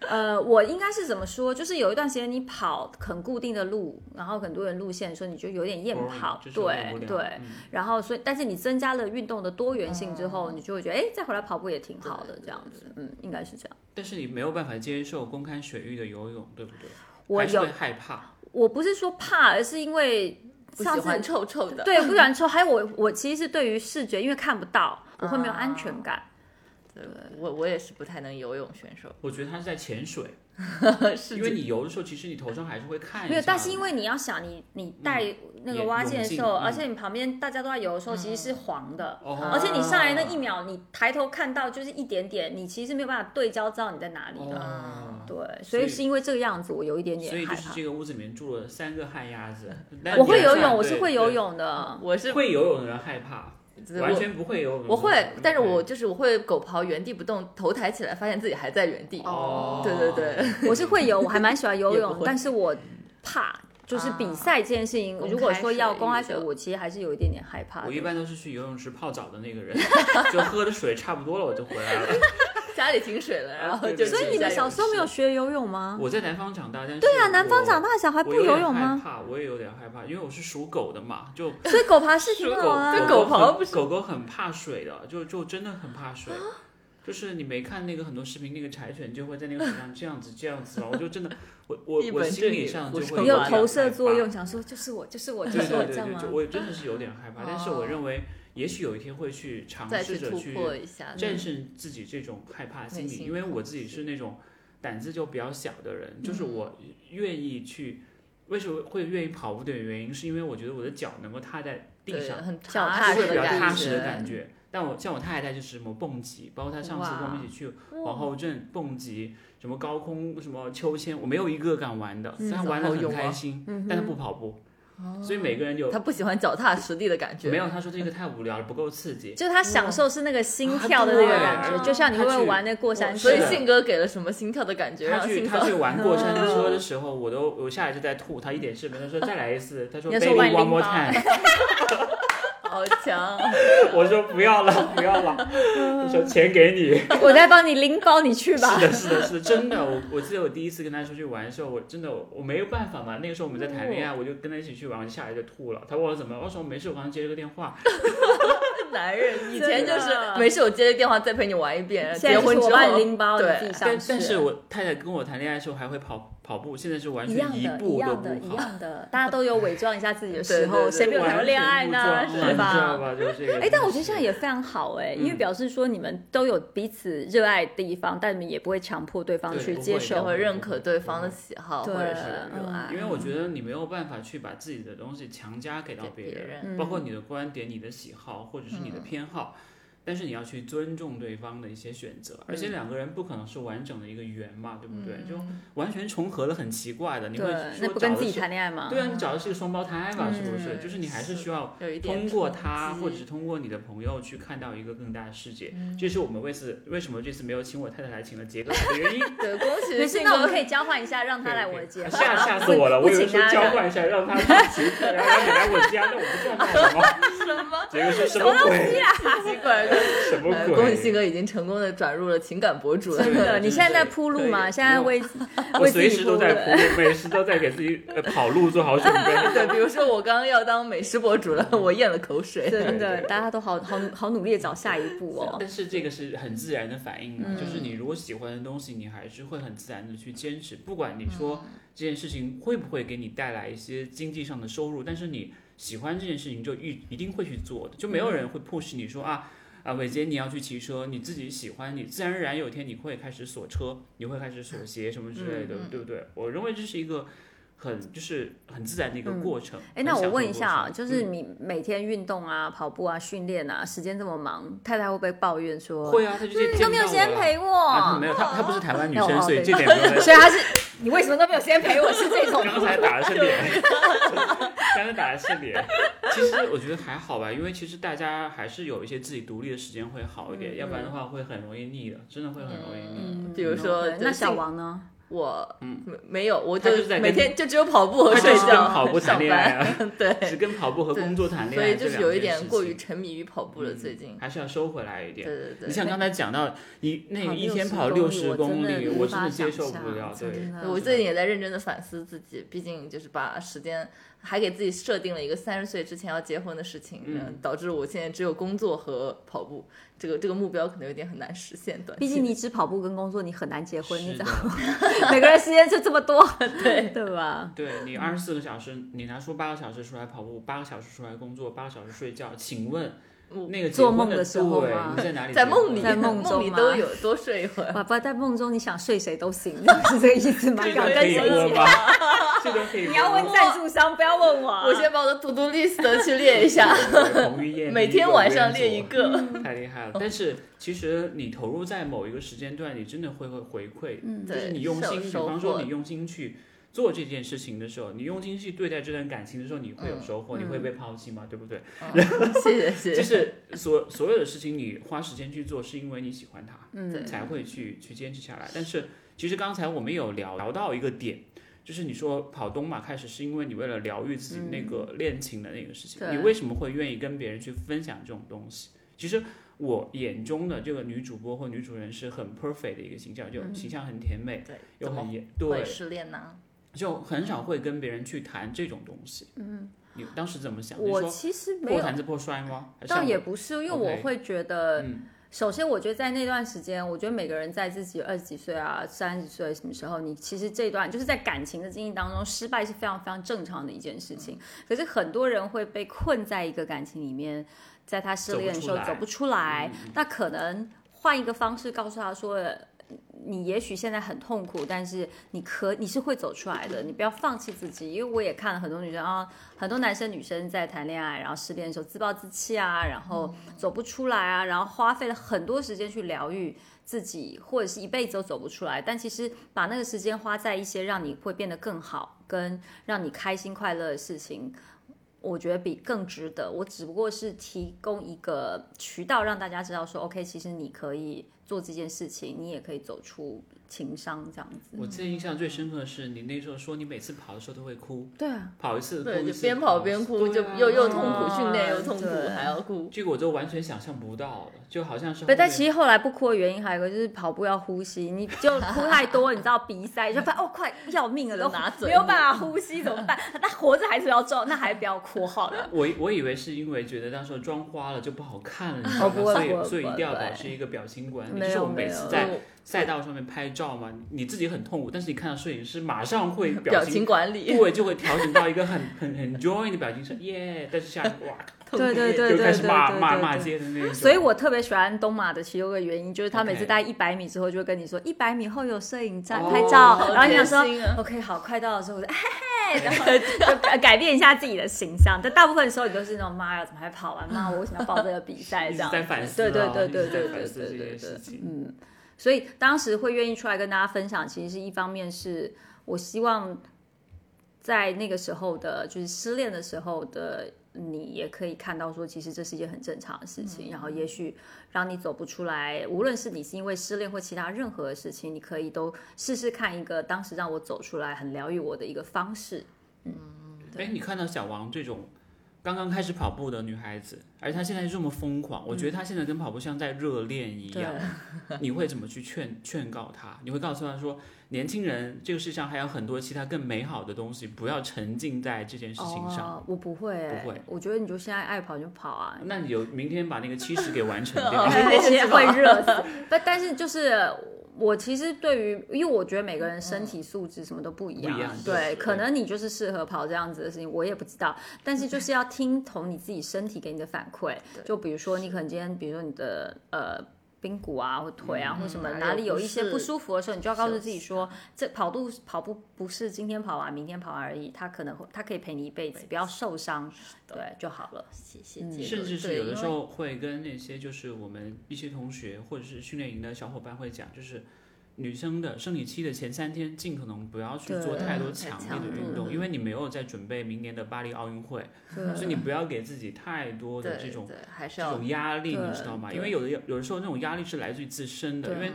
Speaker 3: 呃，我应该是怎么说？就是有一段时间你跑很固定的路，然后很多人路线的时候，你就有点厌
Speaker 1: Boring，
Speaker 3: 跑
Speaker 1: 就，是有点
Speaker 3: 对
Speaker 1: 无聊
Speaker 3: 对。
Speaker 1: 嗯
Speaker 3: 然后所以，但是你增加了运动的多元性之
Speaker 1: 嗯
Speaker 3: 后，你就会觉得，哎，再回来跑步也挺好的，这样子，嗯，应该是这样。
Speaker 1: 但是你没有办法接受公开水域的游泳，对不对？
Speaker 3: 我
Speaker 1: 还是
Speaker 3: 有
Speaker 1: 会害怕，
Speaker 3: 我不是说怕，而是因为
Speaker 2: 不
Speaker 3: 上
Speaker 2: 喜
Speaker 3: 次
Speaker 2: 欢臭臭的。
Speaker 1: 啊
Speaker 3: 对不喜欢抽，还有我我其实是对于视觉，因为看不到，我会没有安全感。
Speaker 2: 对，我我也是不太能游泳选手，
Speaker 1: 我觉得他是在潜水，
Speaker 2: 是
Speaker 1: 因为你游的时候，其实你头上还是会看一下的。嗯
Speaker 3: 没有，但是因为你要想你你带那个
Speaker 1: 也
Speaker 3: 蛙
Speaker 1: 泳
Speaker 3: 镜的
Speaker 1: 镜
Speaker 3: 时候，
Speaker 1: 嗯
Speaker 3: 而且你旁边大家都在游的时候，其实是黄的，
Speaker 1: 哦
Speaker 3: 而且你上来那一秒，你抬头看到就是一点点，你其实是没有办法对焦知道你在哪里的。
Speaker 1: 哦，
Speaker 3: 对，所
Speaker 1: 所以
Speaker 3: 以是因为这个样子，我有一点
Speaker 1: 所
Speaker 3: 点
Speaker 1: 以就
Speaker 3: 害
Speaker 1: 是
Speaker 3: 怕。
Speaker 1: 这个屋子里面住了三个旱鸭 子。但
Speaker 3: 我
Speaker 1: 你
Speaker 3: 会
Speaker 1: 还
Speaker 3: 游
Speaker 1: 是
Speaker 3: 泳，
Speaker 1: 对
Speaker 3: 我是会游
Speaker 1: 对嗯
Speaker 3: 泳的。
Speaker 2: 我是
Speaker 1: 会游泳的人害怕，
Speaker 2: 对
Speaker 1: 完
Speaker 2: 我
Speaker 1: 全嗯不会游泳的人
Speaker 2: 我会
Speaker 1: 不，
Speaker 2: 但是我就是我会狗刨原地不动，头抬起来，发现自己还在原地。
Speaker 1: 哦
Speaker 2: 对对 对，
Speaker 3: 我是会游，我还蛮喜欢游
Speaker 1: 也
Speaker 3: 泳
Speaker 1: 不，会啊
Speaker 3: 但是我怕就是比赛这件事情。
Speaker 2: 公开
Speaker 3: 如果说要公开
Speaker 2: 水
Speaker 3: 水，
Speaker 2: 域的
Speaker 3: 我其实还是有一点点害怕的。
Speaker 1: 我一般都是去游泳池泡澡的那个 人，就喝的水差不多了我就回来了。
Speaker 2: 家里停水了，然后就
Speaker 1: 对
Speaker 3: 所以你们小时候没有
Speaker 1: 是
Speaker 3: 学游泳吗？
Speaker 1: 我在南方长大，但是
Speaker 3: 对啊，
Speaker 1: 我
Speaker 3: 南方长大的小孩不
Speaker 1: 我有
Speaker 3: 游
Speaker 1: 点
Speaker 3: 泳
Speaker 1: 害
Speaker 3: 吗？
Speaker 1: 怕，我也有点害怕，因为我是属狗的嘛，就狗
Speaker 3: 所以狗爬是挺好啊。
Speaker 2: 跟狗刨
Speaker 1: 很
Speaker 2: 不是
Speaker 1: 狗狗很怕水的，就就真的很怕
Speaker 3: 啊
Speaker 1: 水。就是你没看那个很多视频，那个柴犬就会在那个水上这样子这样子然后我就真的， 我我
Speaker 2: 一
Speaker 1: 我
Speaker 2: 本
Speaker 1: 心
Speaker 2: 正
Speaker 1: 理
Speaker 2: 经
Speaker 1: 上
Speaker 2: 胡
Speaker 1: 就
Speaker 2: 说
Speaker 1: 会
Speaker 2: 八
Speaker 3: 你
Speaker 2: 道
Speaker 3: 有
Speaker 1: 点
Speaker 3: 投射
Speaker 1: 害
Speaker 3: 作
Speaker 1: 怕
Speaker 3: 用，想说就是我，就是我，就
Speaker 1: 对
Speaker 3: 是我，
Speaker 1: 对
Speaker 3: 这
Speaker 1: 对
Speaker 3: 样
Speaker 1: 对，
Speaker 3: 吗
Speaker 1: 就？我真的是有点害怕，但是我
Speaker 2: 哦
Speaker 1: 认为也许有一天会去尝
Speaker 2: 再
Speaker 1: 试
Speaker 2: 去
Speaker 1: 着
Speaker 2: 突
Speaker 1: 去
Speaker 2: 破一下。
Speaker 1: 战胜自己这种害怕心
Speaker 2: 内
Speaker 1: 理，
Speaker 2: 嗯心
Speaker 1: 因为我
Speaker 2: 恐
Speaker 1: 自己
Speaker 2: 惧
Speaker 1: 是那种胆子就比较小的人，就是
Speaker 2: 嗯
Speaker 1: 我愿意去。为什么会愿意跑步的原因，是因为我觉得我的脚能够踏在地
Speaker 2: 对，
Speaker 1: 上，
Speaker 2: 很
Speaker 3: 脚
Speaker 2: 踏
Speaker 3: 踏
Speaker 1: 就会
Speaker 3: 实
Speaker 2: 实
Speaker 1: 比
Speaker 2: 的
Speaker 1: 较
Speaker 2: 感
Speaker 1: 踏实的
Speaker 2: 觉
Speaker 1: 感觉。但我像我太太就是什么蹦极，包括她上次跟我们一起去皇后镇蹦极，什么高空什么秋千，我没有一个敢玩的，
Speaker 3: 嗯
Speaker 1: 但她玩的
Speaker 2: 好
Speaker 1: 很
Speaker 2: 勇
Speaker 1: 开
Speaker 2: 啊
Speaker 1: 心，但她不跑步，所以每个人有
Speaker 2: 他不喜欢脚踏实地的感觉。
Speaker 1: 没有，她说这个太无聊了，不够刺激。
Speaker 3: 就是他享受是那个心跳的那个感
Speaker 1: 啊
Speaker 3: 觉，
Speaker 1: 对
Speaker 3: 就像你会不会玩那过山车
Speaker 2: 所
Speaker 1: 是
Speaker 2: 以
Speaker 1: 的
Speaker 2: 信哥给了什么心跳的感觉，
Speaker 1: 他
Speaker 2: 让
Speaker 1: 去
Speaker 2: 信
Speaker 1: 他
Speaker 2: 哥
Speaker 1: 去玩过山车
Speaker 3: 嗯
Speaker 1: 的时候，我都我下来就在吐，他一点事没有。他说再来一次，他说
Speaker 3: 你要说
Speaker 1: baby one
Speaker 3: one
Speaker 1: more
Speaker 3: 零
Speaker 1: time，
Speaker 2: 好强，啊
Speaker 1: 我说不要了不要了，
Speaker 3: 嗯
Speaker 1: 我 说钱给 你。
Speaker 3: 我再帮你拎包，你去吧
Speaker 1: 是。的，是的，是的，真的。我我记得我第一次跟他出去玩的时候，我真的我我没有办法嘛。那个时候我们在谈恋
Speaker 3: 嗯
Speaker 1: 爱，我就跟他一起去玩，我就下来就吐了。他问我怎么了，我说我没事，我刚刚接了个电话。
Speaker 2: 男人以前就
Speaker 3: 真的啊
Speaker 2: 是没事，我接个电话再陪你玩一遍。
Speaker 3: 现在
Speaker 2: 结
Speaker 3: 就是
Speaker 2: 婚
Speaker 3: 我
Speaker 2: 之
Speaker 3: 帮你
Speaker 2: 后，
Speaker 3: 拎包，你自
Speaker 2: 对
Speaker 3: 己，上
Speaker 1: 但
Speaker 3: 去。
Speaker 1: 但是我太太跟我谈恋爱的时候还会跑跑步，现在是完
Speaker 3: 一
Speaker 1: 全
Speaker 3: 样的，一
Speaker 1: 步都
Speaker 3: 样的，
Speaker 1: 不
Speaker 3: 一
Speaker 1: 跑。
Speaker 3: 样的，大家都有伪装一下自己的时
Speaker 2: 对
Speaker 3: 候，
Speaker 2: 对对
Speaker 3: 谁没有谈过恋爱呢？
Speaker 1: 完全不装你
Speaker 3: 是
Speaker 1: 知道嗯
Speaker 3: 吧？
Speaker 1: 吧？就是这个。
Speaker 3: 哎，但我觉得这样也非常好哎，因为表示说你们都有彼此热爱的地方，但你们也不会强迫对方
Speaker 1: 对
Speaker 3: 去
Speaker 1: 不会
Speaker 3: 接
Speaker 1: 的
Speaker 3: 受
Speaker 2: 也。会认可对方的喜好
Speaker 3: 对
Speaker 2: 或者是热爱。
Speaker 1: 嗯
Speaker 2: 嗯
Speaker 1: 因为我觉得你没有办法去把自己的东西强加给到
Speaker 2: 给
Speaker 1: 别
Speaker 2: 别嗯
Speaker 1: 人，
Speaker 3: 人
Speaker 1: 包括你的观点、你的喜好或者是你的偏好，但是你要去尊重对方的一些选择，而且两个人不可能是完整的一个圆嘛，对不对？就
Speaker 2: 嗯
Speaker 1: 完全重合了，很奇怪的。你会
Speaker 3: 对，
Speaker 1: 说
Speaker 3: 那不跟
Speaker 1: 找的
Speaker 3: 自己
Speaker 1: 是
Speaker 3: 谈恋爱吗？
Speaker 1: 对啊，你找的是个双胞胎嘛，是不是？
Speaker 2: 嗯
Speaker 1: 就是你还是
Speaker 2: 是
Speaker 1: 需要
Speaker 2: 有一点
Speaker 1: 通过
Speaker 2: 冲
Speaker 1: 他，
Speaker 2: 击
Speaker 1: 或者是通过你的朋友去看到一个更大的世界。
Speaker 2: 嗯
Speaker 1: 这是我们为此为什么这次没有请我太太来，请了杰哥的原因。
Speaker 2: 对，恭
Speaker 3: 没
Speaker 2: 喜
Speaker 3: 事，
Speaker 2: 信
Speaker 3: 那我
Speaker 2: 哥
Speaker 3: 们可以交换一下，让他来我的节目。
Speaker 1: 吓吓死我了！
Speaker 3: 不
Speaker 1: 我以
Speaker 3: 不
Speaker 1: 为
Speaker 3: 请
Speaker 1: 说
Speaker 3: 他
Speaker 1: 交
Speaker 3: 的。
Speaker 1: 换一下，让他自己来，然后你来我家，那我不撞到什么？
Speaker 2: 什么？
Speaker 1: 结果是什么鬼？
Speaker 2: 奇怪，
Speaker 1: 什么鬼？
Speaker 2: 呃恭喜信哥已经成功的转入了情感博主了
Speaker 1: 对。
Speaker 3: 真的，你现在在铺路
Speaker 1: 可
Speaker 3: 吗？
Speaker 1: 以
Speaker 3: 现在为
Speaker 1: 我
Speaker 3: 为自
Speaker 1: 随
Speaker 3: 己
Speaker 1: 时
Speaker 3: 铺
Speaker 1: 都
Speaker 3: 路
Speaker 1: 在。铺，每时都在给自己呃跑路做好准备。
Speaker 2: 对，比如说我刚刚要当美食博主了，我咽了口水。
Speaker 3: 真
Speaker 1: 对对
Speaker 3: 的，大家都好好好努力的找下一步哦。
Speaker 1: 但是这个是很自然的反应嘛，就是
Speaker 3: 嗯
Speaker 1: 你如果喜欢的东西，你还是会很自然的去坚持，不管
Speaker 3: 嗯
Speaker 1: 你说这件事情会不会给你带来一些经济上的收入，但是你喜欢这件事情就一一定会去做的，就没有
Speaker 3: 嗯
Speaker 1: 人会 push 你说啊啊伟杰你要去骑车，你自己喜欢，你自然而然有一天你会开始锁车，你会开始
Speaker 3: 嗯
Speaker 1: 锁鞋什么之类的，对不对？我认为这是一个很就是很自然的一个过程。
Speaker 3: 哎，那我问一下啊，
Speaker 1: 很享
Speaker 3: 就
Speaker 1: 受的过程嗯
Speaker 3: 是你每天运动啊、跑步啊、训练啊，时间这么忙，太太会不会抱怨说
Speaker 1: 嗯会啊，他就
Speaker 3: 你都没有时间陪
Speaker 1: 啊，她
Speaker 2: 哦
Speaker 3: 我？
Speaker 1: 没有，她她不是台湾女
Speaker 3: 那我
Speaker 1: 生，所以
Speaker 3: 对
Speaker 1: 这 点没有。
Speaker 3: 所以他是 你为什么都没有时间陪我？是这 种
Speaker 1: 刚才打的是脸， 刚才打的是脸。其实我觉得还好吧，因为其实大家还是有一些自己独立的时间会好一
Speaker 2: 嗯
Speaker 1: 点，要不然的话会很容易腻的，真的会很容易腻。
Speaker 2: 比如说
Speaker 3: 嗯对，那
Speaker 2: 就信
Speaker 3: 小王
Speaker 1: 呃
Speaker 3: 呢？
Speaker 2: 我没没有，我
Speaker 1: 嗯他就是在跟
Speaker 2: 每天就只有跑步和
Speaker 1: 他就
Speaker 2: 睡
Speaker 1: 是跟
Speaker 2: 觉、
Speaker 1: 跑步谈
Speaker 2: 上
Speaker 1: 恋爱
Speaker 2: 班。
Speaker 1: 啊，
Speaker 2: 对，
Speaker 1: 只跟跑步和工作谈恋
Speaker 2: 所
Speaker 1: 爱，
Speaker 2: 以就是
Speaker 1: 这两
Speaker 2: 有一
Speaker 1: 件事
Speaker 2: 点过于
Speaker 1: 情嗯
Speaker 2: 沉迷于跑步了。最近，
Speaker 1: 还是要收回来一
Speaker 2: 对
Speaker 1: 点。
Speaker 2: 对对，
Speaker 1: 你像刚才讲到一那
Speaker 3: 跑
Speaker 1: 一天跑
Speaker 3: 60
Speaker 1: 十公
Speaker 3: 公
Speaker 1: 里，
Speaker 3: 我
Speaker 1: 我真的
Speaker 3: 无法
Speaker 1: 接
Speaker 3: 想
Speaker 1: 受不
Speaker 3: 象
Speaker 1: 了。对
Speaker 3: 真，的
Speaker 2: 我最近也在认真的反思自己，毕竟就是把时间还给自己设定了一个三十岁之前要结婚的事情，
Speaker 1: 嗯
Speaker 2: 导致我现在只有工作和跑步，这个这个目标可能有点很难实现。短期
Speaker 3: 毕竟你只跑步跟工作，你很难结婚，你
Speaker 1: 是
Speaker 3: 知道
Speaker 1: 的，
Speaker 3: 吗，每个人时间就这么多，对对吧？
Speaker 1: 对你二十四个小时，你拿出八个小时出来跑步，八个小时出来工作，八个小时睡觉，请问那个结
Speaker 3: 做
Speaker 1: 婚
Speaker 3: 梦
Speaker 1: 的
Speaker 3: 的时候
Speaker 1: 对
Speaker 3: 吗
Speaker 1: 你在哪里？
Speaker 2: 在梦里，
Speaker 3: 在梦中
Speaker 2: 里
Speaker 3: 吗
Speaker 2: 都有多睡一会儿。
Speaker 3: 哇，不在梦中你想睡谁都行， 是这个意思吗？
Speaker 1: 这
Speaker 3: 想
Speaker 1: 个
Speaker 3: 跟
Speaker 1: 可以
Speaker 3: 谁
Speaker 1: 播
Speaker 3: 一
Speaker 1: 吗
Speaker 3: 起？？
Speaker 1: 这个可以播吗。
Speaker 3: 你要问赞助商，不要问我啊。
Speaker 2: 我先把我的 to do list 去列一下，
Speaker 1: 彭于晏
Speaker 2: 每天晚上列一
Speaker 1: 个。
Speaker 2: 个。
Speaker 1: 太厉害了！但是其实你投入在某一个时间段，你真的会会回馈，嗯就是
Speaker 2: 对
Speaker 1: 你用心，
Speaker 2: 是有
Speaker 1: 比
Speaker 2: 收
Speaker 1: 方说
Speaker 2: 获
Speaker 1: 你用心去做这件事情的时候，你用心去对待这段感情的时候，你会有收获，你会被抛弃吗？对不对？
Speaker 2: 谢谢谢
Speaker 1: 就
Speaker 2: 谢。
Speaker 1: 是所所有的事情，你花时间去做，是因为你喜欢它，
Speaker 2: 对
Speaker 1: 才会去去坚持下来。但是其实刚才我们有聊聊到一个点。就是你说跑东马开始是因为你为了疗愈自己那个恋情的那个事情，
Speaker 2: 对
Speaker 1: 你为什么会愿意跟别人去分享这种东西？其实我眼中的这个女主播或女主人是很 perfect 的一个形象，就形象很甜美，
Speaker 2: 对，
Speaker 1: 又
Speaker 2: 怎么
Speaker 1: 很严，
Speaker 2: 会
Speaker 1: 对，
Speaker 2: 失恋呢？
Speaker 1: 就很少会跟别人去谈这种东西。嗯，你当时怎么想？你
Speaker 3: 我
Speaker 1: 说
Speaker 3: 其实没
Speaker 1: 破
Speaker 3: 有
Speaker 1: 坛子破摔吗？还是
Speaker 3: 倒
Speaker 1: 像
Speaker 3: 也
Speaker 1: 我
Speaker 3: 不是，因为我
Speaker 1: OK
Speaker 3: 会觉得，
Speaker 1: 嗯
Speaker 3: 首先我觉得在那段时间，我觉得每个人在自己二十几岁啊、三十岁什么时候，你其实这段就是在感情的经历当中，失败是非常非常正常的一件事
Speaker 1: 嗯
Speaker 3: 情。可是很多人会被困在一个感情里面，在他失恋的时候
Speaker 1: 走不出来嗯
Speaker 3: 走不出来，那可能换一个方式告诉他说。你也许现在很痛苦，但是你可你是会走出来的，你不要放弃自己。因为我也看了很多女生啊，很多男生女生在谈恋爱，然后失恋的时候自暴自弃啊，然后走不出来啊，然后花费了很多时间去疗愈自己，或者是一辈子都走不出来。但其实把那个时间花在一些让你会变得更好，跟让你开心快乐的事情。我觉得比更值得，我只不过是提供一个渠道，让大家知道说，OK，其实你可以做这件事情，你也可以走出情商这样子。
Speaker 1: 我记得印象最深刻的是，你那时候说你每次跑的时候都会哭，
Speaker 3: 对啊，
Speaker 1: 跑一次哭
Speaker 2: 对，
Speaker 1: 一
Speaker 2: 就
Speaker 1: 次
Speaker 2: 边跑边哭，就
Speaker 1: 对啊
Speaker 2: 又又痛苦训练，又
Speaker 3: 啊
Speaker 2: 痛苦
Speaker 3: 对
Speaker 2: 还要哭。
Speaker 1: 这个我就完全想象不到了，就好像是后
Speaker 3: 对，
Speaker 1: 面。
Speaker 3: 但其实后来不哭的原因还有一个就是跑步要呼吸，你就哭太多，你知道鼻塞就发现哦快要命了，
Speaker 2: 就
Speaker 3: 都
Speaker 2: 拿嘴
Speaker 3: 没有办法呼吸怎么办？ 那活着还是要做，那还不要哭好了。
Speaker 1: 我我以为是因为觉得那时候妆花了就不好看了，你知道
Speaker 3: 哦不会
Speaker 1: 吗？所
Speaker 3: 不会
Speaker 1: 以所以
Speaker 3: 不
Speaker 1: 一
Speaker 3: 会
Speaker 1: 定要
Speaker 3: 不会
Speaker 1: 保持一个表情管理。就
Speaker 3: 没
Speaker 1: 是
Speaker 3: 有
Speaker 1: 我每
Speaker 3: 没
Speaker 1: 次
Speaker 3: 有
Speaker 1: 在赛道上面拍照嘛，你自己很痛苦，但是你看到摄影师马上 会
Speaker 2: 表
Speaker 1: 情
Speaker 2: 情管理，
Speaker 1: 对，就会调整到一个很很很 joy 的表情，说耶，但是下一个哇，
Speaker 2: 痛
Speaker 3: 对
Speaker 2: 苦
Speaker 3: 对对
Speaker 1: 就开始骂
Speaker 3: 对对
Speaker 1: 骂
Speaker 3: 对
Speaker 1: 骂
Speaker 3: 对
Speaker 1: 街的那种。
Speaker 3: 所以我特别喜欢东马的其中一个原因就是他每次
Speaker 1: OK
Speaker 3: 大概一百米之后就会跟你说一百米后有摄影站
Speaker 1: 哦
Speaker 3: 拍照
Speaker 2: 好，
Speaker 3: 然后你想
Speaker 2: 贴心啊
Speaker 3: 说 OK 好快到的时候我就 嘿嘿，然后就 改改变一下自己的形象。但大部分时候你都是那种妈呀，怎么还跑完？妈，我为什么要报这个比
Speaker 1: 一
Speaker 3: 赛？这
Speaker 1: 直
Speaker 3: 样
Speaker 1: 在反思
Speaker 3: 对
Speaker 1: 啊，
Speaker 3: 对对
Speaker 1: 一
Speaker 3: 对
Speaker 1: 直在
Speaker 3: 对
Speaker 1: 反
Speaker 3: 对
Speaker 1: 思这
Speaker 3: 对
Speaker 1: 件
Speaker 3: 对
Speaker 1: 事
Speaker 3: 对。
Speaker 1: 情。
Speaker 3: 所以当时会愿意出来跟大家分享，其实是一方面是我希望在那个时候的，就是失恋的时候的你，也可以看到说，其实这是一件很正常的事情。然后也许让你走不出来，无论是你是因为失恋或其他任何的事情，你可以都试试看一个当时让我走出来很疗愈我的一个方式。
Speaker 1: 哎，你看到小王这种刚刚开始跑步的女孩子，而且她现在这么疯狂，我觉得她现在跟跑步像在热恋一
Speaker 3: 对
Speaker 1: 样，你会怎么去劝劝告她？你会告诉她说，年轻人这个世上还有很多其他更美好的东西，不要沉浸在这件事情上。
Speaker 3: 哦，我不会、欸，
Speaker 1: 不会
Speaker 3: 我觉得你就现在爱跑就跑啊，
Speaker 1: 那你有明天把那个七十给完 成
Speaker 2: 哦
Speaker 1: 掉。
Speaker 3: 嗯那些会
Speaker 2: 是
Speaker 3: 热 死。但但是就是我其实对于，因为我觉得每个人身体素质什么都不一样，啊
Speaker 1: 不一样对
Speaker 3: 对，可能你就是适合跑这样子的事情，我也不知道。但是就是要听从你自己身体给你的反馈，就比如说你可能今天，比如说你的呃。髌骨啊，或腿啊，或什么
Speaker 2: 哪里
Speaker 3: 哪里有
Speaker 2: 不
Speaker 3: 一些
Speaker 2: 适
Speaker 3: 不舒服的时候，你就要告诉自己
Speaker 2: 休息
Speaker 3: 说，这跑步跑步不是今天跑完，明天跑完而已，它可能会，它可以陪你一辈子，不要受伤，对就 好了。
Speaker 2: 谢谢姐
Speaker 1: 甚至是
Speaker 2: 对
Speaker 1: 有的
Speaker 2: 因
Speaker 1: 时
Speaker 2: 为
Speaker 1: 候会跟那些就是我们一些同学或者是训练营的小伙伴会讲，就是女生的生理期的前三天，尽可能不要去
Speaker 3: 对
Speaker 1: 做太多
Speaker 2: 嗯太
Speaker 1: 强
Speaker 2: 强
Speaker 1: 烈的
Speaker 2: 度
Speaker 1: 运
Speaker 2: 了
Speaker 1: 动，因为你没有在准备明年的巴黎奥运会，所以你不要给自己太多的这
Speaker 2: 对
Speaker 1: 种
Speaker 2: 对，还是
Speaker 1: 这
Speaker 2: 要
Speaker 1: 种压力，
Speaker 3: 对
Speaker 1: 你知道吗？
Speaker 3: 对
Speaker 1: 因为有的有的时候那种压力是来自于自身的，
Speaker 3: 对
Speaker 1: 因为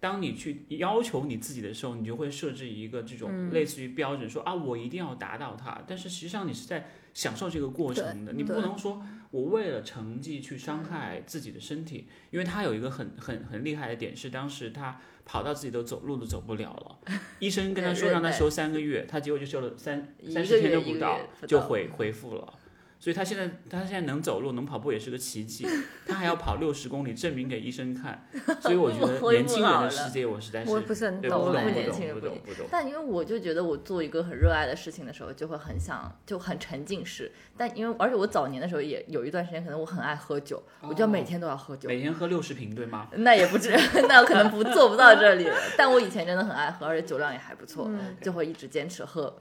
Speaker 1: 当你去要求你自己的时候，你就会设置一个这
Speaker 2: 嗯
Speaker 1: 种类似于标准，说啊，我一定要达到它。但是实际上你是在享受这个过程的，你不能说我为了成绩去
Speaker 2: 嗯
Speaker 1: 伤害自己的身体，因为他有一个很很很厉害的点是，当时他跑到自己都走路都走不了了， 医生跟他说
Speaker 2: 对
Speaker 1: 让他
Speaker 2: 对
Speaker 1: 休三个月，他结果就休了三
Speaker 2: 一
Speaker 1: 三
Speaker 2: 个
Speaker 1: 十天
Speaker 2: 月
Speaker 1: 都
Speaker 2: 一
Speaker 1: 不
Speaker 2: 个
Speaker 1: 到
Speaker 2: 月不
Speaker 1: 就
Speaker 2: 到
Speaker 1: 恢恢复了。所以他现在他现在能走路能跑步也是个奇迹，他还要跑六十公里证明给医生看，所以我觉得
Speaker 2: 我
Speaker 1: 年轻人
Speaker 2: 我
Speaker 1: 的
Speaker 2: 老
Speaker 1: 世
Speaker 2: 了
Speaker 1: 界我实在是
Speaker 3: 我不是很
Speaker 1: 对不懂
Speaker 3: 懂
Speaker 2: 我
Speaker 1: 不
Speaker 2: 不年轻
Speaker 1: 懂
Speaker 2: 人
Speaker 1: 不
Speaker 2: 不
Speaker 1: 懂
Speaker 2: 理
Speaker 1: 不懂，
Speaker 2: 但因为我就觉得我做一个很热爱的事情的时候，就会很想，就很沉浸式。但因为而且我早年的时候也有一段时间，可能我很爱喝酒，我就
Speaker 1: 哦
Speaker 2: 每天都要喝酒。
Speaker 1: 每天喝六十瓶对吗？
Speaker 2: 那也 不至，那可能不做不到这里。但我以前真的很爱喝，而且酒量也还不
Speaker 3: 嗯
Speaker 2: 错，就会一直坚持喝，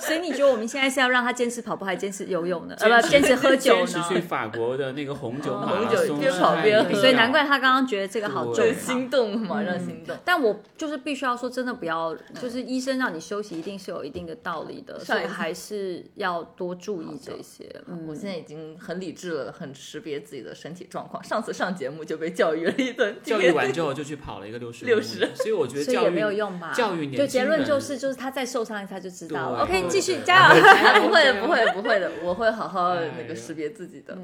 Speaker 3: 所以你觉得我们现在是要让他坚持跑步，还坚持游泳呢？
Speaker 1: 坚
Speaker 3: 呃，
Speaker 1: 持
Speaker 3: 不，坚持喝酒
Speaker 1: 坚持去
Speaker 3: 呢？
Speaker 1: 法国的那个红酒
Speaker 2: 哦
Speaker 1: 马拉
Speaker 2: 红酒
Speaker 1: 松，
Speaker 2: 边跑边喝
Speaker 3: 所以难怪他刚刚觉得这个好重
Speaker 1: 对啊
Speaker 2: 就
Speaker 3: 要。
Speaker 2: 心动
Speaker 3: 嗯
Speaker 2: 嘛，让心动。嗯
Speaker 3: 但我就是必须要说，真的不要，就是医生让你休息，一定是有一定的道理的，所
Speaker 2: 上一
Speaker 3: 以
Speaker 2: 次
Speaker 3: 还是要多注意这些。嗯
Speaker 2: 我，现在已经很理智了，很识别自己的身体状况。上次上节目就被教育了一顿，
Speaker 1: 教育完之后就去跑了一个六十公里，
Speaker 2: 60
Speaker 1: 所以我觉得
Speaker 3: 所以
Speaker 1: 教
Speaker 3: 也
Speaker 1: 育
Speaker 3: 没有用吧？
Speaker 1: 教育年轻
Speaker 3: 就
Speaker 1: 人
Speaker 3: 结论就是，就是他再受伤一下就知道了。
Speaker 1: 对
Speaker 3: OK，继续
Speaker 1: 嗯对
Speaker 3: 加油。
Speaker 2: 不 会的，不会的，不会的，我会好好那个识别自己的。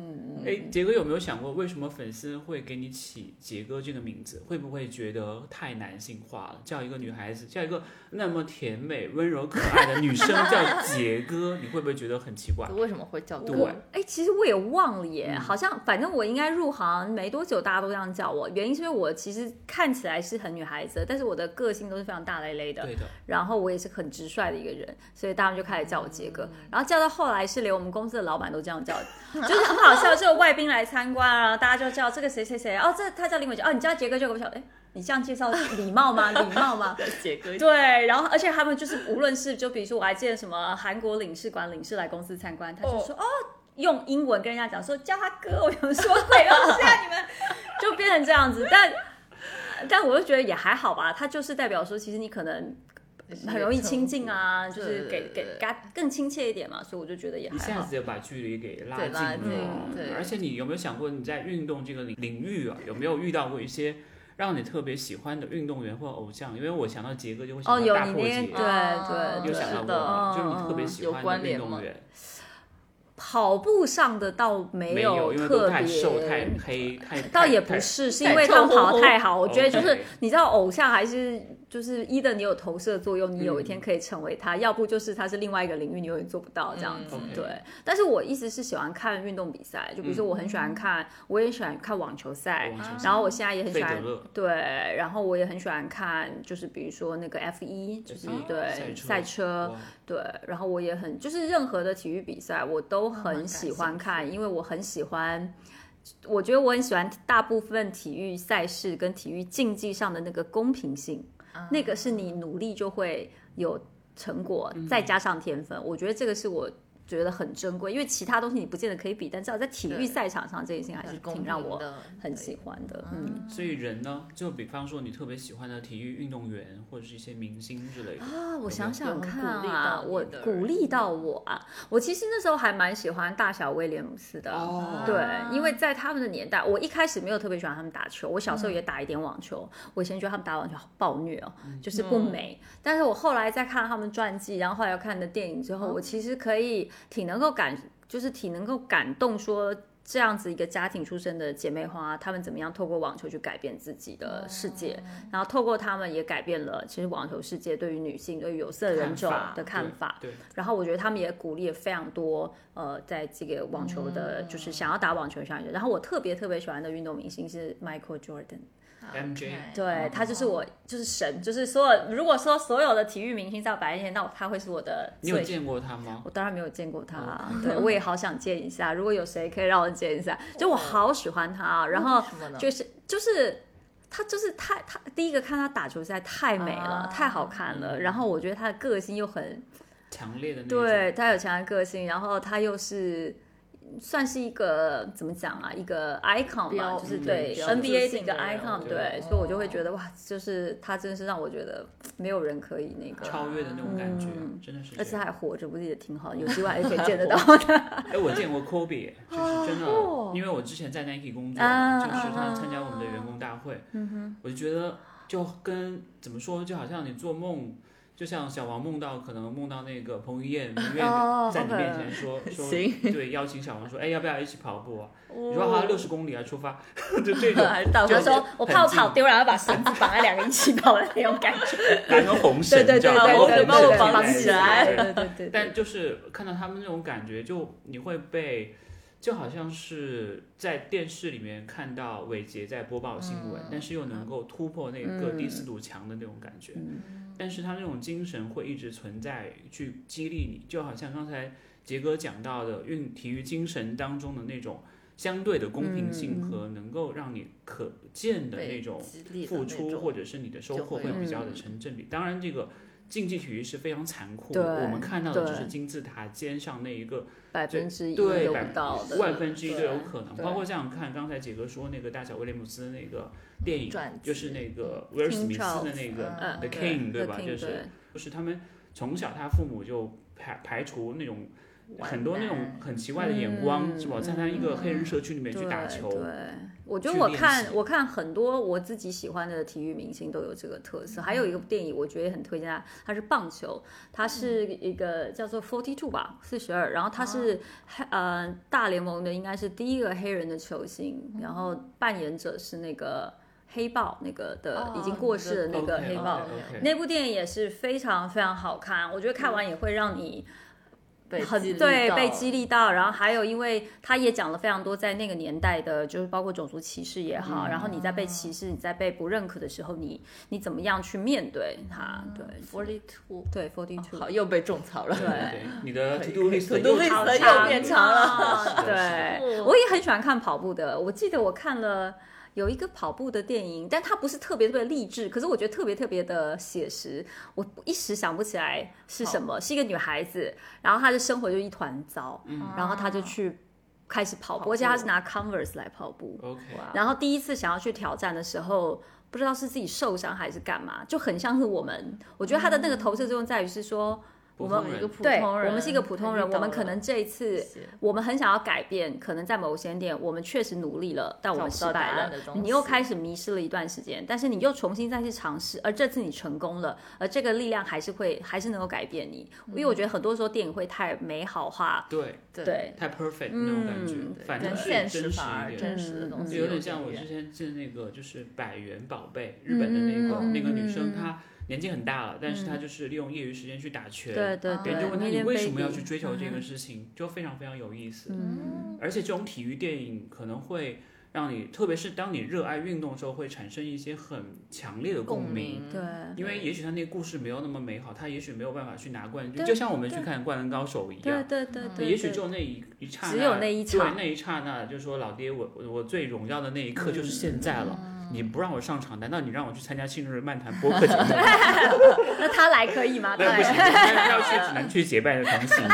Speaker 1: 哎，杰哥有没有想过，为什么粉丝会给你起杰哥这个名字？会不会觉得太男性化了？叫一个女孩子，叫一个那么甜美、温柔、可爱的女生叫杰哥，你会不会觉得很奇怪？
Speaker 2: 为什么会叫
Speaker 1: 对嗯
Speaker 2: 我？
Speaker 3: 哎，其实我也忘了耶，好像反正我应该入行没多久，大家都这样叫我。原因是因为我其实看起来是很女孩子的，但是我的个性都是非常大咧咧的，
Speaker 1: 对的，
Speaker 3: 然后我也是很直率的一个人，所以大家就开始叫我杰哥。然后叫到后来是连我们公司的老板都这样叫， 就是很好笑。就有外宾来参观啊，大家就叫这个谁谁谁，哦，这他叫林伟杰，哦，你叫杰哥就我想，哎，你这样介绍礼貌吗？礼貌吗？
Speaker 2: 杰哥，
Speaker 3: 对，然后而且他们就是无论是就比如说我还记得什么韩国领事馆领事来公司参观，他就说哦用英文跟人家讲说叫他哥，我想说鬼 东西啊你们，就变成这样子，但。但我就觉得也还好吧，他就是代表说，其实你可能很容易亲近啊，就
Speaker 2: 对
Speaker 3: 是给
Speaker 2: 对
Speaker 3: 给
Speaker 2: 对
Speaker 3: 给他更亲切一点嘛，所以我就觉得也
Speaker 1: 一
Speaker 3: 还
Speaker 1: 下
Speaker 3: 好。
Speaker 1: 子就把距离给拉
Speaker 2: 对
Speaker 1: 近
Speaker 2: 拉近
Speaker 1: 了。
Speaker 2: 对
Speaker 1: 而且你有没有想过，你在运动这个领领域啊，有没有遇到过一些让你特别喜欢的运动员或偶像？因为我想到杰哥就会
Speaker 3: 哦，
Speaker 1: 想
Speaker 3: 有
Speaker 1: 到大
Speaker 3: 你
Speaker 1: 破
Speaker 3: 那
Speaker 1: 解
Speaker 3: 对，
Speaker 2: 啊
Speaker 3: 对
Speaker 1: 有
Speaker 3: 对，
Speaker 1: 想到
Speaker 2: 是
Speaker 1: 过
Speaker 2: 的
Speaker 1: 吗
Speaker 3: 嗯
Speaker 1: 就是你特别
Speaker 3: 嗯
Speaker 1: 喜
Speaker 2: 有
Speaker 1: 欢
Speaker 2: 关
Speaker 1: 的运
Speaker 2: 联
Speaker 1: 动
Speaker 2: 吗
Speaker 1: 员。
Speaker 3: 跑步上的倒没
Speaker 1: 没有，因为
Speaker 3: 特
Speaker 1: 都
Speaker 3: 别
Speaker 1: 太瘦、太黑、太
Speaker 3: 倒也
Speaker 1: 太哦
Speaker 3: 不是，是
Speaker 2: 太
Speaker 3: 因为他们跑得太 好。
Speaker 1: 臭烘烘
Speaker 3: 我觉得就是
Speaker 1: OK
Speaker 3: 你知道，偶像还是就是一的，你有投射作用，你有
Speaker 1: 嗯
Speaker 3: 一天可以成为他；要不就是他是另外一个领域，你永远做不到这样子。
Speaker 1: 嗯，OK
Speaker 3: 对，但是我一直是喜欢看运动比赛，就比如说我很喜欢看，我也喜欢看网球赛，
Speaker 1: 网球赛
Speaker 3: 然后我现在啊也很喜欢
Speaker 1: 哦费德勒
Speaker 3: 对，然后我也很喜欢看，就是比如说那个 F 一，就是对
Speaker 1: 赛车
Speaker 3: 赛车
Speaker 2: 嗯
Speaker 1: 哇，
Speaker 3: 对，然后我也很就是任何的体育比赛我
Speaker 2: 哦
Speaker 3: 都很喜欢看，因为我很喜欢。我觉得我很喜欢大部分体育赛事跟体育竞技上的那个公平性，
Speaker 2: 啊
Speaker 3: 那个是你努力就会有成果，
Speaker 2: 嗯
Speaker 3: 再加上天分，我觉得这个是我觉得很珍贵，因为其他东西你不见得可以比，但至少在体育
Speaker 2: 对
Speaker 3: 赛场上这件事情还是
Speaker 2: 公
Speaker 3: 挺让
Speaker 2: 平
Speaker 3: 我
Speaker 2: 的
Speaker 3: 很
Speaker 2: 对啊
Speaker 3: 喜欢的。嗯，
Speaker 1: 所以人呢，就比方说你特别喜欢的体育运动员或者是一些明星之类的
Speaker 3: 啊，我想想看
Speaker 2: 有没有鼓励到
Speaker 3: 啊，
Speaker 2: 你
Speaker 3: 我
Speaker 2: 的
Speaker 3: 鼓励到我啊，我其实那时候还蛮喜欢大小威廉姆斯的。
Speaker 1: 哦
Speaker 3: 对，因为在他们的年代，我一开始没有特别喜欢他们打球，我小时候也打一点网球，
Speaker 1: 嗯
Speaker 3: 我以前觉得他们打网球好暴虐哦，就是不美。但是我后来在看他们传记，然后后来又看的电影之
Speaker 1: 嗯
Speaker 3: 后，我其实可以挺能够感，就是挺能够感动说。这样子一个家庭出身的姐妹花，她们怎么样透过网球去改变自己的世界，
Speaker 1: 哦
Speaker 3: 然后透过她们也改变了其实网球世界对于女性、对于有色人种
Speaker 1: 看法
Speaker 3: 的看法。
Speaker 1: 对，对
Speaker 3: 然后我觉得他们也鼓励了非常多，呃，在这个网球的，
Speaker 1: 嗯
Speaker 3: 就是想要打网球的项目。然后我特别特别喜欢的运动明星是 Michael Jordan，
Speaker 2: 啊
Speaker 1: MJ
Speaker 3: 对
Speaker 1: 哦
Speaker 3: 他
Speaker 2: 哦
Speaker 3: 就是我就是神，就是所有如果说所有的体育明星在白天，那我他会是我的
Speaker 1: 你有
Speaker 3: 最。
Speaker 1: 见哦过他吗？
Speaker 3: 我当然没有见过他，对我也好想见一下。如果有谁可以让我见一下，就我
Speaker 1: 哦
Speaker 3: 好喜欢他。啊然
Speaker 1: 嗯
Speaker 3: 后
Speaker 2: 为什么呢
Speaker 3: 就是就是他就是太他第一个看他打球实在太美了，
Speaker 2: 啊
Speaker 3: 太好看
Speaker 1: 嗯
Speaker 3: 了。然后我觉得他的个性又很
Speaker 1: 强烈的那
Speaker 3: 对
Speaker 1: 种，
Speaker 3: 他有强的个性，然后他又是算是一个怎么讲啊，一个 icon 嘛，
Speaker 2: 标
Speaker 3: 就是
Speaker 1: 嗯
Speaker 3: 对
Speaker 2: 标志
Speaker 3: NBA 的一
Speaker 2: 性
Speaker 3: 个
Speaker 2: 的人
Speaker 3: icon，
Speaker 1: 我觉得哦
Speaker 3: 对，所以我就会觉得哇，就是他真是让我觉得没有人可以那个，
Speaker 1: 超越的那种感觉，真的是这样。
Speaker 3: 嗯而且他还活着，不是也挺好，有机会还是可以见得到他。
Speaker 1: 哎，我见过 Kobe，就是真的，
Speaker 3: 哦
Speaker 1: 因为我之前在 Nike 工作，
Speaker 3: 啊嗯
Speaker 1: 就是他参加我们的员工大会，我就觉得就跟怎么说，就好像你做梦。就像小王梦到可能梦到那个彭于晏于晏
Speaker 2: 哦
Speaker 1: 在你
Speaker 2: OK
Speaker 1: 面前说说
Speaker 2: 行
Speaker 1: 对邀请小王说哎要不要一起跑步啊？
Speaker 3: 你
Speaker 1: 你说好六十公里啊出发， 就这 种
Speaker 2: 还是到
Speaker 3: 他
Speaker 2: 时候
Speaker 3: 说我怕我跑丢，然后把绳子绑在两个一起跑的那种感觉。
Speaker 1: 打成红绳，
Speaker 3: 对
Speaker 1: 这样
Speaker 3: 对对
Speaker 1: 红
Speaker 3: 对
Speaker 1: 绳
Speaker 3: 把我绑
Speaker 1: 起
Speaker 3: 起来
Speaker 1: 对
Speaker 3: 对对对
Speaker 1: 但就是看到他们那种感觉，就你会被，就好像是在电视里面看到伟杰在播报新
Speaker 3: 嗯
Speaker 1: 闻，但是又能够突破那个第四堵墙的那种感觉。
Speaker 3: 嗯
Speaker 1: 但是他那种精神会一直存在，去激励你，就好像刚才杰哥讲到的运体育精神当中的那种相对的公平
Speaker 3: 嗯
Speaker 1: 性和能够让你可见的那种
Speaker 2: 激励的
Speaker 1: 付
Speaker 2: 那
Speaker 1: 出
Speaker 2: 种
Speaker 1: 或者是你的收获
Speaker 2: 就
Speaker 1: 会
Speaker 2: 会
Speaker 1: 比较的成正比。当然，这个竞技体育是非常残酷
Speaker 3: 对
Speaker 1: 的，我们看到的
Speaker 3: 对
Speaker 1: 就是金字塔尖上那一个
Speaker 3: 百分之一
Speaker 1: 对
Speaker 3: 都
Speaker 1: 百
Speaker 3: 不到的，
Speaker 1: 万分之一都有可能。
Speaker 3: 对
Speaker 1: 包括像看刚才杰哥说那个大小威廉姆斯的那个电影，
Speaker 2: 传记
Speaker 1: 就是那个威尔史密斯的那
Speaker 2: King
Speaker 1: 个《
Speaker 2: Charles，
Speaker 3: 嗯
Speaker 1: The
Speaker 2: 对
Speaker 1: King》，
Speaker 3: 对
Speaker 1: 吧？
Speaker 3: King，
Speaker 1: 就是
Speaker 3: 对
Speaker 1: 就是他们从小他父母就排排除那种很多那种很奇怪的眼光，
Speaker 3: 嗯
Speaker 1: 是吧？在他一个黑人社区里面去打球
Speaker 3: 对，，对我觉得
Speaker 1: 去
Speaker 3: 我
Speaker 1: 练习
Speaker 3: 看我看很多我自己喜欢的体育明星都有这个特色。还有
Speaker 1: 嗯
Speaker 3: 一个电影，我觉得也很推荐大家，它是棒球，它是
Speaker 1: 嗯
Speaker 3: 一个叫做 Forty Two 吧，四十二，然后他
Speaker 1: 哦
Speaker 3: 是黑、呃大联盟的应该是第一个黑人的球星，
Speaker 1: 嗯
Speaker 3: 然后扮演者是那个黑豹那个的、
Speaker 2: 哦
Speaker 3: 已经过世的那个
Speaker 1: OK，
Speaker 3: 黑豹。
Speaker 1: OK，OK
Speaker 3: 那部电影也是非常非常好看，我觉得看
Speaker 1: 嗯
Speaker 3: 完也会让你
Speaker 2: 被
Speaker 3: 很
Speaker 2: 激励
Speaker 3: 对
Speaker 2: 到
Speaker 3: 被激励到，然后还有因为他也讲了非常多在那个年代的，就是包括种族歧视也好，然后你在
Speaker 2: 嗯
Speaker 3: 被歧视、你在被不认可的时候，你你怎么样去面对他？对
Speaker 2: forty two，
Speaker 3: 对，forty two，
Speaker 2: 嗯哦好，又被种草了。
Speaker 3: 对
Speaker 1: 对，你的
Speaker 2: 可
Speaker 1: to
Speaker 2: 以
Speaker 1: do list
Speaker 2: 可以 to do
Speaker 1: 又
Speaker 2: list
Speaker 1: 长
Speaker 2: 又
Speaker 1: 了
Speaker 2: 变
Speaker 1: 对
Speaker 2: 长了
Speaker 3: 对，我也很喜欢看跑步的。我记得我看了有一个跑步的电影，但它不是特别特别励志，可是我觉得特别特别的写实。我一时想不起来是什么，是一个女孩子，然后她的生活就一团糟，然后她就去开始跑步，
Speaker 2: 跑步
Speaker 3: 而且她是拿 Converse 来跑步。
Speaker 1: OK，
Speaker 3: 然后第一次想要去挑战的时候，不知道是自己受伤还是干嘛，就很像是我们。我觉得她的那个投射作用在于是说，
Speaker 1: 我
Speaker 2: 我们一个普
Speaker 3: 对，
Speaker 2: 通人，
Speaker 3: 我们是一个普通人，
Speaker 2: 遇到
Speaker 3: 我们可
Speaker 2: 了
Speaker 3: 能这一次
Speaker 2: 些
Speaker 3: 我们很想要改变，可能在某些点我们确实努力了，但我们失
Speaker 2: 找不到
Speaker 3: 败
Speaker 2: 答
Speaker 3: 了
Speaker 2: 案的东，西
Speaker 3: 你又开始迷失了一段时间，但是你又重新再去尝试，而这次你成功了，而这个力量还是会还是能够改变你，
Speaker 2: 嗯
Speaker 3: 因为我觉得很多时候电影会太美好化，
Speaker 1: 对，
Speaker 3: 对，
Speaker 1: 太 perfect 那种感觉，
Speaker 3: 嗯
Speaker 1: 反
Speaker 2: 跟
Speaker 1: 正是
Speaker 2: 现
Speaker 1: 真
Speaker 2: 实
Speaker 1: 实
Speaker 2: 反而
Speaker 1: 一点。
Speaker 2: 真实的东
Speaker 3: 嗯
Speaker 2: 西
Speaker 1: 就有点像我
Speaker 2: 远
Speaker 1: 之前见那个，就是百元宝贝，日本的那个、
Speaker 3: 嗯
Speaker 1: 那个女生，
Speaker 3: 嗯
Speaker 1: 她年纪很大了，但是她就是利用业余时间去打拳。
Speaker 3: 对对
Speaker 2: 啊
Speaker 1: 别人
Speaker 3: 对，
Speaker 1: 就问她
Speaker 3: Million
Speaker 1: 你为什么要
Speaker 3: Baby
Speaker 1: 去追求
Speaker 2: 嗯
Speaker 1: 这个事情，就非常非常有意思。
Speaker 3: 嗯
Speaker 1: 而且这种体育电影可能会让你，特别是当你热爱运动的时候，会产生一些很强烈的
Speaker 2: 共
Speaker 1: 鸣。
Speaker 2: 鸣，
Speaker 3: 对，
Speaker 1: 因为也许他那个故事没有那么美好，他也许没有办法去拿冠军，
Speaker 3: 对
Speaker 1: 就像我们去
Speaker 3: 对
Speaker 1: 看《灌篮高手》一
Speaker 3: 对
Speaker 1: 样，
Speaker 3: 对对对，
Speaker 1: 嗯也许
Speaker 3: 对
Speaker 1: 就那一一刹那，
Speaker 3: 只有那一场
Speaker 1: 对那一刹那，就说老爹，我我最荣耀的那一刻
Speaker 3: 嗯
Speaker 1: 就是现在了。你不让我上场，难道你让我去参加《新日漫谈》播客节目？
Speaker 3: 那他来可以吗？
Speaker 1: 那不
Speaker 3: 对
Speaker 1: 行，那要去只能去结伴同行，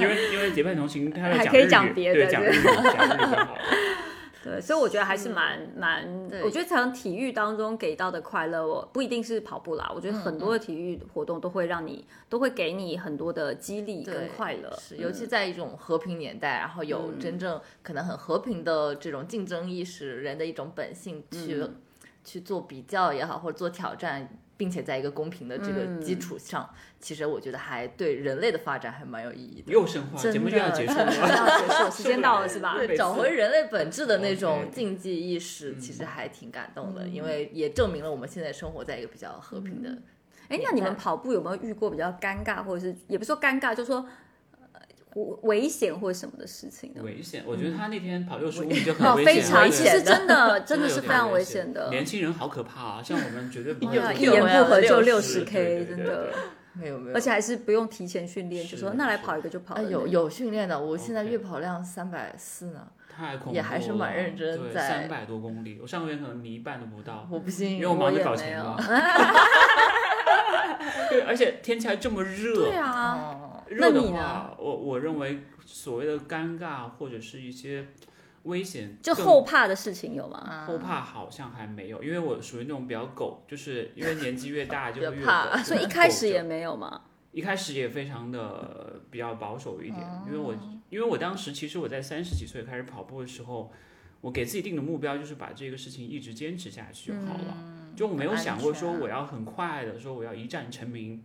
Speaker 1: 因为因为结伴同行他会
Speaker 3: 还
Speaker 1: 讲
Speaker 3: 可以
Speaker 1: 日
Speaker 3: 讲
Speaker 1: 语
Speaker 3: 别
Speaker 1: 对
Speaker 3: 的
Speaker 1: 讲
Speaker 3: 对
Speaker 1: 日 语讲日语就好了。
Speaker 3: 对，所以我觉得还是蛮蛮，
Speaker 2: 嗯对
Speaker 3: 我觉得从体育当中给到的快乐，我不一定是跑步啦，我觉
Speaker 2: 嗯
Speaker 3: 得很多的体育活动都会让你，都会给你很多的激励跟
Speaker 2: 对
Speaker 3: 快乐。
Speaker 2: 是，尤其在一种和平年代，然后有真正可能很和平的这种竞争意识，人的一种本性去、去做比较也好，或者做挑战，并且在一个公平的这个基础上，其实我觉得还对人类的发展还蛮有意义的。
Speaker 1: 又深化，
Speaker 3: 真
Speaker 1: 节目
Speaker 3: 的
Speaker 1: 又要结束
Speaker 3: 真的
Speaker 1: 了。
Speaker 3: 要结束，时间到 了是吧？
Speaker 1: 对每次
Speaker 2: 找回人类本质的那种
Speaker 1: OK
Speaker 2: 竞技意识，其实还挺感动的，因为也证明了我们现在生活在一个比较和平的。
Speaker 3: 哎，那你们跑步有没有遇过比较尴尬，或者是也不是说尴尬，就是说呃危险或者什么的事情呢？
Speaker 1: 危险，我觉得他那天跑六十五米就
Speaker 3: 哦，
Speaker 1: 很危
Speaker 3: 嗯非
Speaker 1: 险了，
Speaker 3: 常，
Speaker 2: 危
Speaker 3: 其
Speaker 2: 险
Speaker 3: 实
Speaker 2: 的
Speaker 3: 真的真的
Speaker 1: 有
Speaker 3: 是非
Speaker 1: 点
Speaker 3: 常危
Speaker 1: 危
Speaker 3: 险的，
Speaker 1: 年轻人好可怕啊，像我们绝对不会
Speaker 2: 呀
Speaker 1: 做
Speaker 3: 一
Speaker 2: 有
Speaker 3: 言
Speaker 2: 啊
Speaker 3: 不合就
Speaker 2: 60
Speaker 3: 六
Speaker 1: 对
Speaker 3: 十
Speaker 1: 对
Speaker 3: K，
Speaker 1: 对
Speaker 3: 真
Speaker 1: 对
Speaker 3: 的，
Speaker 2: 没有没有，
Speaker 3: 而且还是不用提前训练，就是说
Speaker 1: 的
Speaker 3: 那来
Speaker 1: 是
Speaker 3: 跑一个就跑
Speaker 2: 啊
Speaker 3: 了那种。
Speaker 2: 有有训练的，我现在
Speaker 1: OK
Speaker 2: 月跑量三百四呢，
Speaker 1: 太恐怖了，
Speaker 2: 也还是蛮认真在
Speaker 1: 三百多公里，我上个月可能你一半都不到，
Speaker 2: 我不信，
Speaker 1: 因为我忙着
Speaker 3: 嗯也
Speaker 1: 搞
Speaker 3: 没
Speaker 1: 钱
Speaker 3: 有
Speaker 1: 了。 对，而且天气还这么热，
Speaker 3: 对啊，
Speaker 2: 哦
Speaker 1: 热
Speaker 3: 那
Speaker 1: 的
Speaker 3: 你呢
Speaker 1: 话，我我认为所谓的尴尬或者是一些危险，
Speaker 3: 就
Speaker 1: 更
Speaker 3: 后怕的事情有
Speaker 2: 啊
Speaker 3: 吗？
Speaker 1: 后怕好像还没有，因为我属于那种比较狗，就是因为年纪越大就
Speaker 2: 比较
Speaker 1: 会越
Speaker 2: 怕
Speaker 1: 狗
Speaker 3: 所以一开始也没有嘛。
Speaker 1: 一开始也非常的呃比较保守一点，
Speaker 2: 哦
Speaker 1: 因为我因为我当时其实我在三十几岁开始跑步的时候，我给自己定的目标就是把这个事情一直
Speaker 2: 嗯
Speaker 1: 坚持下去就好了，就我没有想过说我要很快的说我要一战成名，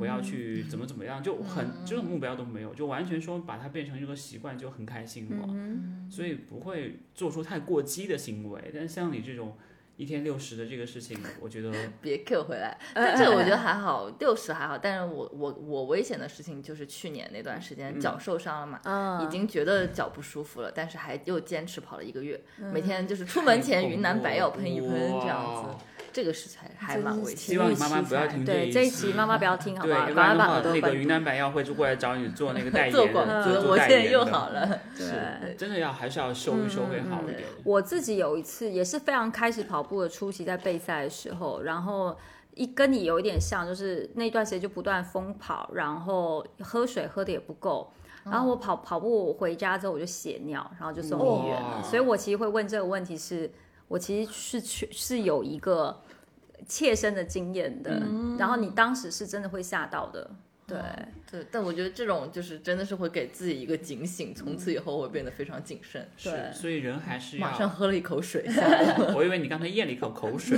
Speaker 1: 我
Speaker 2: 嗯
Speaker 1: 要去怎么怎么样，就很这种目标都没有，就完全说把它变成一个习惯就很开
Speaker 2: 嗯
Speaker 1: 心了，所以不会做出太过激的行为。但是像你这种一天六十的这个事情，我觉得
Speaker 2: 别 Q 回来。
Speaker 3: 嗯
Speaker 2: 但这个我觉得还好，六十还好。但是我我我危险的事情就是去年那段时间脚受伤了嘛，
Speaker 3: 嗯
Speaker 2: 已经觉得脚不舒服了，但是还又坚持跑了一个月，
Speaker 3: 嗯
Speaker 2: 每天就是出门前云南白药喷一喷这样子，这个是才还蛮危险
Speaker 1: 希望你妈妈不要听这
Speaker 3: 嗯对
Speaker 1: 一
Speaker 3: 这一
Speaker 1: 期
Speaker 3: 期，妈妈不要听，好
Speaker 1: 对，
Speaker 3: 不好？
Speaker 1: 要不然
Speaker 3: 赶快
Speaker 1: 的
Speaker 3: 把
Speaker 1: 话，
Speaker 3: 耳朵
Speaker 1: 那个
Speaker 3: 关
Speaker 1: 云南白药会就过来找你做那个代言，
Speaker 2: 做广
Speaker 1: 做
Speaker 2: 告，
Speaker 1: 做
Speaker 2: 我
Speaker 1: 代
Speaker 2: 现在
Speaker 1: 言
Speaker 2: 又
Speaker 1: 的
Speaker 2: 好了。
Speaker 1: 是真的要还是要修一修会好一点。
Speaker 3: 我自己有一次也是非常开始跑步的初期，在备赛的时候，然后一跟你有一点像，就是那段时间就不断疯跑，然后喝水喝的也不够。然后我跑跑步回家之后我就血尿，然后就送医院
Speaker 1: 哇
Speaker 3: 了。所以我其实会问这个问题是，我其实是去是有一个切身的经验的。然后你当时是真的会吓到的，对。
Speaker 2: 对，但我觉得这种就是真的是会给自己一个警醒，从
Speaker 3: 嗯
Speaker 2: 此以后我变得非常谨慎。
Speaker 1: 是，所以人还是要
Speaker 2: 马上喝了一 口水，吓得，
Speaker 1: 我以为你刚才咽了一口口水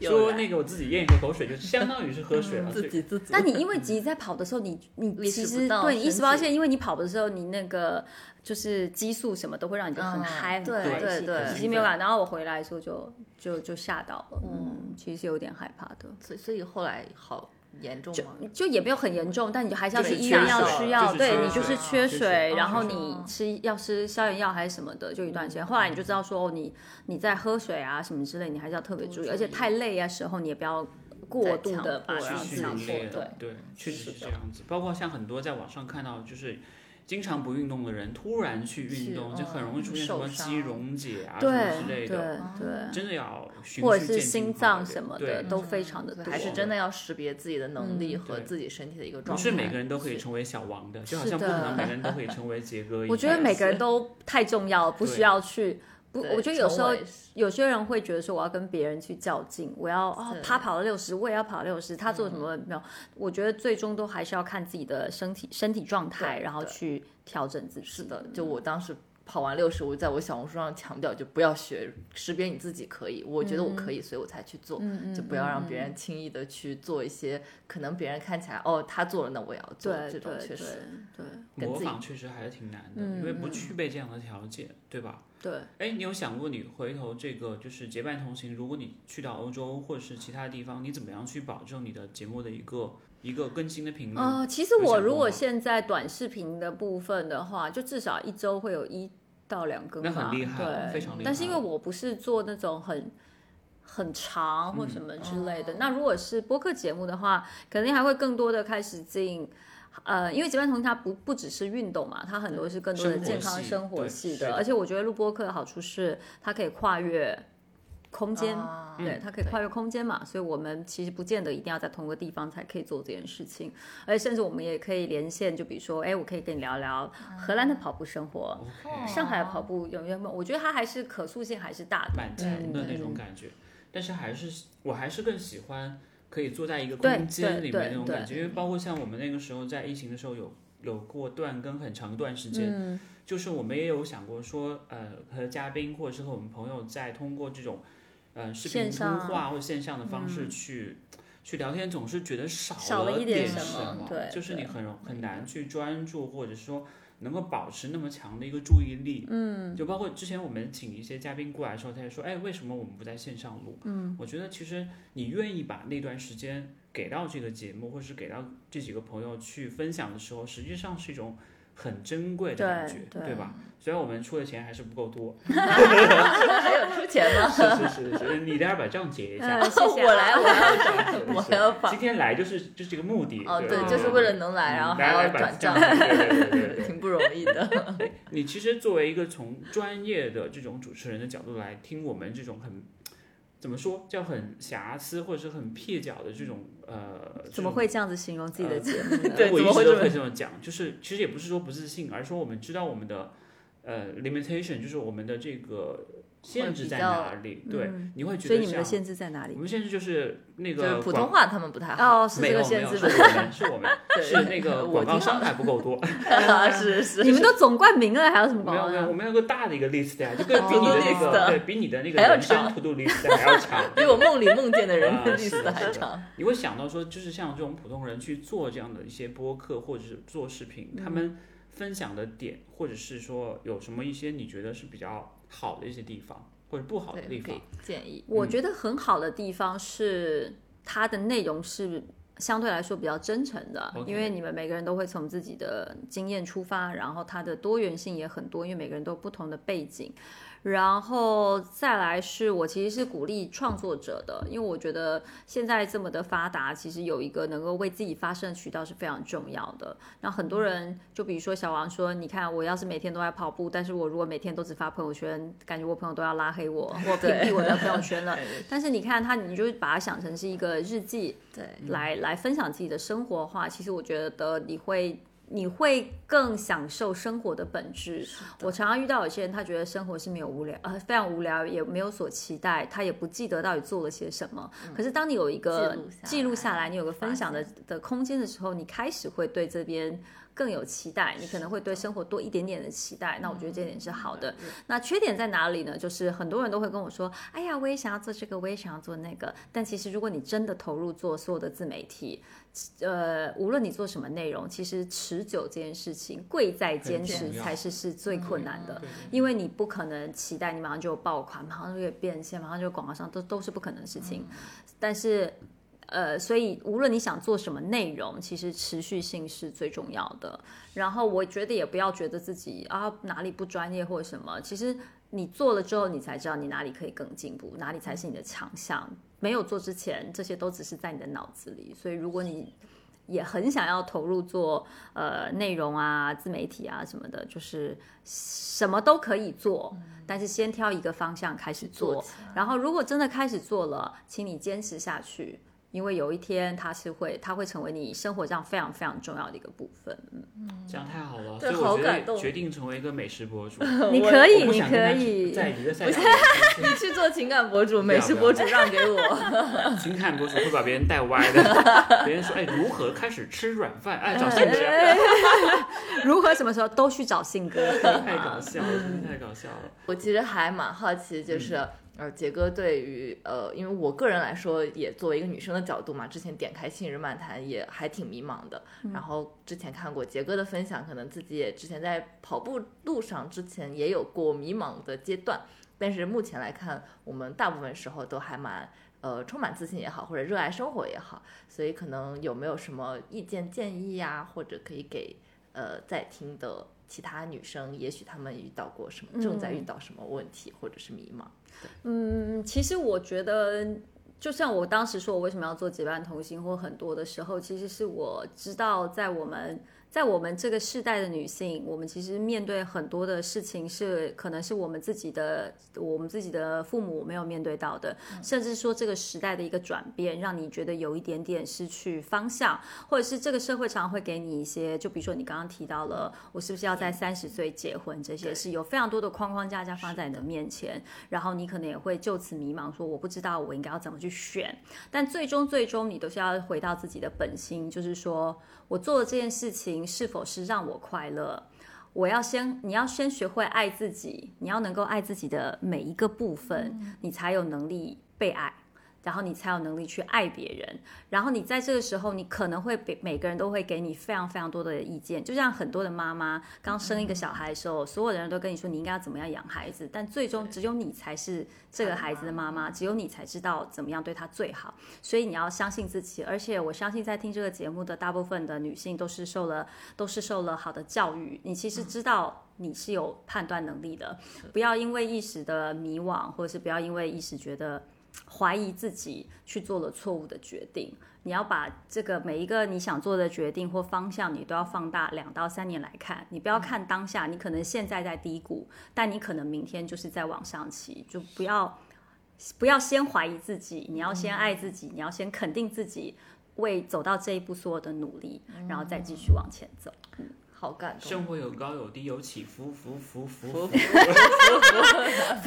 Speaker 1: 说那个我自己咽一口口水，就相当于是喝水了。
Speaker 2: 嗯自
Speaker 1: 所以
Speaker 2: 给 自足。
Speaker 3: 但你因为急在跑的时候，你你
Speaker 2: 意
Speaker 3: 其
Speaker 2: 识不
Speaker 3: 实
Speaker 2: 到
Speaker 3: 对你
Speaker 2: 身
Speaker 3: 意识不到，而
Speaker 2: 体
Speaker 3: 且因为你跑的时候，你那个就是激素什么都会让你觉得很
Speaker 2: 嗯
Speaker 3: 嗨、
Speaker 2: 对
Speaker 3: 很开
Speaker 2: 对
Speaker 3: 心
Speaker 2: 对
Speaker 3: 你其实没有感。然后我回来的时候就就就吓到了，嗯，其实是有点害怕的。
Speaker 2: 所以所以后来好严重吗？
Speaker 3: 就也没有很严重，但你就还是要
Speaker 1: 就是
Speaker 3: 去医
Speaker 1: 缺
Speaker 3: 院要
Speaker 1: 水
Speaker 3: 吃
Speaker 1: 就
Speaker 3: 药，
Speaker 1: 是
Speaker 3: 对
Speaker 1: 缺
Speaker 3: 你就是
Speaker 1: 水缺
Speaker 3: 缺水
Speaker 1: 水，
Speaker 3: 然后
Speaker 1: 缺
Speaker 2: 水
Speaker 3: 你吃要吃消炎药还是什么的，就一段时间。后来你就知道说，哦，你你在喝水啊什么之类，你还是要特别
Speaker 2: 多
Speaker 3: 注意，
Speaker 2: 注
Speaker 3: 而且
Speaker 2: 意
Speaker 3: 太累啊时候你也不要过
Speaker 2: 再
Speaker 3: 度
Speaker 2: 强
Speaker 3: 的把
Speaker 2: 迫然后
Speaker 3: 自
Speaker 1: 去
Speaker 3: 己强
Speaker 1: 努
Speaker 3: 迫，
Speaker 1: 力
Speaker 3: 对
Speaker 1: 了，对，确实是这样子。包括像很多在网上看到，就是经常不运动的人，突然去运动，
Speaker 2: 是
Speaker 1: 就很容易出现什么
Speaker 2: 嗯受伤
Speaker 1: 肌溶解啊什么
Speaker 3: 对
Speaker 1: 之类
Speaker 3: 对
Speaker 1: 的，
Speaker 3: 对，
Speaker 1: 真的要循序
Speaker 3: 或者是
Speaker 1: 渐进
Speaker 3: 心
Speaker 1: 跑
Speaker 3: 脏
Speaker 1: 一点
Speaker 3: 什么的
Speaker 1: 对
Speaker 3: 都非常的多，
Speaker 2: 还是真
Speaker 3: 的。
Speaker 2: 的要识别自己的能力
Speaker 3: 嗯
Speaker 2: 和
Speaker 1: 对
Speaker 2: 自己身体的一个状
Speaker 1: 不
Speaker 2: 态。
Speaker 1: 是每个人都可以成为小王的，就好
Speaker 3: 是
Speaker 1: 像不可
Speaker 3: 的
Speaker 1: 能每个人都可以成为杰哥一样。
Speaker 3: 我觉得每个人都太重要了，不需
Speaker 1: 对
Speaker 3: 要去不。
Speaker 2: 对
Speaker 3: 我觉得有时候
Speaker 2: 成为
Speaker 3: 有些人会觉得说，我要跟别人去较劲，我要哦，
Speaker 2: 对嗯
Speaker 3: 他跑了六十，我也要跑六十，他做什么没有？我觉得最终都还是要看自己的身体身体状态，
Speaker 2: 对
Speaker 3: 然后
Speaker 2: 对
Speaker 3: 去调整自己。
Speaker 2: 是的，就我当时跑完六十，我在我小红书上强调，就不要学，识别你自己可以。我觉得我
Speaker 3: 嗯
Speaker 2: 可以，所以我才去做，就不要让别人轻易的去做一些可能别人看起来哦，他做了，那我也要做，
Speaker 3: 对
Speaker 2: 这
Speaker 3: 对
Speaker 2: 种
Speaker 3: 对
Speaker 2: 确实。
Speaker 3: 对
Speaker 2: 跟
Speaker 1: 模
Speaker 2: 自己
Speaker 1: 仿确实还是挺难的，因为不具
Speaker 3: 嗯
Speaker 1: 备这样的条件，对吧？
Speaker 3: 对，
Speaker 1: 哎，你有想过你回头这个就是结伴同行，如果你去到欧洲或者是其他地方，你怎么样去保证你的节目的一个一个更新的频率？
Speaker 3: 呃，其实
Speaker 1: 有
Speaker 3: 我
Speaker 1: 想
Speaker 3: 如
Speaker 1: 过
Speaker 3: 果
Speaker 1: 吗
Speaker 3: 现在短视频的部分的话，就至少一周会有一到两更
Speaker 1: 那
Speaker 3: 吧，
Speaker 1: 很厉害了
Speaker 3: 对，
Speaker 1: 非常厉
Speaker 3: 但是
Speaker 1: 害
Speaker 3: 因为
Speaker 1: 了
Speaker 3: 我不是做那种很。很长或
Speaker 1: 嗯
Speaker 3: 什么之类的。
Speaker 1: 哦
Speaker 3: 那如果是播客节目的话，肯定还会更多的开始进，呃，因为结伴同行它不不只是运动嘛，它很多是更多的
Speaker 1: 生活
Speaker 3: 健康
Speaker 1: 系
Speaker 3: 生活
Speaker 1: 对
Speaker 3: 系
Speaker 1: 是的
Speaker 3: 的。而且我觉得录播客的好处是，它可以跨越空间，
Speaker 2: 啊
Speaker 1: 嗯
Speaker 3: 对，它可以跨越空间嘛，所以我们其实不见得一定要在同个地方才可以做这件事情，而且甚至我们也可以连线，就比如说，哎，我可以跟你聊聊荷兰的
Speaker 1: 嗯
Speaker 3: 跑步生活，
Speaker 1: OK，
Speaker 3: 上海的跑步有没有？我觉得它还是可塑性还是大的，嗯
Speaker 1: 蛮强的那种感觉，但是还是我还是更喜欢可以坐在一个空间里
Speaker 3: 对对
Speaker 1: 面那种感觉，因为包括像我们那个时候在疫情的时候有有过断更很长一段时间， 就是我们也有想过说，呃，和嘉宾或者是和我们朋友在通过这种呃视频
Speaker 3: 线
Speaker 1: 通
Speaker 3: 上嗯
Speaker 1: 话或线上的方式去、去聊天，总是觉得少
Speaker 3: 少了一点
Speaker 1: 点
Speaker 3: 什
Speaker 1: 么，
Speaker 3: 么对
Speaker 1: 就是
Speaker 3: 对
Speaker 1: 你很容很难去专注，或者说能够保持那么强的一个注意力，嗯，就包括之前我们请一些嘉宾过来的时候，他就说，哎，为什么我们不在线上录？嗯，我觉得其实你愿意把那段时间给到这个节目，或是给到这几个朋友去分享的时候，实际上是一种很珍贵的感觉
Speaker 3: 对，
Speaker 1: 对
Speaker 3: 对
Speaker 1: 吧？虽然我们出的钱还是不够多，
Speaker 2: 还有出钱 吗？
Speaker 1: 是是是是，你待会儿把账结一下。
Speaker 3: 呃谢谢啊
Speaker 2: 我来，我要
Speaker 1: 是
Speaker 2: 找，
Speaker 1: 是
Speaker 2: 我要
Speaker 1: 今
Speaker 2: 访。
Speaker 1: 天来就是就是这个目的。
Speaker 2: 哦，
Speaker 1: 对，
Speaker 2: 就是为了能来，然后
Speaker 1: 嗯
Speaker 2: 还要转账，
Speaker 1: 对对对对。
Speaker 2: 挺不容易的。
Speaker 1: 你其实作为一个从专业的这种主持人的角度来听我们这种很怎么说叫很瑕疵或者是很蹩脚的这种呃，
Speaker 3: 怎么会这样子形容自己的节目呢？
Speaker 1: 这种？
Speaker 2: 对
Speaker 1: 我一
Speaker 2: 怎么会
Speaker 1: 直都
Speaker 2: 这么
Speaker 1: 会这么讲，就是其实也不是说不自信，而是说我们知道我们的。呃 limitation，就是我们的这个限制在
Speaker 2: 比较
Speaker 1: 哪里？对，
Speaker 3: 嗯
Speaker 1: 你会觉
Speaker 3: 所以
Speaker 1: 得
Speaker 3: 你们的
Speaker 1: 像
Speaker 3: 限制在哪
Speaker 1: 我
Speaker 3: 里？
Speaker 1: 们限制就是那
Speaker 2: 就是
Speaker 1: 个
Speaker 2: 普
Speaker 1: 广
Speaker 2: 通话他们不太好。
Speaker 3: 哦，是
Speaker 1: 没
Speaker 3: 这
Speaker 1: 有
Speaker 3: 个
Speaker 1: 没
Speaker 3: 限
Speaker 1: 有
Speaker 3: 制
Speaker 1: 是
Speaker 3: 吗？
Speaker 1: 我们是我们 是那个
Speaker 2: 我
Speaker 1: 广告
Speaker 2: 听
Speaker 1: 商台不够多，
Speaker 2: 是是，
Speaker 3: 你们都总冠名了，还有什么广
Speaker 1: 没有
Speaker 3: 告
Speaker 1: 没有，我
Speaker 3: 呀？
Speaker 1: 们有个大的 一个 list 呀，就跟
Speaker 2: 哦
Speaker 1: 比你的那
Speaker 2: to-do list
Speaker 1: 个对比你的那个
Speaker 2: 还要
Speaker 1: 人生
Speaker 2: 长，
Speaker 1: to do list 还要长
Speaker 2: 比我梦里梦见的人
Speaker 1: 啊
Speaker 2: 的 历
Speaker 1: 是
Speaker 2: 史
Speaker 1: 的
Speaker 2: 还
Speaker 1: 是的
Speaker 2: 长。
Speaker 1: 你会想到说，就是像这种普通人去做这样的一些播客或者是做视频，
Speaker 2: 嗯
Speaker 1: 他们分享的点，或者是说有什么一些你觉得是比较好的一些地方，或者不好的
Speaker 2: 对，
Speaker 1: 地
Speaker 2: 给
Speaker 1: 方，
Speaker 2: 建议。
Speaker 3: 我觉得很好的地方是它的内容是相对来说比较真诚的
Speaker 1: OK
Speaker 3: 因为你们每个人都会从自己的经验出发，然后它的多元性也很多，因为每个人都有不同的背景。然后再来是我其实是鼓励创作者的，因为我觉得现在这么的发达，其实有一个能够为自己发声的渠道是非常重要的。那很多人就比如说小王说，你看我要是每天都在跑步，但是我如果每天都只发朋友圈，感觉我朋友都要拉黑我或屏蔽我的朋友圈了。但是你看他，你就把它想成是一个日记，
Speaker 2: 对，
Speaker 3: 来来分享自己的生活的话，其实我觉得你会你会更享受生活的本质。我常常遇到有些人，他觉得生活是没有无聊，呃，非常无聊，也没有所期待，他也不记得到底做了些什么。可是当你有一个
Speaker 2: 嗯记录
Speaker 3: 记
Speaker 2: 下来
Speaker 3: 录下来，你有个
Speaker 2: 发
Speaker 3: 分享的
Speaker 2: 现
Speaker 3: 的空间的时候，你开始会对这边。更有期待，你可能会对生活多一点点的期待，那我觉得这点是好的。那缺点在哪里呢？就是很多人都会跟我说：“哎呀，我也想要做这个，我也想要做那个。”但其实如果你真的投入做所有的自媒体，呃，无论你做什么内容，其实持久这件事情，贵在坚持
Speaker 1: 很重要嗯
Speaker 3: 才是是最困难的。
Speaker 1: 对
Speaker 3: 因为你不可能期待你马上就有爆款，马上就有变现，马上就有广告商，都都是不可能的事情。但是，呃，所以无论你想做什么内容，其实持续性是最重要的。然后我觉得也不要觉得自己啊哪里不专业或什么，其实你做了之后，你才知道你哪里可以更进步，哪里才是你的强项。没有做之前，这些都只是在你的脑子里。所以如果你也很想要投入做呃内容啊、自媒体啊什么的，就是什么都可以做，但是先挑一个方向开始做。然后如果真的开始做了，请你坚持下去，因为有一天它是会，它会成为你生活上非常非常重要的一个部分。
Speaker 1: 这样太好了，所
Speaker 2: 对
Speaker 1: 以我
Speaker 2: 好
Speaker 1: 觉
Speaker 2: 感
Speaker 1: 得
Speaker 2: 动
Speaker 1: 决定成为一个美食 博主，
Speaker 3: 你可以，
Speaker 1: 我不
Speaker 3: 你
Speaker 1: 想跟
Speaker 3: 可
Speaker 1: 他
Speaker 3: 以，
Speaker 1: 在一个赛道，
Speaker 2: 去做情感博主、
Speaker 1: 不要
Speaker 2: 美食博主，让给我。
Speaker 1: 情感博主会把别人带歪的，别人说哎如何开始吃软饭，哎找性格。
Speaker 3: 如何什么时候都去找信哥，可以
Speaker 1: 太搞
Speaker 3: 吗
Speaker 1: 笑了，真的太搞笑了。
Speaker 2: 我其实还蛮好奇，就是。
Speaker 1: 嗯
Speaker 2: 呃，杰哥对于呃，因为我个人来说，也作为一个女生的角度嘛，之前点开《信日漫谈》也还挺迷茫的。然后之前看过杰哥的分享，可能自己也之前在跑步路上之前也有过迷茫的阶段，但是目前来看，我们大部分时候都还蛮呃充满自信也好，或者热爱生活也好，所以可能有没有什么意见建议呀、或者可以给呃在听的其他女生，也许她们遇到过什么，正在遇到什么问题，或者是迷茫。
Speaker 3: 嗯，其实我觉得，就像我当时说我为什么要做结伴同行，或很多的时候，其实是我知道在我们。在我们这个世代的女性，我们其实面对很多的事情是可能是我们自己的，我们自己的父母没有面对到的，甚至说这个时代的一个转变，让你觉得有一点点失去方向，或者是这个社会常常会给你一些，就比如说你刚刚提到了，我是不是要在三十岁结婚，这些是有非常多的框框架架放在你的面前，然后你可能也会就此迷茫，说我不知道我应该要怎么去选，但最终最终你都是要回到自己的本心，就是说我做的这件事情是否是让我快乐。我要先，你要先学会爱自己，你要能够爱自己的每一个部分，你才有能力被爱，然后你才有能力去爱别人。然后你在这个时候，你可能会被每个人都会给你非常非常多的意见，就像很多的妈妈刚生一个小孩的时候，所有人都跟你说你应该要怎么样养孩子，但最终只有你才是这个孩子的妈妈，只有你才知道怎么样对他最好。所以你要相信自己，而且我相信在听这个节目的大部分的女性都是受了都是受了好的教育，你其实知道。你是有判断能力的，不要因为一时的迷惘，或者是不要因为一时觉得怀疑自己去做了错误的决定。你要把这个每一个你想做的决定或方向，你都要放大两到三年来看。你不要看当下，你可能现在在低谷，但你可能明天就是在往上骑，就不要不要先怀疑自己，你要先爱自己，你要先肯定自己为走到这一步所有的努力，然后再继续往前走。
Speaker 2: 好感动。
Speaker 1: 生活有高有低有起伏，伏伏伏伏。
Speaker 3: 服服服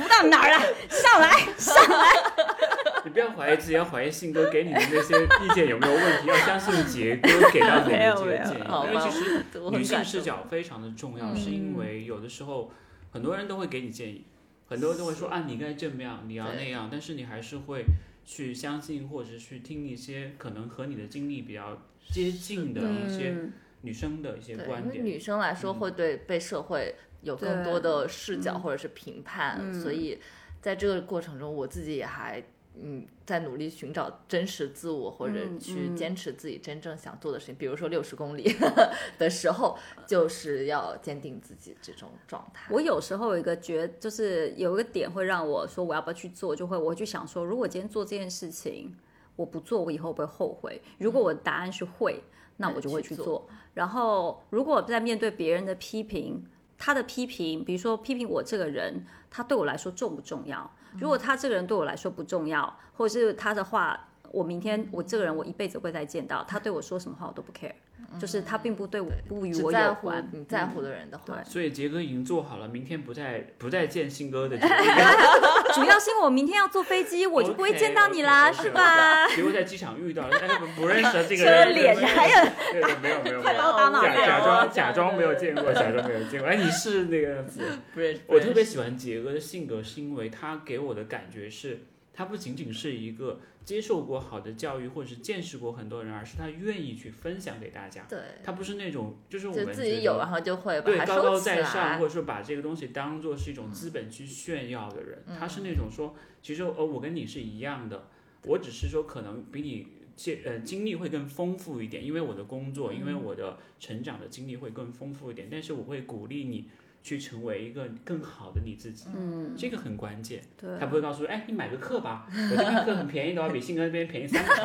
Speaker 3: 服到哪儿啊？上来！
Speaker 1: 你不要怀疑自己，要怀疑信哥给你的那些意见有没有问题，要相信杰哥给到你
Speaker 3: 没
Speaker 1: 的
Speaker 3: 有
Speaker 1: 这
Speaker 3: 没
Speaker 1: 些
Speaker 3: 有
Speaker 1: 建议
Speaker 2: 好，
Speaker 1: 因为
Speaker 2: 吧
Speaker 1: 其实
Speaker 2: 我
Speaker 1: 女
Speaker 2: 很
Speaker 1: 性
Speaker 2: 感
Speaker 1: 视
Speaker 2: 动。
Speaker 1: 角非常的重要，
Speaker 3: 嗯
Speaker 1: 是因为有的时候很多人都会给你建议，很多人都会说啊，你应该这么样，你要
Speaker 2: 对
Speaker 1: 那样，但是你还是会去相信或者是去听一些可能和你的经历比较接近的一些
Speaker 3: 嗯，
Speaker 1: 女生的一些
Speaker 2: 对，
Speaker 1: 观
Speaker 2: 因为
Speaker 1: 点。嗯
Speaker 2: 女生来说会对被社会有更多的视角
Speaker 3: 嗯
Speaker 2: 或者是评判，
Speaker 3: 嗯
Speaker 2: 所以在这个过程中，我自己也还嗯在努力寻找真实自我，或者
Speaker 3: 嗯
Speaker 2: 去
Speaker 3: 嗯
Speaker 2: 坚持自己真正想做的事情。比如说六十公里 的时候，就是要坚定自己这种状态。
Speaker 3: 我有时候有一个觉，就是有一个点会让我说我要不要去做，就会我会去想说，如果今天做这件事情，我不做，我以后会不会后悔？如果我答案是会，嗯那我就会去
Speaker 2: 去
Speaker 3: 做。然后，如果在面对别人的批评，他的批评，比如说批评我这个人，他对我来说重不重要？如果他这个人对我来说不重要，或者是他的话，我明天我这个人我一辈子会再见到，他对我说什么话我都不 care，、就是他并不对我不与
Speaker 2: 只
Speaker 3: 我
Speaker 2: 在
Speaker 3: 有
Speaker 2: 乎
Speaker 3: 关。
Speaker 2: 你在乎的人的话，
Speaker 1: 所以杰哥已经做好了，明天不再不再见信哥的决定。
Speaker 3: 主要是因为我明天要坐飞机，我就不会见到你啦，
Speaker 1: OK，OK，OK，
Speaker 3: 是吧？
Speaker 1: 结果在机场遇到 了，哎，不不认识的这个
Speaker 3: 遮
Speaker 1: 人，
Speaker 3: 脸啊哎
Speaker 1: 对
Speaker 3: 还有
Speaker 1: 对对，没有没有没
Speaker 3: 快
Speaker 1: 有，
Speaker 3: 帮我打马
Speaker 1: 假
Speaker 3: 赛
Speaker 1: 假装
Speaker 3: 哦。
Speaker 1: 假装没有见过，假装没有见过。哎，你是那个样子。
Speaker 2: 不认识
Speaker 1: 我特别喜欢杰哥的性格，是因为他给我的感觉是，他不仅仅是一个接受过好的教育，或者是见识过很多人，而是他愿意去分享给大家。
Speaker 2: 对，
Speaker 1: 他不是那种，就是我
Speaker 2: 就
Speaker 1: 们
Speaker 2: 自
Speaker 1: 觉
Speaker 2: 己
Speaker 1: 得
Speaker 2: 有，然后就会把
Speaker 1: 对
Speaker 2: 它
Speaker 1: 高高
Speaker 2: 收起
Speaker 1: 在
Speaker 2: 来
Speaker 1: 上，或。者说把这个东西当做是一
Speaker 3: 嗯
Speaker 1: 种资本去炫耀的人，他是那种说，其实呃我跟你是一样的，我只是说可能比你见呃经历会更丰富一点，因为我的工作，因为
Speaker 3: 嗯
Speaker 1: 我的成长的经历会更丰富一点，但是我会鼓励你去成为一个更好的你自己。
Speaker 3: 嗯，
Speaker 1: 这个很关键，
Speaker 3: 对
Speaker 1: 他不会告诉说，哎，你买个课吧，我这边课很便宜的话，哦比信哥那边便宜三 百。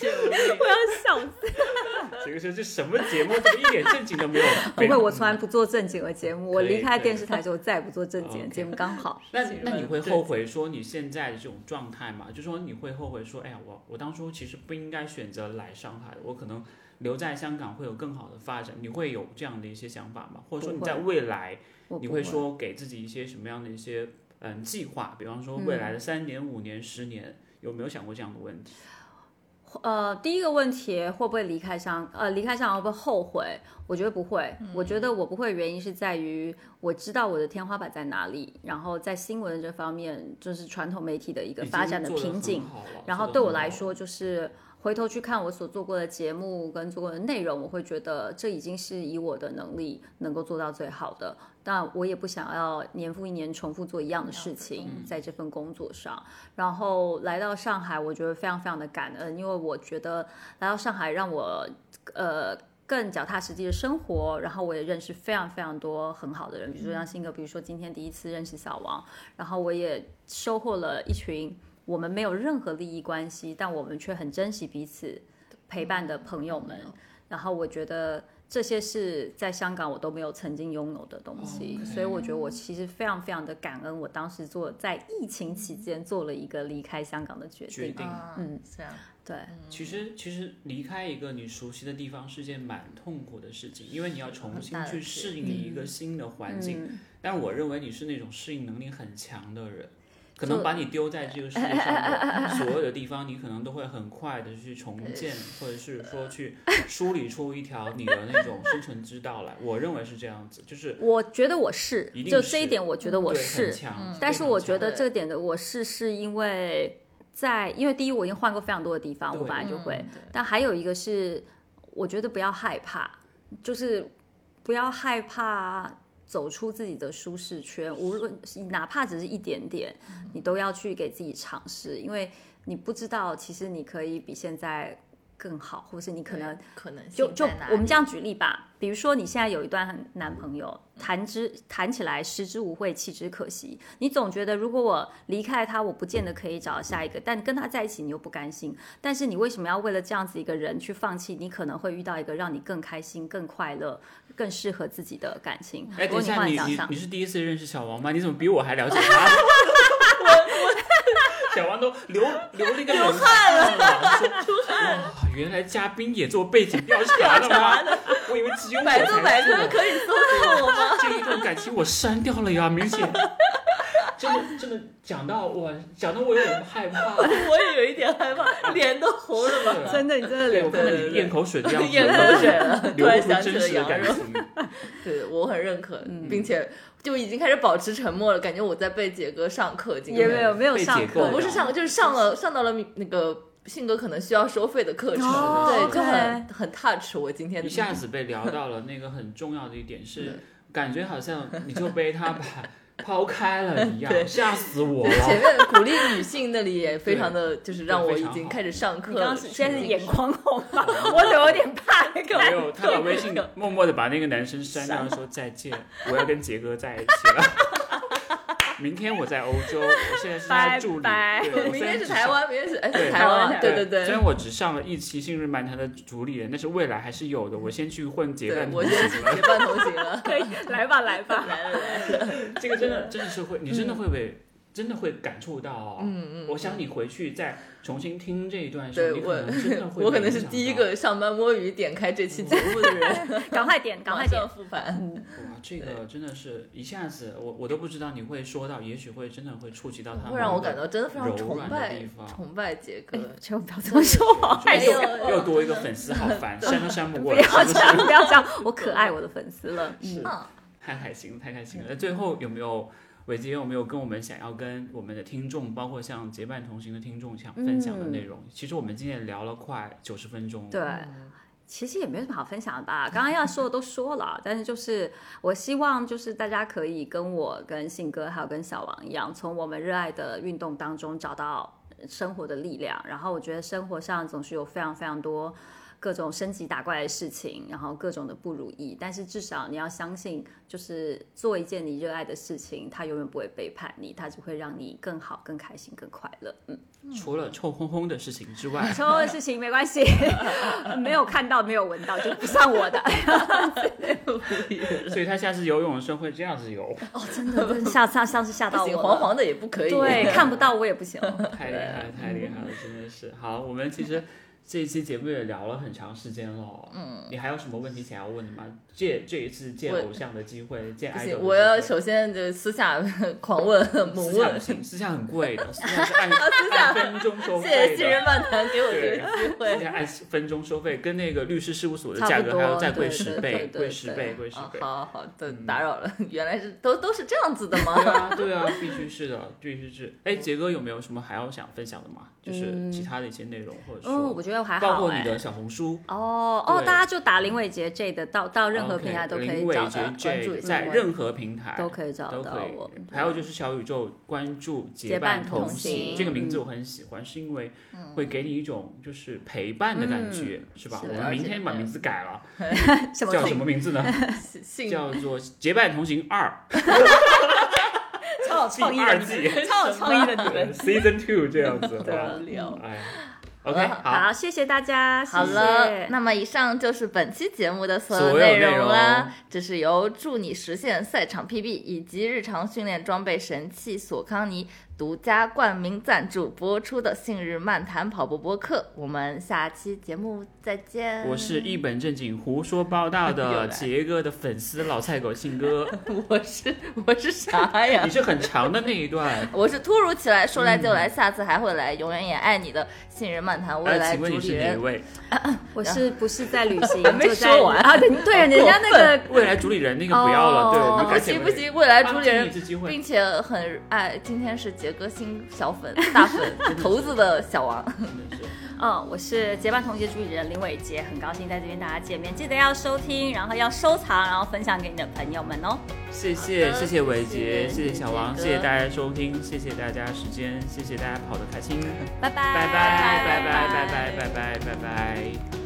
Speaker 3: 我要笑死。
Speaker 1: 这个是这什么节目？这个一点正经都没有。
Speaker 3: 不会，我从来不做正经的节目，我
Speaker 1: 可以
Speaker 3: 离开
Speaker 1: 可以
Speaker 3: 电视台之后再也不做正经的节目，刚好。
Speaker 1: 那你那你会后悔说你现在的这种状态吗？就说你会后悔说，哎呀，我我当初其实不应该选择来上海，我可能留在香港会有更好的发展。你会有这样的一些想法吗？或者说你
Speaker 3: 不会
Speaker 1: 在未来，
Speaker 3: 我不
Speaker 1: 你会说给自己一些什么样的一些嗯计划？比方说未来的三年、五年、十年，有没有想过这样的问题？
Speaker 3: 呃，第一个问题会不会离开香？呃，离开香港会不会后悔？我觉得不会。我觉得我不会的原因是在于我知道我的天花板在哪里，然后在新闻这方面，就是传统媒体的一个发展的瓶颈。，然后对我来说，，就是回头去看我所做过的节目跟做过的内容，我会觉得这已经是以我的能力能够做到最好的。但我也不想要年复一年重复做一样的事情，在这份工作上。然后来到上海，我觉得非常非常的感恩，因为我觉得来到上海让我呃更脚踏实地的生活，然后我也认识非常非常多很好的人，比如说像新哥，比如说今天第一次认识小王，然后我也收获了一群我们没有任何利益关系，但我们却很珍惜彼此陪伴的朋友们。
Speaker 1: 嗯
Speaker 3: 然后我觉得这些是在香港我都没有曾经拥有的东西
Speaker 1: OK
Speaker 3: 所以我觉得我其实非常非常的感恩，我当时做在疫情期间做了一个离开香港的决
Speaker 1: 决
Speaker 3: 定。
Speaker 1: 定
Speaker 2: 嗯，这样
Speaker 3: 对，
Speaker 1: 其实其实离开一个你熟悉的地方是件蛮痛苦的事情，因为你要重新去适应一个新的环境。
Speaker 3: 嗯，
Speaker 1: 但我认为你是那种适应能力很强的人，可
Speaker 3: 就
Speaker 1: 能把你丢在这个世界上的 所有的地方，你可能都会很快的去重建，或者是说去梳理出一条你的那种生存之道来。我认为是这样子，就是
Speaker 3: 我觉得我是
Speaker 1: 一，定嗯
Speaker 3: 就是这一点，我觉得我
Speaker 1: 对
Speaker 3: 是
Speaker 1: 很，强，
Speaker 3: 嗯
Speaker 2: 嗯
Speaker 3: 但是我觉得
Speaker 2: 对
Speaker 3: 这点的我是是因为在，因为第一我已经换过非常多的地方，
Speaker 1: 对
Speaker 3: 我本来就会，
Speaker 2: 嗯对
Speaker 3: 但还有一个是，我觉得不要害怕，就是不要害怕走出自己的舒适圈，无论哪怕只是一点点，
Speaker 2: 嗯
Speaker 3: 你都要去给自己尝试，因为你不知道其实你可以比现在更好，或是你可能
Speaker 2: 对可能
Speaker 3: 就
Speaker 2: 性
Speaker 3: 就
Speaker 2: 在哪
Speaker 3: 我们
Speaker 2: 里
Speaker 3: 这样举例吧，比如说你现在有一段很男朋友，谈之谈起来食之无味，弃之可惜。你总觉得如果我离开他，我不见得可以找到下一个，但跟他在一起你又不甘心。但是你为什么要为了这样子一个人去放弃？你可能会遇到一个让你更开心、更快乐、更适合自己的感情。
Speaker 1: 哎，
Speaker 3: 如果
Speaker 1: 等一
Speaker 3: 你
Speaker 1: 下，
Speaker 3: 换
Speaker 1: 你
Speaker 3: 想
Speaker 1: 你
Speaker 3: 想
Speaker 1: 你，是第一次认识小王吗？你怎么比我还了解他？我我小王都流流了一个 冷汗了，说哇，原来嘉宾也做背景调查的吗？我以为只有我
Speaker 2: 百
Speaker 1: 才
Speaker 2: 度百科
Speaker 1: 做
Speaker 2: 可以搜到我吗？
Speaker 1: 这一段感情我删掉了呀，明显。真的真的讲到我，讲到我有点害 怕。
Speaker 2: 我也有一点害怕，脸都红了吧？
Speaker 1: 是啊
Speaker 3: 真的，你真的
Speaker 1: 对，我
Speaker 3: 脸
Speaker 1: 看到
Speaker 2: 对对
Speaker 1: 你
Speaker 2: 对
Speaker 1: 咽口水的样 子，
Speaker 2: 咽口水了
Speaker 1: 流
Speaker 2: 突
Speaker 1: 不
Speaker 2: 然
Speaker 1: 出
Speaker 2: 想起
Speaker 1: 真
Speaker 2: 了
Speaker 1: 实的
Speaker 2: 羊
Speaker 1: 感
Speaker 2: 肉
Speaker 1: 情。
Speaker 2: 对，我很认可，
Speaker 3: 嗯
Speaker 2: 并且就已经开始保持沉默了，感觉我在被杰哥上课。今
Speaker 3: 也
Speaker 2: 天
Speaker 3: 没有没有
Speaker 1: 被
Speaker 3: 上
Speaker 1: 解
Speaker 3: 课
Speaker 1: 构
Speaker 2: 我
Speaker 1: 了
Speaker 3: 的，
Speaker 2: 不是上课，就是上了上到了那个性格可能需要收费的课程，
Speaker 3: 哦
Speaker 2: 对，就
Speaker 3: OK
Speaker 2: 很很 touch 我今 天
Speaker 1: 一下子被聊到了那个很重要的一点是，感觉好像你就被他 把抛开了一样，吓死我了。
Speaker 2: 前面鼓励女性那里也非 常的，就是让我已经开始上
Speaker 3: 你
Speaker 2: 课
Speaker 3: 刚
Speaker 2: 了
Speaker 3: 刚。 是现在是眼眶红吧？我有点怕那个。
Speaker 1: 没有，他把微信默默的把那个男生删掉，说再见，我要跟杰哥在一起了。 明天我在欧洲，我现在是他的助理。
Speaker 3: 拜拜。
Speaker 1: 对我
Speaker 2: 明
Speaker 1: 虽然
Speaker 2: 天是
Speaker 1: 只上
Speaker 2: 台湾，明天是哎
Speaker 1: 对
Speaker 2: 是台湾，对
Speaker 1: 对
Speaker 2: 对
Speaker 1: 虽
Speaker 2: 对
Speaker 1: 然我只上了一期《幸运漫谈》的主理人，但是未来还是有的。我先去混结
Speaker 2: 对
Speaker 1: 伴，
Speaker 2: 我
Speaker 1: 同
Speaker 2: 现
Speaker 1: 行
Speaker 2: 在是
Speaker 1: 了。
Speaker 2: 结伴同行了
Speaker 3: 可以，来吧来吧，
Speaker 2: 来了 来了，
Speaker 1: 这个真的真的是会，你真的会被，真的会感触到哦。
Speaker 2: 嗯嗯，
Speaker 1: 我想你回去再重新听这一段的时
Speaker 2: 对
Speaker 1: 候，你可
Speaker 2: 我
Speaker 1: 能真的会，
Speaker 2: 我可能是第一。个上班摸鱼点开这期 节目的人，
Speaker 3: 赶快点，赶
Speaker 2: 马
Speaker 3: 快点
Speaker 2: 上。复盘。
Speaker 1: 哇，这个真的是一下子，我我都不知道你会说到，也许会真的会触及到他们，
Speaker 2: 会让我感到真的非常
Speaker 1: 柔
Speaker 2: 崇
Speaker 1: 软的
Speaker 2: 拜
Speaker 1: 地方，
Speaker 2: 崇拜杰哥
Speaker 3: 哎。千万不要这么说，我好 害羞。
Speaker 1: 又又多一个粉丝，好烦，删都删不过
Speaker 3: 不
Speaker 1: 来，
Speaker 3: 要
Speaker 1: 删都删
Speaker 3: 这样，不要这样，我可爱我的粉丝了。
Speaker 1: 是
Speaker 2: 嗯，
Speaker 1: 太开心了，太开心了。那最后有没有伟杰有没有跟我们想要跟我们的听众，包括像结伴同行的听众想分享的内容？其实我们今天也聊了快九十分钟了，
Speaker 3: 对，其实也没什么好分享的吧，刚刚要说的都说了，但是就是我希望就是大家可以跟我、跟信哥还有跟小王一样，从我们热爱的运动当中找到生活的力量。然后我觉得生活上总是有非常非常多各种升级打怪的事情，然后各种的不如意，但是至少你要相信，就是做一件你热爱的事情，它永远不会背叛你，它只会让你更好、更开心、更快乐。
Speaker 1: 除了臭烘烘的事情之 外，
Speaker 3: 抽的事情没关系， 没有看到没有闻到就不算我 的。
Speaker 1: 所以他下次游泳的时候会这样子游，
Speaker 3: 哦，真的，真的下下上次吓
Speaker 2: 不
Speaker 3: 到我
Speaker 2: 行，
Speaker 3: 了，
Speaker 2: 黄黄的也不可以。
Speaker 3: 对， 看不到我也不行。
Speaker 1: 太厉害了，太厉害了，真的是。好，我们其 实。这一期节目也聊了很长时间了，嗯，你还有什么问题想要问的吗？借这一次见
Speaker 2: 我
Speaker 1: 偶像的机会，见
Speaker 2: 不
Speaker 1: 爱豆的机
Speaker 2: 行，
Speaker 1: 会，
Speaker 2: 我要首先就私下 狂问猛
Speaker 1: 私下不
Speaker 2: 问，
Speaker 1: 行，私下很贵 的，私下是按
Speaker 2: 私下
Speaker 1: 按分钟收
Speaker 2: 谢
Speaker 1: 费的。
Speaker 2: 谢新人漫谈给我这个机
Speaker 1: 人
Speaker 2: 会。
Speaker 1: 家按分钟收费，跟那个律师事务所的
Speaker 3: 差
Speaker 1: 价
Speaker 3: 不
Speaker 1: 格还要
Speaker 3: 多
Speaker 1: 再贵
Speaker 3: 对
Speaker 1: 十
Speaker 3: 对对
Speaker 1: 倍，
Speaker 3: 对
Speaker 1: 贵十
Speaker 3: 对嗯
Speaker 1: 倍，贵十
Speaker 2: 啊
Speaker 1: 倍，。
Speaker 2: 好好的，打扰了， 原来是都都是这样子的吗
Speaker 1: 对？ 啊，对啊，必须是的，必须是。哎，杰哥有没有什么还要想分享的吗？就是其他的一些内容，或者
Speaker 3: 嗯，我
Speaker 1: 说
Speaker 3: 觉得还好、哎。
Speaker 1: 包括你的小红书，
Speaker 3: 哦哦，
Speaker 1: 对
Speaker 3: 大家就打林伟杰 J 的，到到任何
Speaker 1: OK，
Speaker 3: 平台都可
Speaker 1: 林
Speaker 3: 以
Speaker 1: 伟
Speaker 3: 找
Speaker 1: 杰
Speaker 3: 到，关注
Speaker 1: J 在
Speaker 3: 嗯
Speaker 1: 任何平台
Speaker 3: 都可以找
Speaker 1: 都
Speaker 3: 到
Speaker 1: 可以
Speaker 3: 我。嗯
Speaker 1: 还有就是小宇宙关注结
Speaker 3: 结
Speaker 1: 伴
Speaker 3: 伴
Speaker 1: 同
Speaker 3: 同行嗯
Speaker 1: 这个名字我很喜欢，是因为会给你一种就是陪伴的感
Speaker 3: 嗯
Speaker 1: 觉，是吧？
Speaker 2: 是
Speaker 1: 我
Speaker 2: 的
Speaker 1: 们明
Speaker 2: 而
Speaker 1: 天
Speaker 2: 且
Speaker 1: 把名字改了，
Speaker 3: 什么
Speaker 1: 叫什么名 字呢？
Speaker 2: 性
Speaker 1: 叫做《结伴同行二
Speaker 3: 超有》创
Speaker 1: 第
Speaker 3: 意
Speaker 1: 二
Speaker 3: 的你
Speaker 1: 季
Speaker 3: 们，超有创意的你们。
Speaker 1: 呃 Season Two 这样 子。
Speaker 2: 不得
Speaker 1: 哇
Speaker 2: 了。
Speaker 1: 哎，OK，好，
Speaker 3: 啊嗯好，谢谢大家，谢谢
Speaker 2: 好了，那么以上就是本期节目的所
Speaker 1: 所有
Speaker 2: 有
Speaker 1: 内
Speaker 2: 内
Speaker 1: 容
Speaker 2: 容啦。这是由助你实现赛场 PB 以及日常训练装备神器索康尼独家冠名赞助播出的《信日漫谈跑步播客》，我们下期节目再见。
Speaker 1: 我是一本正经胡说八道
Speaker 2: 又
Speaker 1: 的
Speaker 2: 来
Speaker 1: 杰哥的粉丝老菜狗信哥，
Speaker 2: 我是我是啥呀。
Speaker 1: 你？是嗯很长的那一段
Speaker 2: 我是突如其来，说来就来，下次还会来，永远也爱你的信日漫谈未
Speaker 1: 呃，
Speaker 2: 来
Speaker 1: 请
Speaker 2: 主
Speaker 1: 问你
Speaker 2: 理
Speaker 1: 是哪
Speaker 2: 人。
Speaker 1: 位？
Speaker 3: 我是不是在旅 行？
Speaker 2: 没
Speaker 3: 就在
Speaker 2: 说完
Speaker 3: 啊，对对，人家那 个
Speaker 1: 未来主理人那个不要了，
Speaker 3: 哦
Speaker 1: 对我
Speaker 2: 啊
Speaker 1: 们
Speaker 2: 不
Speaker 1: 改写
Speaker 2: 行
Speaker 1: 为
Speaker 2: 不行，未来
Speaker 1: 啊
Speaker 2: 主理
Speaker 1: 给你
Speaker 2: 人
Speaker 1: 一次机会
Speaker 2: 并且很爱，今天是杰哥新小粉 大粉头子的小王，
Speaker 1: 真的是
Speaker 3: 嗯，我是结伴同学主理人林伟杰，很高兴在这边大家见面，记得要收听，然后要收藏，然后分享给你的朋友们哦。
Speaker 1: 谢谢
Speaker 2: 好的
Speaker 1: 谢谢伟杰，
Speaker 2: 谢
Speaker 1: 谢
Speaker 2: 谢
Speaker 1: 谢小王，
Speaker 2: 杰
Speaker 1: 谢
Speaker 2: 哥
Speaker 1: 谢大家收听，谢谢大家时 间，谢谢大家跑得开心，
Speaker 3: 拜拜，
Speaker 1: 拜拜拜拜拜拜拜拜拜拜。